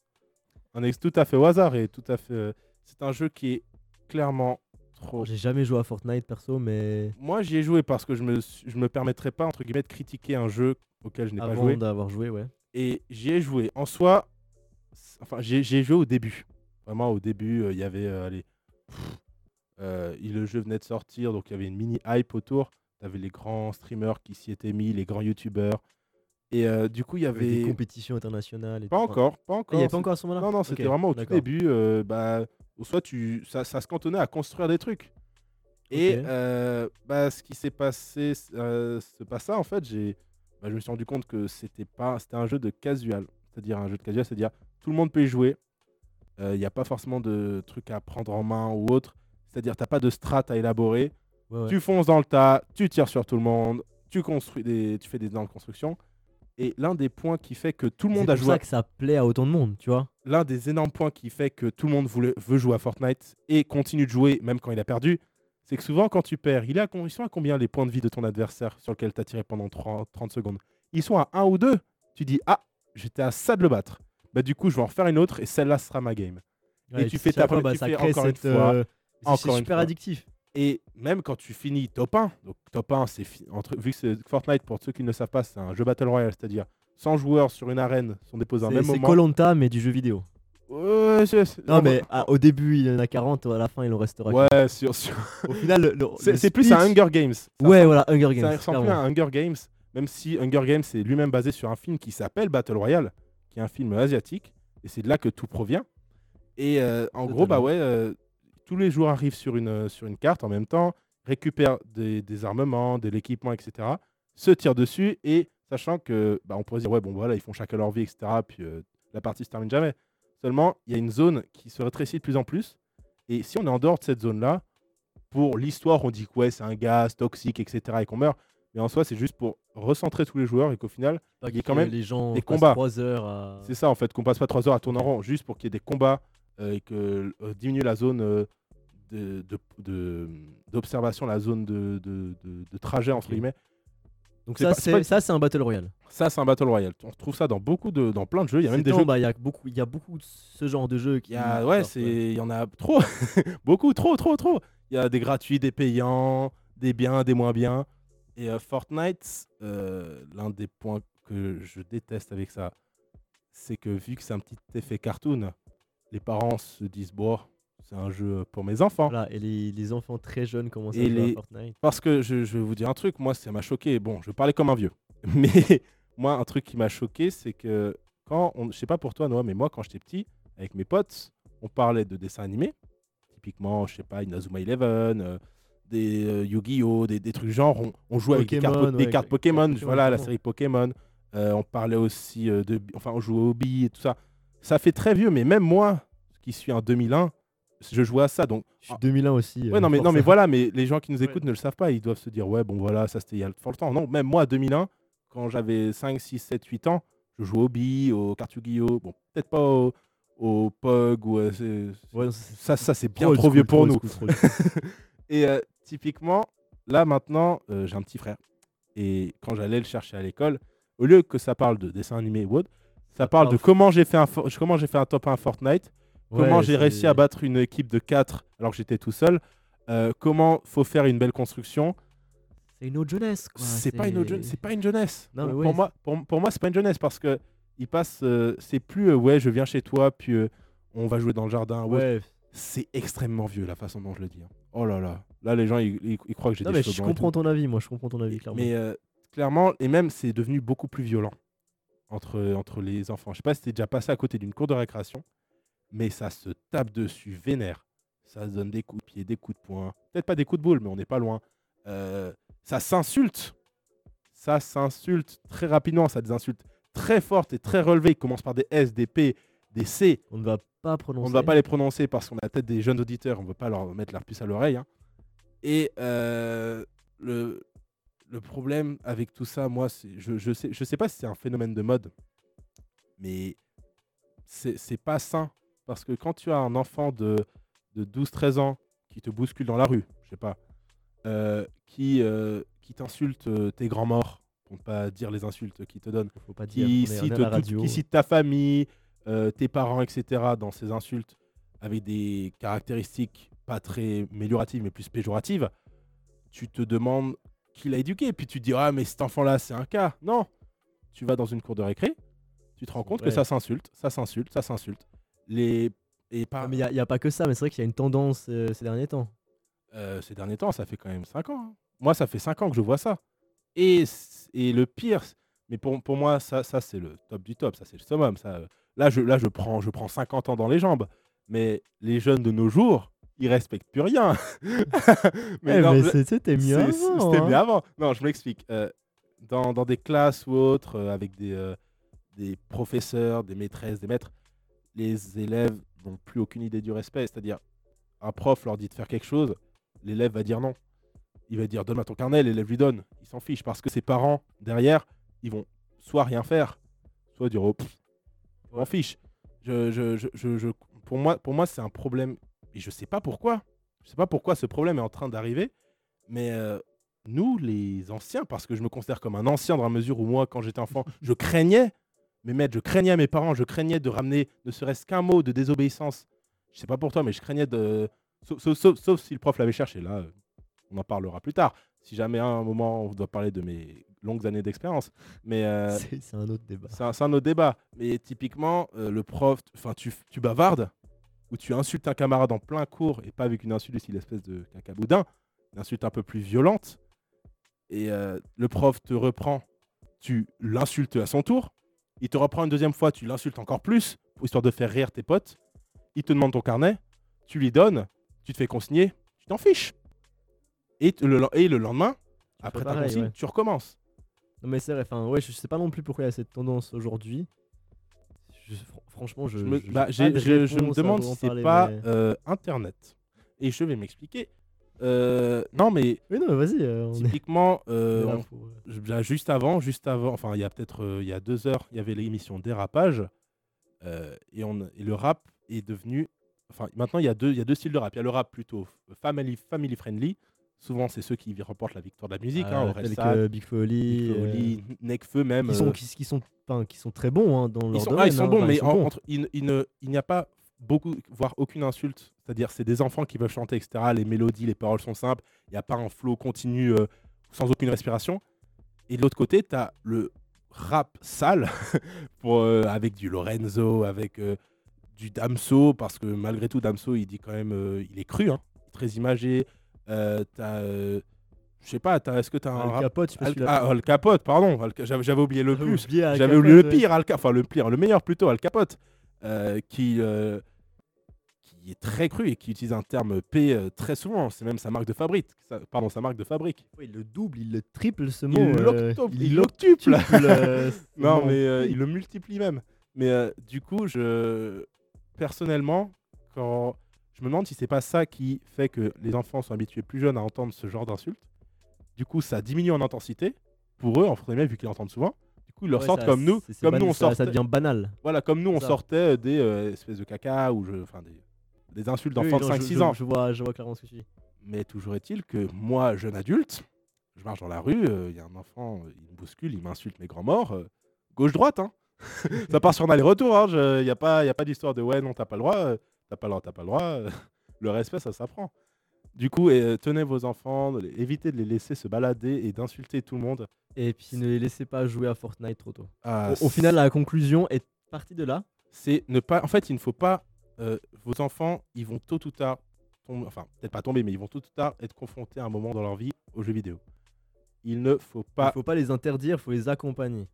S2: Un ex tout à fait au hasard et tout à fait. euh, C'est un jeu qui est clairement trop
S1: J'ai jamais joué à Fortnite perso, mais
S2: moi, j'y ai joué parce que je me, suis- je me permettrais pas, entre guillemets, de critiquer un jeu auquel je n'ai pas
S1: avant
S2: joué.
S1: d'avoir joué, ouais.
S2: Et j'y ai joué. En soi, c'est- enfin, j'y ai- j'y ai joué au début. Vraiment, au début, euh, il y avait. euh, allez, pff, euh, il- le jeu venait de sortir, donc il y avait une mini hype autour. T'avais les grands streamers qui s'y étaient mis, les grands youtubeurs. Et euh, du coup, il y
S1: Il y avait
S2: avait.
S1: Des compétitions internationales. Et
S2: Pas
S1: tout.
S2: encore, pas
S1: Ah, Il
S2: encore.
S1: n'y avait pas encore à ce moment-là
S2: Non, non,
S1: Ok,
S2: c'était vraiment au tout
S1: d'accord.
S2: début. euh, bah, ou soit tu, ça, ça se cantonnait à construire des trucs. Et
S1: Ok.
S2: euh, bah, ce qui s'est passé, euh, se passa en fait, j'ai, bah, je me suis rendu compte que c'était pas, c'était un jeu de casual, c'est-à-dire un jeu de casual, c'est-à-dire tout le monde peut y jouer. Euh, Il n'y a pas forcément de trucs à prendre en main ou autre. C'est-à-dire t'as pas de strat à élaborer.
S1: Ouais, ouais.
S2: Tu fonces dans le tas, tu tires sur tout le monde, tu construis des, tu fais des énormes constructions. Et l'un des points qui fait que tout le monde a
S1: C'est
S2: joué
S1: pour
S2: à
S1: ça que ça plaît à autant de monde, tu vois.
S2: l'un des énormes points qui fait que tout le monde voulait- veut jouer à Fortnite et continue de jouer même quand il a perdu, c'est que souvent quand tu perds, il est à, con- ils sont à combien les points de vie de ton adversaire sur lequel tu as tiré pendant 30, 30 secondes Ils sont à 1 ou 2. Tu dis Ah, j'étais à ça de le battre. Bah du coup, je vais en refaire une autre et celle-là sera ma game.
S1: Ouais,
S2: tu fais
S1: chaque
S2: ta
S1: fois,
S2: première-
S1: bah,
S2: tu
S1: ça
S2: fais
S1: crée
S2: encore une
S1: cette.
S2: fois,
S1: euh, c'est-
S2: encore
S1: C'est
S2: une
S1: super
S2: fois.
S1: addictif.
S2: Et même quand tu finis top 1, donc top 1, c'est fi- entre, vu que c'est- Fortnite, pour ceux qui ne le savent pas, c'est un jeu Battle Royale, c'est-à-dire 100 joueurs sur une arène sont déposés en
S1: C'est
S2: même
S1: c'est
S2: moment.
S1: Colanta, mais du jeu vidéo.
S2: Ouais, c'est- c'est-
S1: Non, mais ah, au début, il y en a 40, à la fin, il en restera.
S2: bah- Ouais, sur, sur-
S1: Au final, le- le-
S2: C'est
S1: le
S2: c'est plus un
S1: speech-
S2: Hunger Games. Ça
S1: Ouais, voilà, Hunger
S2: Ça
S1: Games.
S2: ressemble plus hein. à
S1: clairement.
S2: un Hunger Games, même si Hunger Games est lui-même basé sur un film qui s'appelle Battle Royale, qui est un film asiatique, et c'est de là que tout provient. Et euh, en gros, bah
S1: Totalement.
S2: ouais, euh, tous les joueurs arrivent sur une, euh, sur une carte en même temps, récupèrent des, des armements, de l'équipement, etc., se tirent dessus, et sachant que, bah, on pourrait se dire, ouais, bon, voilà, ils font chacun leur vie, etc., puis euh, la partie se termine jamais. Seulement, il y a une zone qui se rétrécit de plus en plus, et si on est en dehors de cette zone-là, pour l'histoire, on dit que ouais, c'est un gaz toxique, etc., et qu'on meurt. Mais en soi, c'est juste pour recentrer tous les joueurs et qu'au final,
S1: Pas
S2: il y a
S1: que
S2: quand même
S1: les gens
S2: des
S1: passent
S2: combats.
S1: trois heures à.
S2: c'est ça en fait, qu'on passe pas trois heures à tourner en rond, juste pour qu'il y ait des combats euh, et que euh, diminue la zone euh, de- de- de- d'observation, la zone de, de- de- de trajet, entre
S1: Ok.
S2: guillemets.
S1: Donc
S2: c'est
S1: ça,
S2: pas- c'est
S1: c'est
S2: pas-
S1: ça, c'est un battle royale.
S2: Ça, c'est un Battle Royale. On retrouve ça dans beaucoup de, dans plein de jeux. Il y a même des
S1: Ces
S2: jeux.
S1: temps, bah, il y a beaucoup, il y a beaucoup de ce genre de jeux qui.
S2: Il y a- ouais,
S1: sortent,
S2: c'est, il y en a trop, beaucoup, trop, trop, trop. Il y a des gratuits, des payants, des biens, des moins biens. Et euh, Fortnite, euh, l'un des points que je déteste avec ça, c'est que vu que c'est un petit effet cartoon, les parents se disent bon, c'est un jeu pour mes enfants.
S1: Voilà, et les, les enfants très jeunes commencent à
S2: Et
S1: jouer à
S2: les-
S1: Fortnite.
S2: Parce que je, je vais vous dire un truc, moi, ça m'a choqué. Bon, je parlais comme un vieux. Mais moi, un truc qui m'a choqué, c'est que quand on. Je sais pas pour toi, Noah, mais moi, quand j'étais petit, avec mes potes, on parlait de dessins animés. Typiquement, je sais pas, Inazuma Eleven, euh, des euh, Yu-Gi-Oh!, des, des trucs genre. On, on jouait avec des cartes,
S1: Pokémon,
S2: des
S1: ouais,
S2: cartes
S1: avec-
S2: Pokémon,
S1: avec Pokémon,
S2: voilà, la
S1: clairement.
S2: série Pokémon. Euh, on parlait aussi euh, de. Enfin, on jouait au billes et tout ça. Ça fait très vieux, mais même moi, qui suis en 2001, je jouais à ça. Donc,
S1: Je suis
S2: Ah.
S1: 2001 aussi.
S2: Ouais,
S1: euh,
S2: non, mais, non,
S1: force.
S2: mais voilà, mais les gens qui nous écoutent ne le savent pas. Ils doivent se dire, ouais, bon, voilà, ça c'était il y a fort longtemps. Non, même moi, 2001, quand j'avais 5, 6, 7, 8 ans, je jouais au billes, au cartes Yu-Gi-Oh! Bon, peut-être pas au, au Pug ou. à ces-
S1: Ouais, non, c'est
S2: ça, ça c'est bien
S1: old
S2: trop
S1: school,
S2: vieux pour
S1: old
S2: nous.
S1: school, trop old
S2: Et euh, typiquement, là maintenant, euh, j'ai un petit frère. Et quand j'allais le chercher à l'école, au lieu que ça parle de dessin animé ou autre, ça parle de
S1: parle-
S2: comment j'ai fait, un for- comment j'ai fait un top 1 Fortnite, comment
S1: Ouais,
S2: j'ai réussi à
S1: c'est-
S2: battre une équipe de 4 alors que j'étais tout seul, euh, comment faut faire une belle construction.
S1: C'est une autre jeunesse, quoi.
S2: c'est pas une autre jeune- c'est pas une jeunesse.
S1: Non,
S2: pour,
S1: mais ouais,
S2: pour moi, pour, pour moi, c'est pas une jeunesse parce que Il passe, euh, c'est plus euh, ouais, je viens chez toi, puis euh, on va jouer dans le jardin. ouais.
S8: Ouais.
S2: C'est extrêmement vieux la façon dont je le dis. hein. Oh là là. Là, les gens, ils, ils- ils croient que j'ai
S8: Non,
S2: des
S8: mais
S2: cheveux
S8: je
S2: blancs et
S8: comprends ton avis, moi, je comprends ton avis,
S2: tout.
S8: clairement.
S2: Mais euh, clairement, et même, c'est devenu beaucoup plus violent entre, entre les enfants. Je sais pas si t'es déjà passé à côté d'une cour de récréation, mais ça se tape dessus, vénère. Ça se donne des coups de pied, des coups de poing. Peut-être pas des coups de boule, mais on n'est pas loin. Euh, ça s'insulte. Ça s'insulte très rapidement. Ça a des insultes très fortes et très relevées. Ils commencent par des S, des P, des C.
S8: On ne va pas
S2: On
S8: prononcer.
S2: ne va pas les prononcer parce qu'on a peut-être des jeunes auditeurs, on ne veut pas leur mettre la puce à l'oreille. hein. Et euh, le, le problème avec tout ça, moi, c'est- je ne je sais, je sais pas si c'est un phénomène de mode, mais c'est c'est pas sain. Parce que quand tu as un enfant de, de 12-13 ans qui te bouscule dans la rue, je sais pas, euh, qui, euh, qui t'insulte euh, tes grands morts, pour ne pas dire les insultes qu'il te donne,
S8: Faut pas dire.
S2: qui
S8: on est- on est
S2: cite,
S8: à la
S2: tout-
S8: radio.
S2: qui cite ta famille, euh, tes parents, etc., dans ses insultes, avec des caractéristiques pas très amélioratives, mais plus péjoratives, tu te demandes qui l'a éduqué. Puis tu te dis, ah, mais cet enfant-là, c'est un cas. Non, tu vas dans une cour de récré, tu te rends compte
S8: Ouais.
S2: que ça s'insulte, ça s'insulte, ça s'insulte. Les... Et
S8: Ah,
S2: par...
S8: mais il n'y a, pas que ça, mais c'est vrai qu'il y a une tendance euh, ces derniers temps.
S2: Euh, ces derniers temps, ça fait quand même 5 ans. hein. Moi, ça fait 5 ans que je vois ça. Et, c- et le pire, c- mais pour, pour moi, ça, ça c'est le top du top, ça c'est le summum. Ça, euh, là, je, là je, prends, je prends 50 ans dans les jambes. Mais les jeunes de nos jours, ils respectent plus rien.
S8: Eh,
S2: non,
S8: mais
S2: bla-
S8: c'est- c'était mieux
S2: c'est- c'est-
S8: avant,
S2: C'était
S8: hein.
S2: mieux avant. Non, je m'explique. Euh, dans, dans des classes ou autres, euh, avec des, euh, des professeurs, des maîtresses, des maîtres, les élèves n'ont plus aucune idée du respect. C'est-à-dire, un prof leur dit de faire quelque chose, l'élève va dire non. Il va dire donne-moi ton carnet, l'élève lui donne. Il s'en fiche parce que ses parents, derrière, ils vont soit rien faire, soit dire oh, pff, je m'en fiche. Je, je- je- je- je- pour moi, pour moi c'est un problème. Et je sais pas pourquoi. Je sais pas pourquoi ce problème est en train d'arriver. Mais euh, nous, les anciens, parce que je me considère comme un ancien dans la mesure où moi, quand j'étais enfant, je craignais mes maîtres, je craignais à mes parents, je craignais de ramener ne serait-ce qu'un mot de désobéissance. Je sais pas pour toi, mais je craignais de. Sauf, sauf- sauf- sauf si le prof l'avait cherché, là, euh, on en parlera plus tard. Si jamais à un moment on doit parler de mes longues années d'expérience. Mais euh,
S8: C'est c'est un autre débat.
S2: c'est un, c'est un autre débat. Mais typiquement, euh, le prof, enfin, tu, tu bavardes ou tu insultes un camarade en plein cours et pas avec une insulte aussi, l'espèce de cacaboudin, une insulte un peu plus violente. Et euh, le prof te reprend, tu l'insultes à son tour. Il te reprend une deuxième fois, tu l'insultes encore plus, pour- histoire de faire rire tes potes. Il te demande ton carnet, tu lui donnes, tu te fais consigner, tu t'en fiches. Et t- le, et le lendemain, après ta
S8: pareil,
S2: consigne,
S8: ouais.
S2: tu recommences.
S8: Non, mais c'est vrai, enfin, ouais, je sais pas non plus pourquoi il y a cette tendance aujourd'hui. Je- fr- franchement, je,
S2: Je me,
S8: je-
S2: bah,
S8: j'ai pas
S2: j'ai-
S8: de
S2: je, je me
S8: réponse à
S2: demande
S8: vous en
S2: si c'est
S8: parler,
S2: pas
S8: mais-
S2: euh, Internet. Et je vais m'expliquer. Euh, non, mais
S8: Oui, non, mais vas-y, euh, on est-
S2: typiquement,
S8: on
S2: euh,
S8: est là
S2: on-
S8: pour, euh,
S2: je- là, juste avant, juste avant, enfin, il y a peut-être euh, il y a deux heures, il y avait l'émission Dérapage. euh, et, on, et le rap est devenu. Enfin, maintenant, il y, a deux, il y a deux styles de rap. Il y a le rap plutôt family, family friendly. Souvent, c'est ceux qui remportent la victoire de la musique. hein,
S8: euh,
S2: Aurel
S8: tels
S2: San,
S8: que Big Folly,
S2: Nick Lowry, Nekfeu, même.
S8: euh, qui
S2: euh,
S8: sont, qui, qui sont, enfin, qui sont très bons hein, dans leur
S2: ils sont, ah,
S8: domaine.
S2: ils sont
S8: hein,
S2: bons,
S8: enfin,
S2: mais
S8: ils sont
S2: en-
S8: bons.
S2: entre- il, n- il ne- il n'y a pas beaucoup, voire aucune insulte. C'est-à-dire, c'est des enfants qui peuvent chanter, etc. Les mélodies, les paroles sont simples. Il n'y a pas un flow continu euh, sans aucune respiration. Et de l'autre côté, tu as le rap sale pour, euh, avec du Lorenzo, avec euh, du Damso, parce que malgré tout, Damso, il dit quand même, euh, il est cru, hein, très imagé. Euh, t'as, euh, je sais pas, t'as- est-ce que tu as un
S8: Al
S2: rap.
S8: Capote, Ah je sais pas
S2: Al-
S8: si tu l'as-
S2: ah, Al Capote, pardon, Al- j'avais j'avais oublié le plus.
S8: oublié Al
S2: J'avais oublié le
S8: Capote, ouais.
S2: pire, Al Cap- enfin le pire, le meilleur plutôt, Al Capote, euh, qui, euh, qui est très cru et qui utilise un terme P euh, très souvent. C'est même sa marque de fabrique. sa- pardon, sa marque de fabrique.
S8: Ouais, Il le double, il le triple ce mot.
S2: Il
S8: euh,
S2: l'octuple,
S8: il
S2: il
S8: l'oc-
S2: l'octuple.
S8: triple, euh, ce
S2: Non,
S8: mot.
S2: mais euh, il le multiplie même. Mais euh, du coup, je personnellement, quand je me demande si c'est pas ça qui fait que les enfants sont habitués plus jeunes à entendre ce genre d'insultes. Du coup, ça diminue en intensité pour eux, en guillemets, vu qu'ils l'entendent souvent. Du coup, ils le
S8: Ouais,
S2: ressortent
S8: ça-
S2: comme nous,
S8: c'est- c'est
S2: comme
S8: banal,
S2: nous on
S8: ça-
S2: sort.
S8: Ça devient banal.
S2: Voilà, comme nous, on
S8: Ça.
S2: sortait euh, des euh, espèces de caca ou je, enfin, des, des insultes
S8: Oui,
S2: d'enfants
S8: non,
S2: de
S8: je-
S2: 5-6
S8: je-
S2: ans.
S8: Je vois, je vois clairement ce que tu dis.
S2: Mais toujours est-il que moi, jeune adulte, je marche dans la rue, il y a un enfant, euh, il me bouscule, il m'insulte mes grands morts, euh, gauche-droite. Hein. ça part sur un aller-retour, il hein, n'y a pas, y a pas d'histoire de ouais, non, t'as pas le droit, euh, t'as pas le droit, t'as pas le droit. euh, le respect, ça s'apprend. Du coup, et, euh, tenez vos enfants, de les- évitez de les laisser se balader et d'insulter tout le monde.
S1: Et puis ne les laissez pas jouer à Fortnite trop tôt.
S2: Ah,
S1: Au- Au final, la conclusion est partie de là.
S2: c'est ne pas. En fait, il ne faut pas. euh, vos enfants, ils vont tôt ou tard tomber. Enfin, peut-être pas tomber, mais ils vont tôt ou tard être confrontés à un moment dans leur vie aux jeux vidéo. Il ne faut
S1: Il
S2: pas
S1: faut pas les interdire, il faut les accompagner.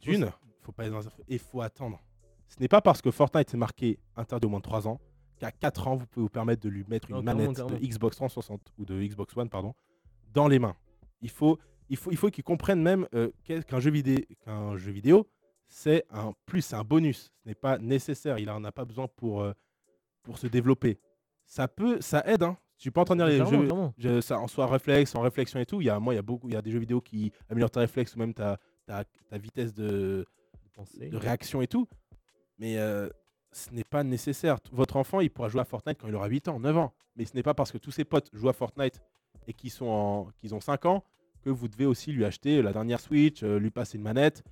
S2: d'une, faut pas les inter- et faut attendre. Ce n'est pas parce que Fortnite est marqué interdit au moins de 3 ans qu'à 4 ans vous pouvez vous permettre de lui mettre une
S1: Non, clairement,
S2: manette
S1: clairement.
S2: de Xbox 360 ou de Xbox One pardon dans les mains. Il faut il faut il faut qu'ils comprennent même euh, qu'est- qu'un jeu vidéo qu'un jeu vidéo c'est un plus, c'est un bonus. Ce n'est pas nécessaire, il en a pas besoin pour euh, pour se développer. Ça peut ça aide hein. Je suis pas en train de dire les
S1: Clairement,
S2: jeux,
S1: clairement.
S2: je- ça, en soi réflexe, en réflexion et tout, il y a, moi, il y a beaucoup, il y a des jeux vidéo qui améliorent ta réflexe ou même ta, ta, ta vitesse de,
S1: Pensez.
S2: de réaction et tout. Mais euh, ce n'est pas nécessaire. T- Votre enfant, il pourra jouer à Fortnite quand il aura 8 ans, 9 ans. Mais ce n'est pas parce que tous ses potes jouent à Fortnite et qu'ils sont en- qu'ils ont 5 ans que vous devez aussi lui acheter la dernière Switch, euh, lui passer une manette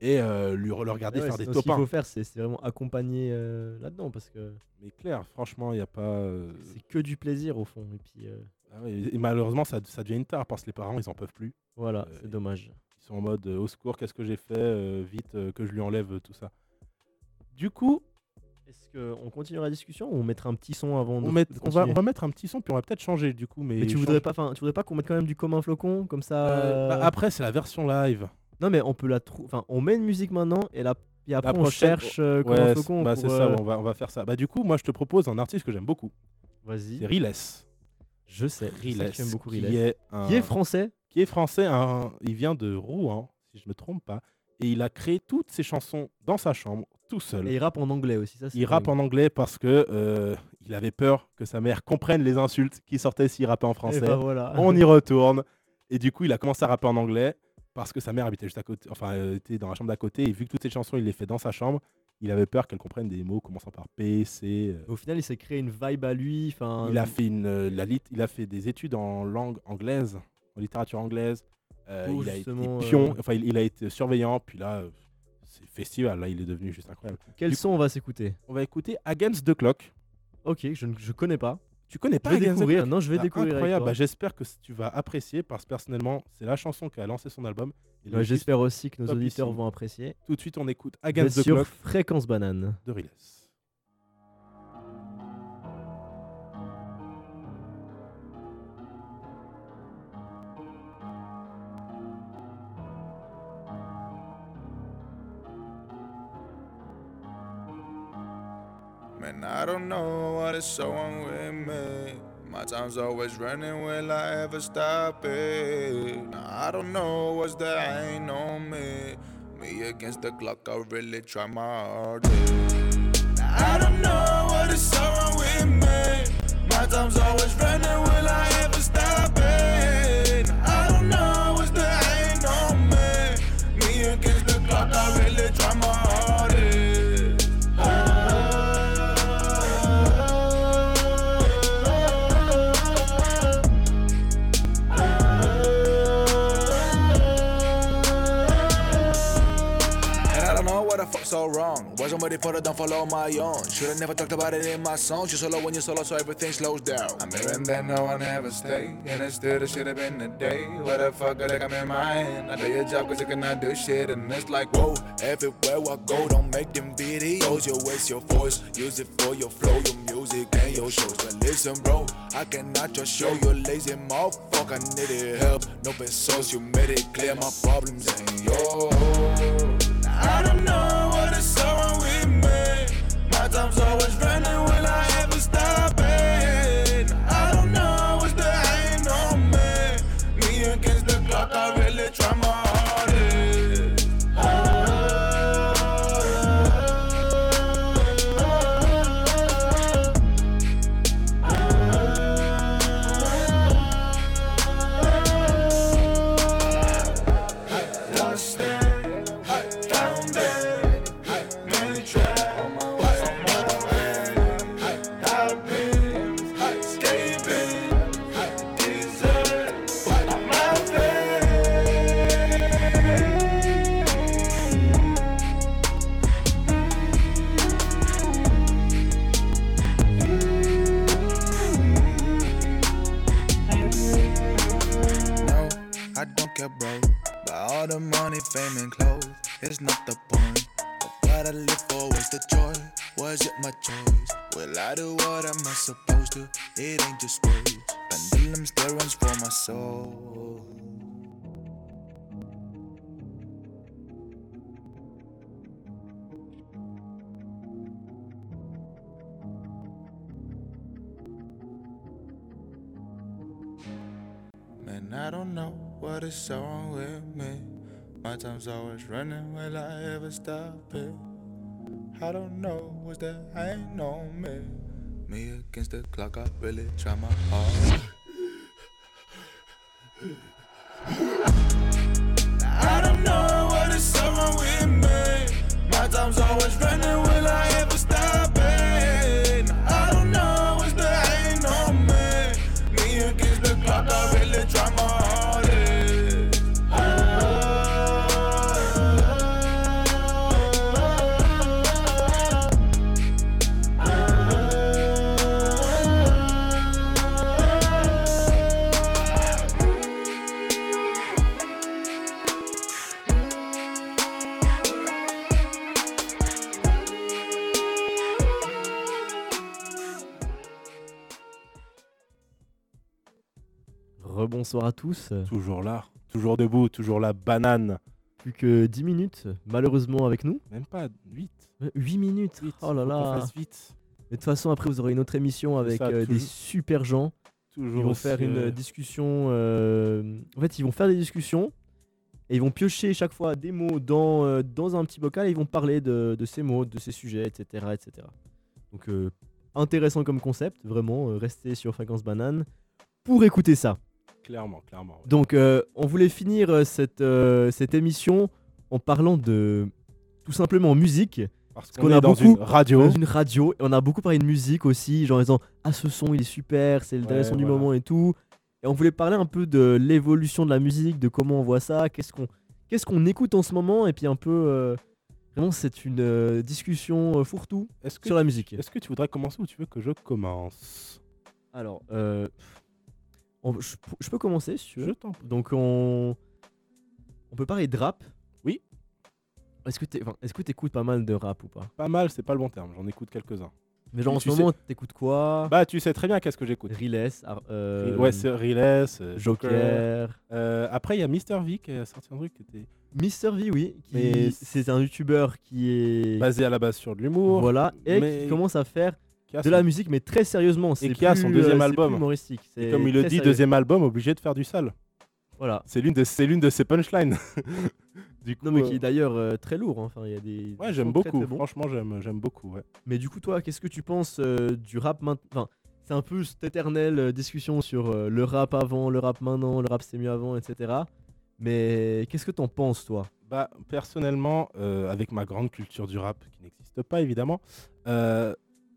S2: et euh, lui re- le regarder
S1: Ouais,
S2: faire
S1: c'est-
S2: des
S1: non, Ce qu'il
S2: top 1.
S1: faut faire, c'est c'est vraiment accompagner euh, là-dedans parce que
S2: Mais clair, franchement, il n'y a pas. euh,
S1: c'est que du plaisir au fond. Et puis euh,
S2: ah ouais, et, et malheureusement, ça, ça devient une tare parce que les parents, ils en peuvent plus.
S1: voilà,
S2: Euh,
S1: c'est dommage.
S2: Ils sont en mode euh, au secours, qu'est-ce que j'ai fait Euh, Vite, euh, que je lui enlève euh, tout ça. Du coup,
S1: Est-ce qu'on continue la discussion ou on mettra un petit son avant de-
S2: on, met-
S1: de
S2: on va, on
S1: continuer
S2: va mettre un petit son, puis on va peut-être changer du coup. Mais,
S1: Mais tu
S2: je
S1: voudrais
S2: change-
S1: pas, enfin, tu voudrais pas qu'on mette quand même du commun flocon comme ça
S2: Euh, bah,
S1: euh,
S2: après, c'est la version live.
S1: Non mais on peut la trouver. Enfin, on met une musique maintenant et la et après on
S2: prochaine-
S1: cherche euh,
S2: Ouais,
S1: commun
S2: c'est-
S1: flocon.
S2: bah,
S1: pour,
S2: c'est ça,
S1: euh,
S2: on va, on va faire ça. Bah, du coup, moi, je te propose un artiste que j'aime beaucoup. C'est
S1: Vas-y.
S2: Riles.
S1: Je sais. je sais que
S2: Riles,
S1: J'aime beaucoup
S2: qui
S1: Riles.
S2: est un-
S1: Qui est français
S2: qui est français. un- il vient de Rouen, si je me trompe pas. Et il a créé toutes ses chansons dans sa chambre, tout seul.
S1: et il rappe en anglais aussi. Ça, c'est
S2: Il rappe
S1: dingue.
S2: en anglais parce que euh, il avait peur que sa mère comprenne les insultes qui sortaient s'il rappait en
S1: Eh
S2: français.
S1: bah, voilà.
S2: On y retourne. Et du coup, il a commencé à rapper en anglais parce que sa mère habitait juste à côté, enfin, euh, était dans la chambre d'à côté. Et vu que toutes ses chansons, il les fait dans sa chambre, il avait peur qu'elle comprenne des mots commençant par P, C. euh.
S1: Au final, il s'est créé une vibe à lui. Enfin,
S2: Il a fait une, euh, la lit- il a fait des études en langue anglaise, en littérature anglaise. Euh,
S1: Oh,
S2: il a été
S1: justement,
S2: pion,
S1: euh.
S2: enfin, il, il a été surveillant. Puis là, euh, c'est festival. Là, il est devenu juste incroyable.
S1: Quel
S2: Du-
S1: son on va s'écouter
S2: On va écouter Against the Clock.
S1: Ok, je ne je connais pas.
S2: Tu connais
S1: Je
S2: pas
S1: vais
S2: Against the Clock
S1: découvrir. Non, je vais
S2: Ah,
S1: découvrir. avec
S2: Incroyable.
S1: toi.
S2: Bah, J'espère que c- tu vas apprécier parce que personnellement, c'est la chanson qui a lancé son album. Et
S1: Ouais,
S2: le titre,
S1: Bah, J'espère aussi que nos
S2: Topissime.
S1: auditeurs vont apprécier.
S2: tout de suite, on écoute
S1: Bien
S2: Against the
S1: sûr,
S2: Clock
S1: fréquence banane.
S2: de Riles.
S11: Man, I don't know what is so on with me. My time's always running, will I ever stop it? Nah, I don't know what's the ain't on me. Me against the clock, I really try my hardest. I don't know what is so wrong with me. My time's always running, will I ever stop it? I don't know what's the ain't on me. Me against the clock, I really try my hardest. And I don't know what the fuck so wrong. Wasn't ready for the downfall on my own. Should've never talked about it in my songs. You solo when you solo, so everything slows down. I'm hearing that no one ever stay. And it still that should've been the day. What the fuck, I think I'm in my hand. I do your job cause you cannot do shit. And it's like, whoa, everywhere I go, don't make them videos. You waste your voice, use it for your flow, your music, and your shows. But listen, bro, I cannot just show you lazy motherfucker. I needed help. No pesos, you made it clear my problems ain't yours. I don't know what is so wrong with me. My time's always running, will I ever stop it? I don't know what's the ain't on me. Me against the clock, I really try my hardest. Lost it, found it, many tried, but I'm not the money, fame, and clothes is not the point. But what I live for is the joy. Was it my choice? Will I do what am I supposed to? It ain't just words. Pendulum stirrings for my soul. Man, I don't know what is wrong with me. My time's always running, will I ever stop it? I don't know what's that ain't on me. Me against the clock, I really try my hardest. I don't know what is so wrong with me. My time's always running, will I ever stop it? I don't know what's the ain't on me. Me against the clock, I really try my hardest.
S1: Rebonsoir à tous.
S2: Toujours là, toujours debout, toujours là, banane.
S1: Plus que 10 minutes, malheureusement, avec nous.
S2: Même pas 8.
S1: 8 minutes. oh là
S2: On
S1: là.
S2: fasse vite.
S1: Mais de toute façon, après, vous aurez une autre émission avec
S2: ça,
S1: euh, des
S2: toujours-
S1: super gens.
S2: Toujours
S1: Ils vont faire
S2: aussi,
S1: une
S2: euh,
S1: discussion. euh, En fait, ils vont faire des discussions et ils vont piocher chaque fois des mots dans, euh, dans un petit bocal et ils vont parler de, de ces mots, de ces sujets, etc. etc. Donc, euh, intéressant comme concept, vraiment. euh, restez sur Fréquence Banane pour écouter ça.
S2: Clairement, clairement. ouais.
S1: Donc, euh, on voulait finir euh, cette, euh, cette émission en parlant de tout simplement musique.
S2: Parce
S1: qu'on
S2: qu'on est
S1: a
S2: dans
S1: beaucoup-
S2: une radio.
S1: Dans une radio, et on a beaucoup parlé de musique aussi, genre en disant Ah, ce son il est super, c'est le dernier
S2: Ouais,
S1: son du
S2: voilà.
S1: moment et tout. Et on voulait parler un peu de l'évolution de la musique, de comment on voit ça, qu'est-ce qu'on qu'est-ce qu'on écoute en ce moment, et puis un peu. euh, vraiment, c'est une euh, discussion euh, fourre-tout
S2: Est-ce que,
S1: sur la musique.
S2: est-ce que tu voudrais commencer ou tu veux que je commence
S1: Alors, euh, on- je, je peux commencer si tu veux.
S2: Je t'en prie.
S1: Donc on, on peut parler de rap.
S2: Oui.
S1: Est-ce que t'es- enfin, est-ce que t'écoutes pas mal de rap ou pas
S2: Pas mal, c'est pas le bon terme, j'en écoute quelques-uns.
S1: Mais genre en
S2: Tu
S1: ce
S2: sais-
S1: moment t'écoutes quoi
S2: Bah, tu sais très bien qu'est-ce que j'écoute.
S1: Riless, Ar- euh,
S2: ouais, c'est Riles, euh, Joker.
S1: Joker.
S2: Euh, après, il y a Mister V qui a sorti un truc qui était
S1: Mister V, oui. qui-
S2: Mais-
S1: c'est un youtubeur qui est
S2: basé à la base sur de l'humour.
S1: voilà et
S2: Bah, mais- Ah,
S1: qui commence à faire
S2: qui a
S1: de
S2: son-
S1: la musique, mais très sérieusement. C'est
S2: qui a son
S1: plus, euh,
S2: deuxième
S1: c'est plus
S2: album.
S1: humoristique.
S2: Et
S1: c'est
S2: comme il le
S1: très
S2: dit,
S1: sérieux.
S2: deuxième album, obligé de faire du sale.
S1: Voilà.
S2: C'est l'une de, c'est l'une de ses punchlines. du coup,
S1: Non mais
S2: euh,
S1: qui est d'ailleurs euh, très lourd. hein. Enfin, il y a des.
S2: ouais,
S1: des
S2: j'aime
S1: sons très,
S2: beaucoup.
S1: très bons.
S2: Franchement, j'aime, j'aime beaucoup. Ouais.
S1: Mais du coup, toi, qu'est-ce que tu penses euh, du rap maintenant C'est un peu cette éternelle euh, discussion sur euh, le rap avant, le rap maintenant, le rap c'est mieux avant, etc. Mais qu'est-ce que t'en penses, toi
S2: Bah, personnellement, euh, avec ma grande culture du rap, qui n'existe pas évidemment, euh,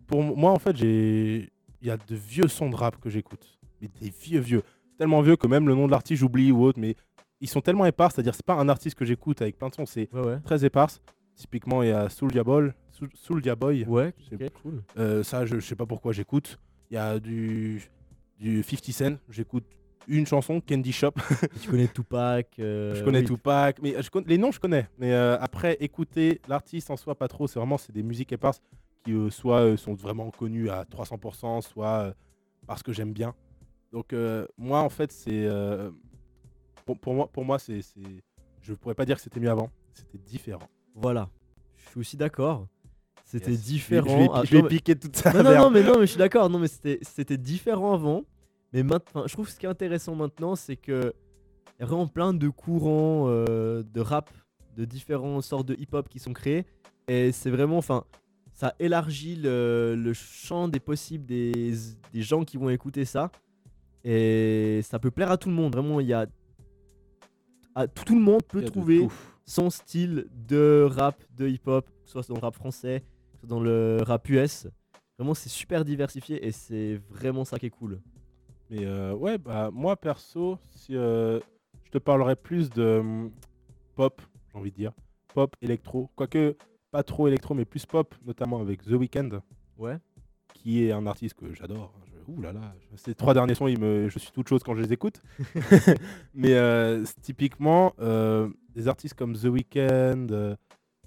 S2: pour m- moi, en fait, j'ai, il y a de vieux sons de rap que j'écoute, mais des vieux vieux, tellement vieux que même le nom de l'artiste j'oublie ou autre, mais ils sont tellement épars, c'est-à-dire c'est pas un artiste que j'écoute avec plein de sons, c'est
S1: Ouais, ouais.
S2: très éparse. Typiquement, il y a Soulja Boy, Soul- Soulja Boy.
S1: Ouais,
S2: C'est
S1: ok, cool.
S2: Euh, ça, je, je sais pas pourquoi j'écoute. Il y a du, du 50 Cent, j'écoute une chanson, Candy Shop.
S1: tu connais Tupac euh,
S2: je connais
S1: oui.
S2: Tupac, mais je connais, les noms je connais. Mais euh, après, écouter l'artiste en soi, pas trop. C'est vraiment c'est des musiques éparses qui euh, soit euh, sont vraiment connues à 300%, soit euh, parce que j'aime bien. Donc euh, moi, en fait, c'est euh, pour, pour moi, pour moi, c'est, c'est- je pourrais pas dire que c'était mieux avant. C'était différent.
S1: Voilà. Je suis aussi d'accord. C'était
S2: Yes.
S1: différent.
S2: Je lui ai,
S1: Ah,
S2: je lui ai
S1: non, mais-
S2: piqué toute sa
S1: non, non,
S2: merde.
S1: non, mais non, mais je suis d'accord. Non, mais c'était, c'était différent avant. Mais maintenant, je trouve que ce qui est intéressant maintenant, c'est que il y a vraiment plein de courants euh, de rap, de différentes sortes de hip-hop qui sont créés. Et c'est vraiment, enfin, ça élargit le, le champ des possibles des, des gens qui vont écouter ça. Et ça peut plaire à tout le monde. Vraiment, il y a. à- tout le monde
S2: Il
S1: peut
S2: y a de
S1: trouver
S2: tout.
S1: son style de rap, de hip-hop, que ce soit dans le rap français, que ce soit dans le rap US. Vraiment, c'est super diversifié et c'est vraiment ça qui est cool.
S2: Mais euh, ouais, bah moi perso, si euh, je te parlerais plus de hum, pop, j'ai envie de dire, pop électro, quoique pas trop électro, mais plus pop, notamment avec The Weeknd,
S1: Ouais.
S2: qui est un artiste que j'adore. hein, je- ouh là là, ces trois derniers sons, ils me, je suis toute chose quand je les écoute. Mais euh, typiquement, euh, des artistes comme The Weeknd, euh,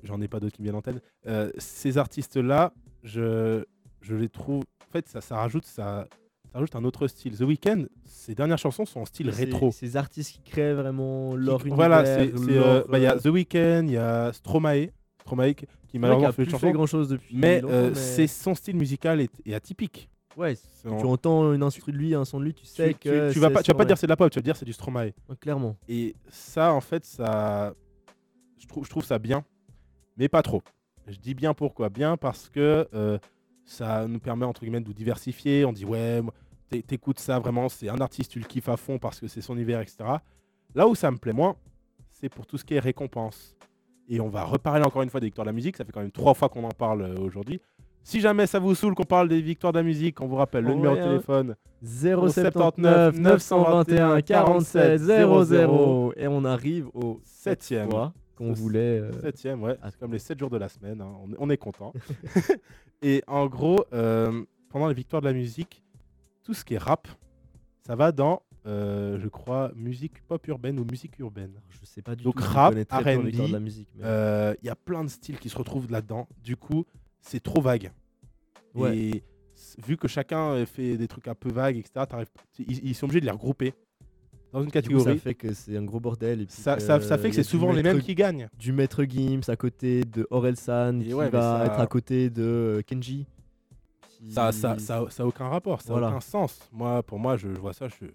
S2: j'en ai pas d'autres qui me viennent en tête. euh, ces artistes-là, je, je les trouve. En fait, ça, ça rajoute, ça, ça rajoute un autre style. The Weeknd, ses dernières chansons sont en style
S1: Ces-
S2: rétro.
S1: Ces artistes qui créent vraiment leur univers.
S2: Voilà, c'est- c'est,
S1: leur,
S2: euh, bah, il y a
S1: euh,
S2: The Weeknd, il y a Stromae, Stromae qui, qui
S1: le mec
S2: malheureusement
S1: a
S2: fait une
S1: plus fait
S2: chanson.
S1: grand chose depuis.
S2: Mais
S1: longtemps,
S2: euh,
S1: mais-
S2: c'est son style musical est, est atypique.
S1: Ouais,
S2: C'est en-
S1: tu entends une instru de lui, un son de lui, tu sais
S2: tu, tu-
S1: que.
S2: tu vas
S1: c'est
S2: pas, tu vas pas
S1: Stromae.
S2: dire c'est de la pop, tu vas dire c'est du Stromae.
S1: Ouais, Clairement.
S2: Et ça, en fait, ça, je trouve, je trouve ça bien, mais pas trop. Je dis bien pourquoi Bien parce que euh, ça nous permet entre guillemets de nous diversifier. On dit ouais, moi, t'é- t'écoutes ça vraiment, c'est un artiste, tu le kiffes à fond parce que c'est son univers, etc. Là où ça me plaît moins, c'est pour tout ce qui est récompense. Et on va reparler encore une fois des victoires de la musique. Ça fait quand même trois fois qu'on en parle euh, aujourd'hui. Si jamais ça vous saoule qu'on parle des victoires de la musique, on vous rappelle le numéro de
S1: Envoyez un-
S2: téléphone.
S1: 079 921 47 00 et on arrive au 7
S2: Septième.
S1: fois qu'on
S2: Au
S1: voulait euh,
S2: Septième, ouais.
S1: Ah.
S2: C'est comme les 7 jours de la semaine. hein. On, est- on est content. et en gros, euh, pendant les victoires de la musique, tout ce qui est rap, ça va dans, euh, je crois, musique pop urbaine ou musique urbaine.
S1: je sais pas du
S2: Donc
S1: tout, je
S2: rap,
S1: connais très peu en
S2: R&B,
S1: écoutant de la musique mais-
S2: Euh, Il y a plein de styles qui se retrouvent là-dedans. Du coup, c'est trop vague.
S1: Ouais.
S2: Et s- vu que chacun euh, fait des trucs un peu vagues, etc., t'arrives- ils, ils sont obligés de les regrouper dans une
S1: Du coup, ça
S2: catégorie.
S1: fait que c'est un gros bordel et puis
S2: Ça, ça- ça fait
S1: y
S2: que c'est
S1: a du
S2: souvent les mêmes
S1: Maître-
S2: qui gagnent.
S1: du maître Gims à côté de Orelsan
S2: Et
S1: qui
S2: ouais, mais
S1: va
S2: ça-
S1: être à côté de euh, Kenji qui-
S2: Ça, ça, ça, ça a aucun rapport, ça n'a
S1: Voilà.
S2: aucun sens. Moi, pour moi, je, je vois ça, je,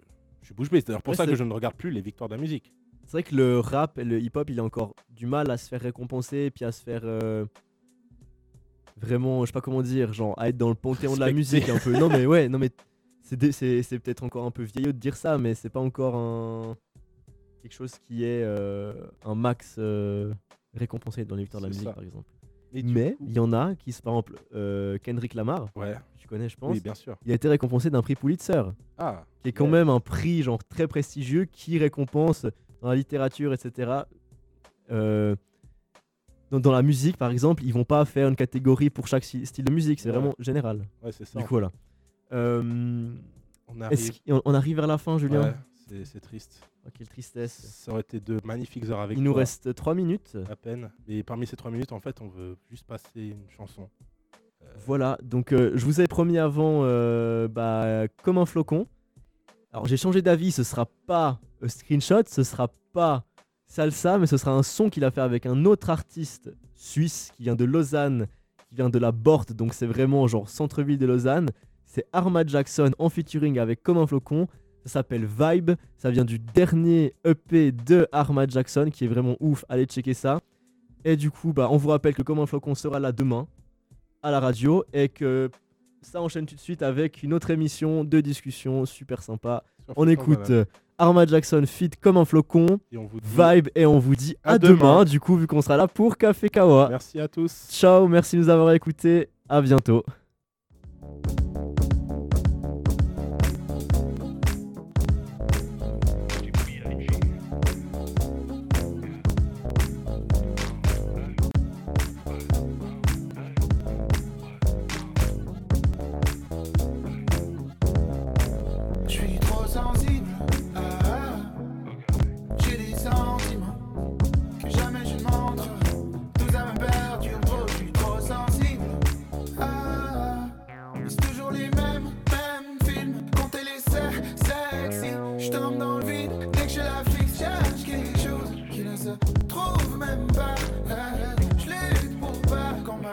S2: je suis bouche bée. C'est d'ailleurs pour
S1: Ouais,
S2: ça que
S1: c'est-
S2: je ne regarde plus les victoires de la musique.
S1: c'est vrai que le rap et le hip hop il a encore du mal à se faire récompenser et puis à se faire euh, vraiment je sais pas comment dire genre à être dans le panthéon de la musique
S2: Respecter.
S1: un peu non mais ouais non mais c'est dé- c'est c'est peut-être encore un peu vieillot de dire ça mais c'est pas encore un quelque chose qui est euh, un max euh, récompensé dans les victoires de la
S2: C'est
S1: musique
S2: ça.
S1: par exemple
S2: Et du
S1: mais
S2: coup-
S1: il y en a qui se par exemple euh, Kendrick Lamar
S2: ouais,
S1: tu connais je pense
S2: oui, bien sûr.
S1: il a été récompensé d'un prix Pulitzer
S2: Ah,
S1: qui est quand
S2: Ouais.
S1: même un prix genre très prestigieux qui récompense dans la littérature, etc. euh, dans, dans la musique, par exemple, ils vont pas faire une catégorie pour chaque si- style de musique, c'est
S2: Ouais.
S1: vraiment général.
S2: ouais, c'est ça.
S1: Du coup, voilà. Euh,
S2: on
S1: est-ce
S2: arrive.
S1: qu'on- on arrive vers la fin, Julien
S2: Ouais, c'est- c'est triste.
S1: Oh, Quelle tristesse.
S2: Ça aurait été de magnifiques heures avec
S1: Il nous
S2: toi,
S1: reste 3 minutes.
S2: à peine. Et parmi ces trois minutes, en fait, on veut juste passer une chanson.
S1: Voilà, donc euh, je vous avais promis avant euh, bah, comme un flocon. Alors j'ai changé d'avis, ce sera pas euh, screenshot, ce sera pas salsa, mais ce sera un son qu'il a fait avec un autre artiste suisse qui vient de Lausanne, qui vient de la Borte, donc c'est vraiment genre centre-ville de Lausanne. C'est Arma Jackson en featuring avec Comme un flocon. Ça s'appelle Vibe, ça vient du dernier EP de Arma Jackson qui est vraiment ouf, allez checker ça. Et du coup, bah, on vous rappelle que Comme un flocon sera là demain à la radio et que ça enchaîne tout de suite avec une autre émission de discussion super sympa.
S2: Sur
S1: On
S2: Fréquence
S1: écoute
S2: Banane.
S1: euh, Arma Jackson fit comme un flocon,
S2: Et on vous dit
S1: vibe et on vous dit à,
S2: À
S1: demain.
S2: demain.
S1: du coup vu qu'on sera là pour Café Kawa.
S2: Merci à tous.
S1: Ciao, merci de nous avoir écoutés, à bientôt.
S7: Je suis trop sensible. ah, ah. J'ai des sentiments que jamais je ne montre. Tout ça me perdure trop. Je suis trop sensible. ah, ah. C'est toujours les mêmes, mêmes films. Comptez les se- sexy. Je tombe dans le vide. Dès que je la fixe, cherche quelque chose qui ne se trouve même pas. Ah, ah. Je lutte pour pas qu'on me
S11: Ah,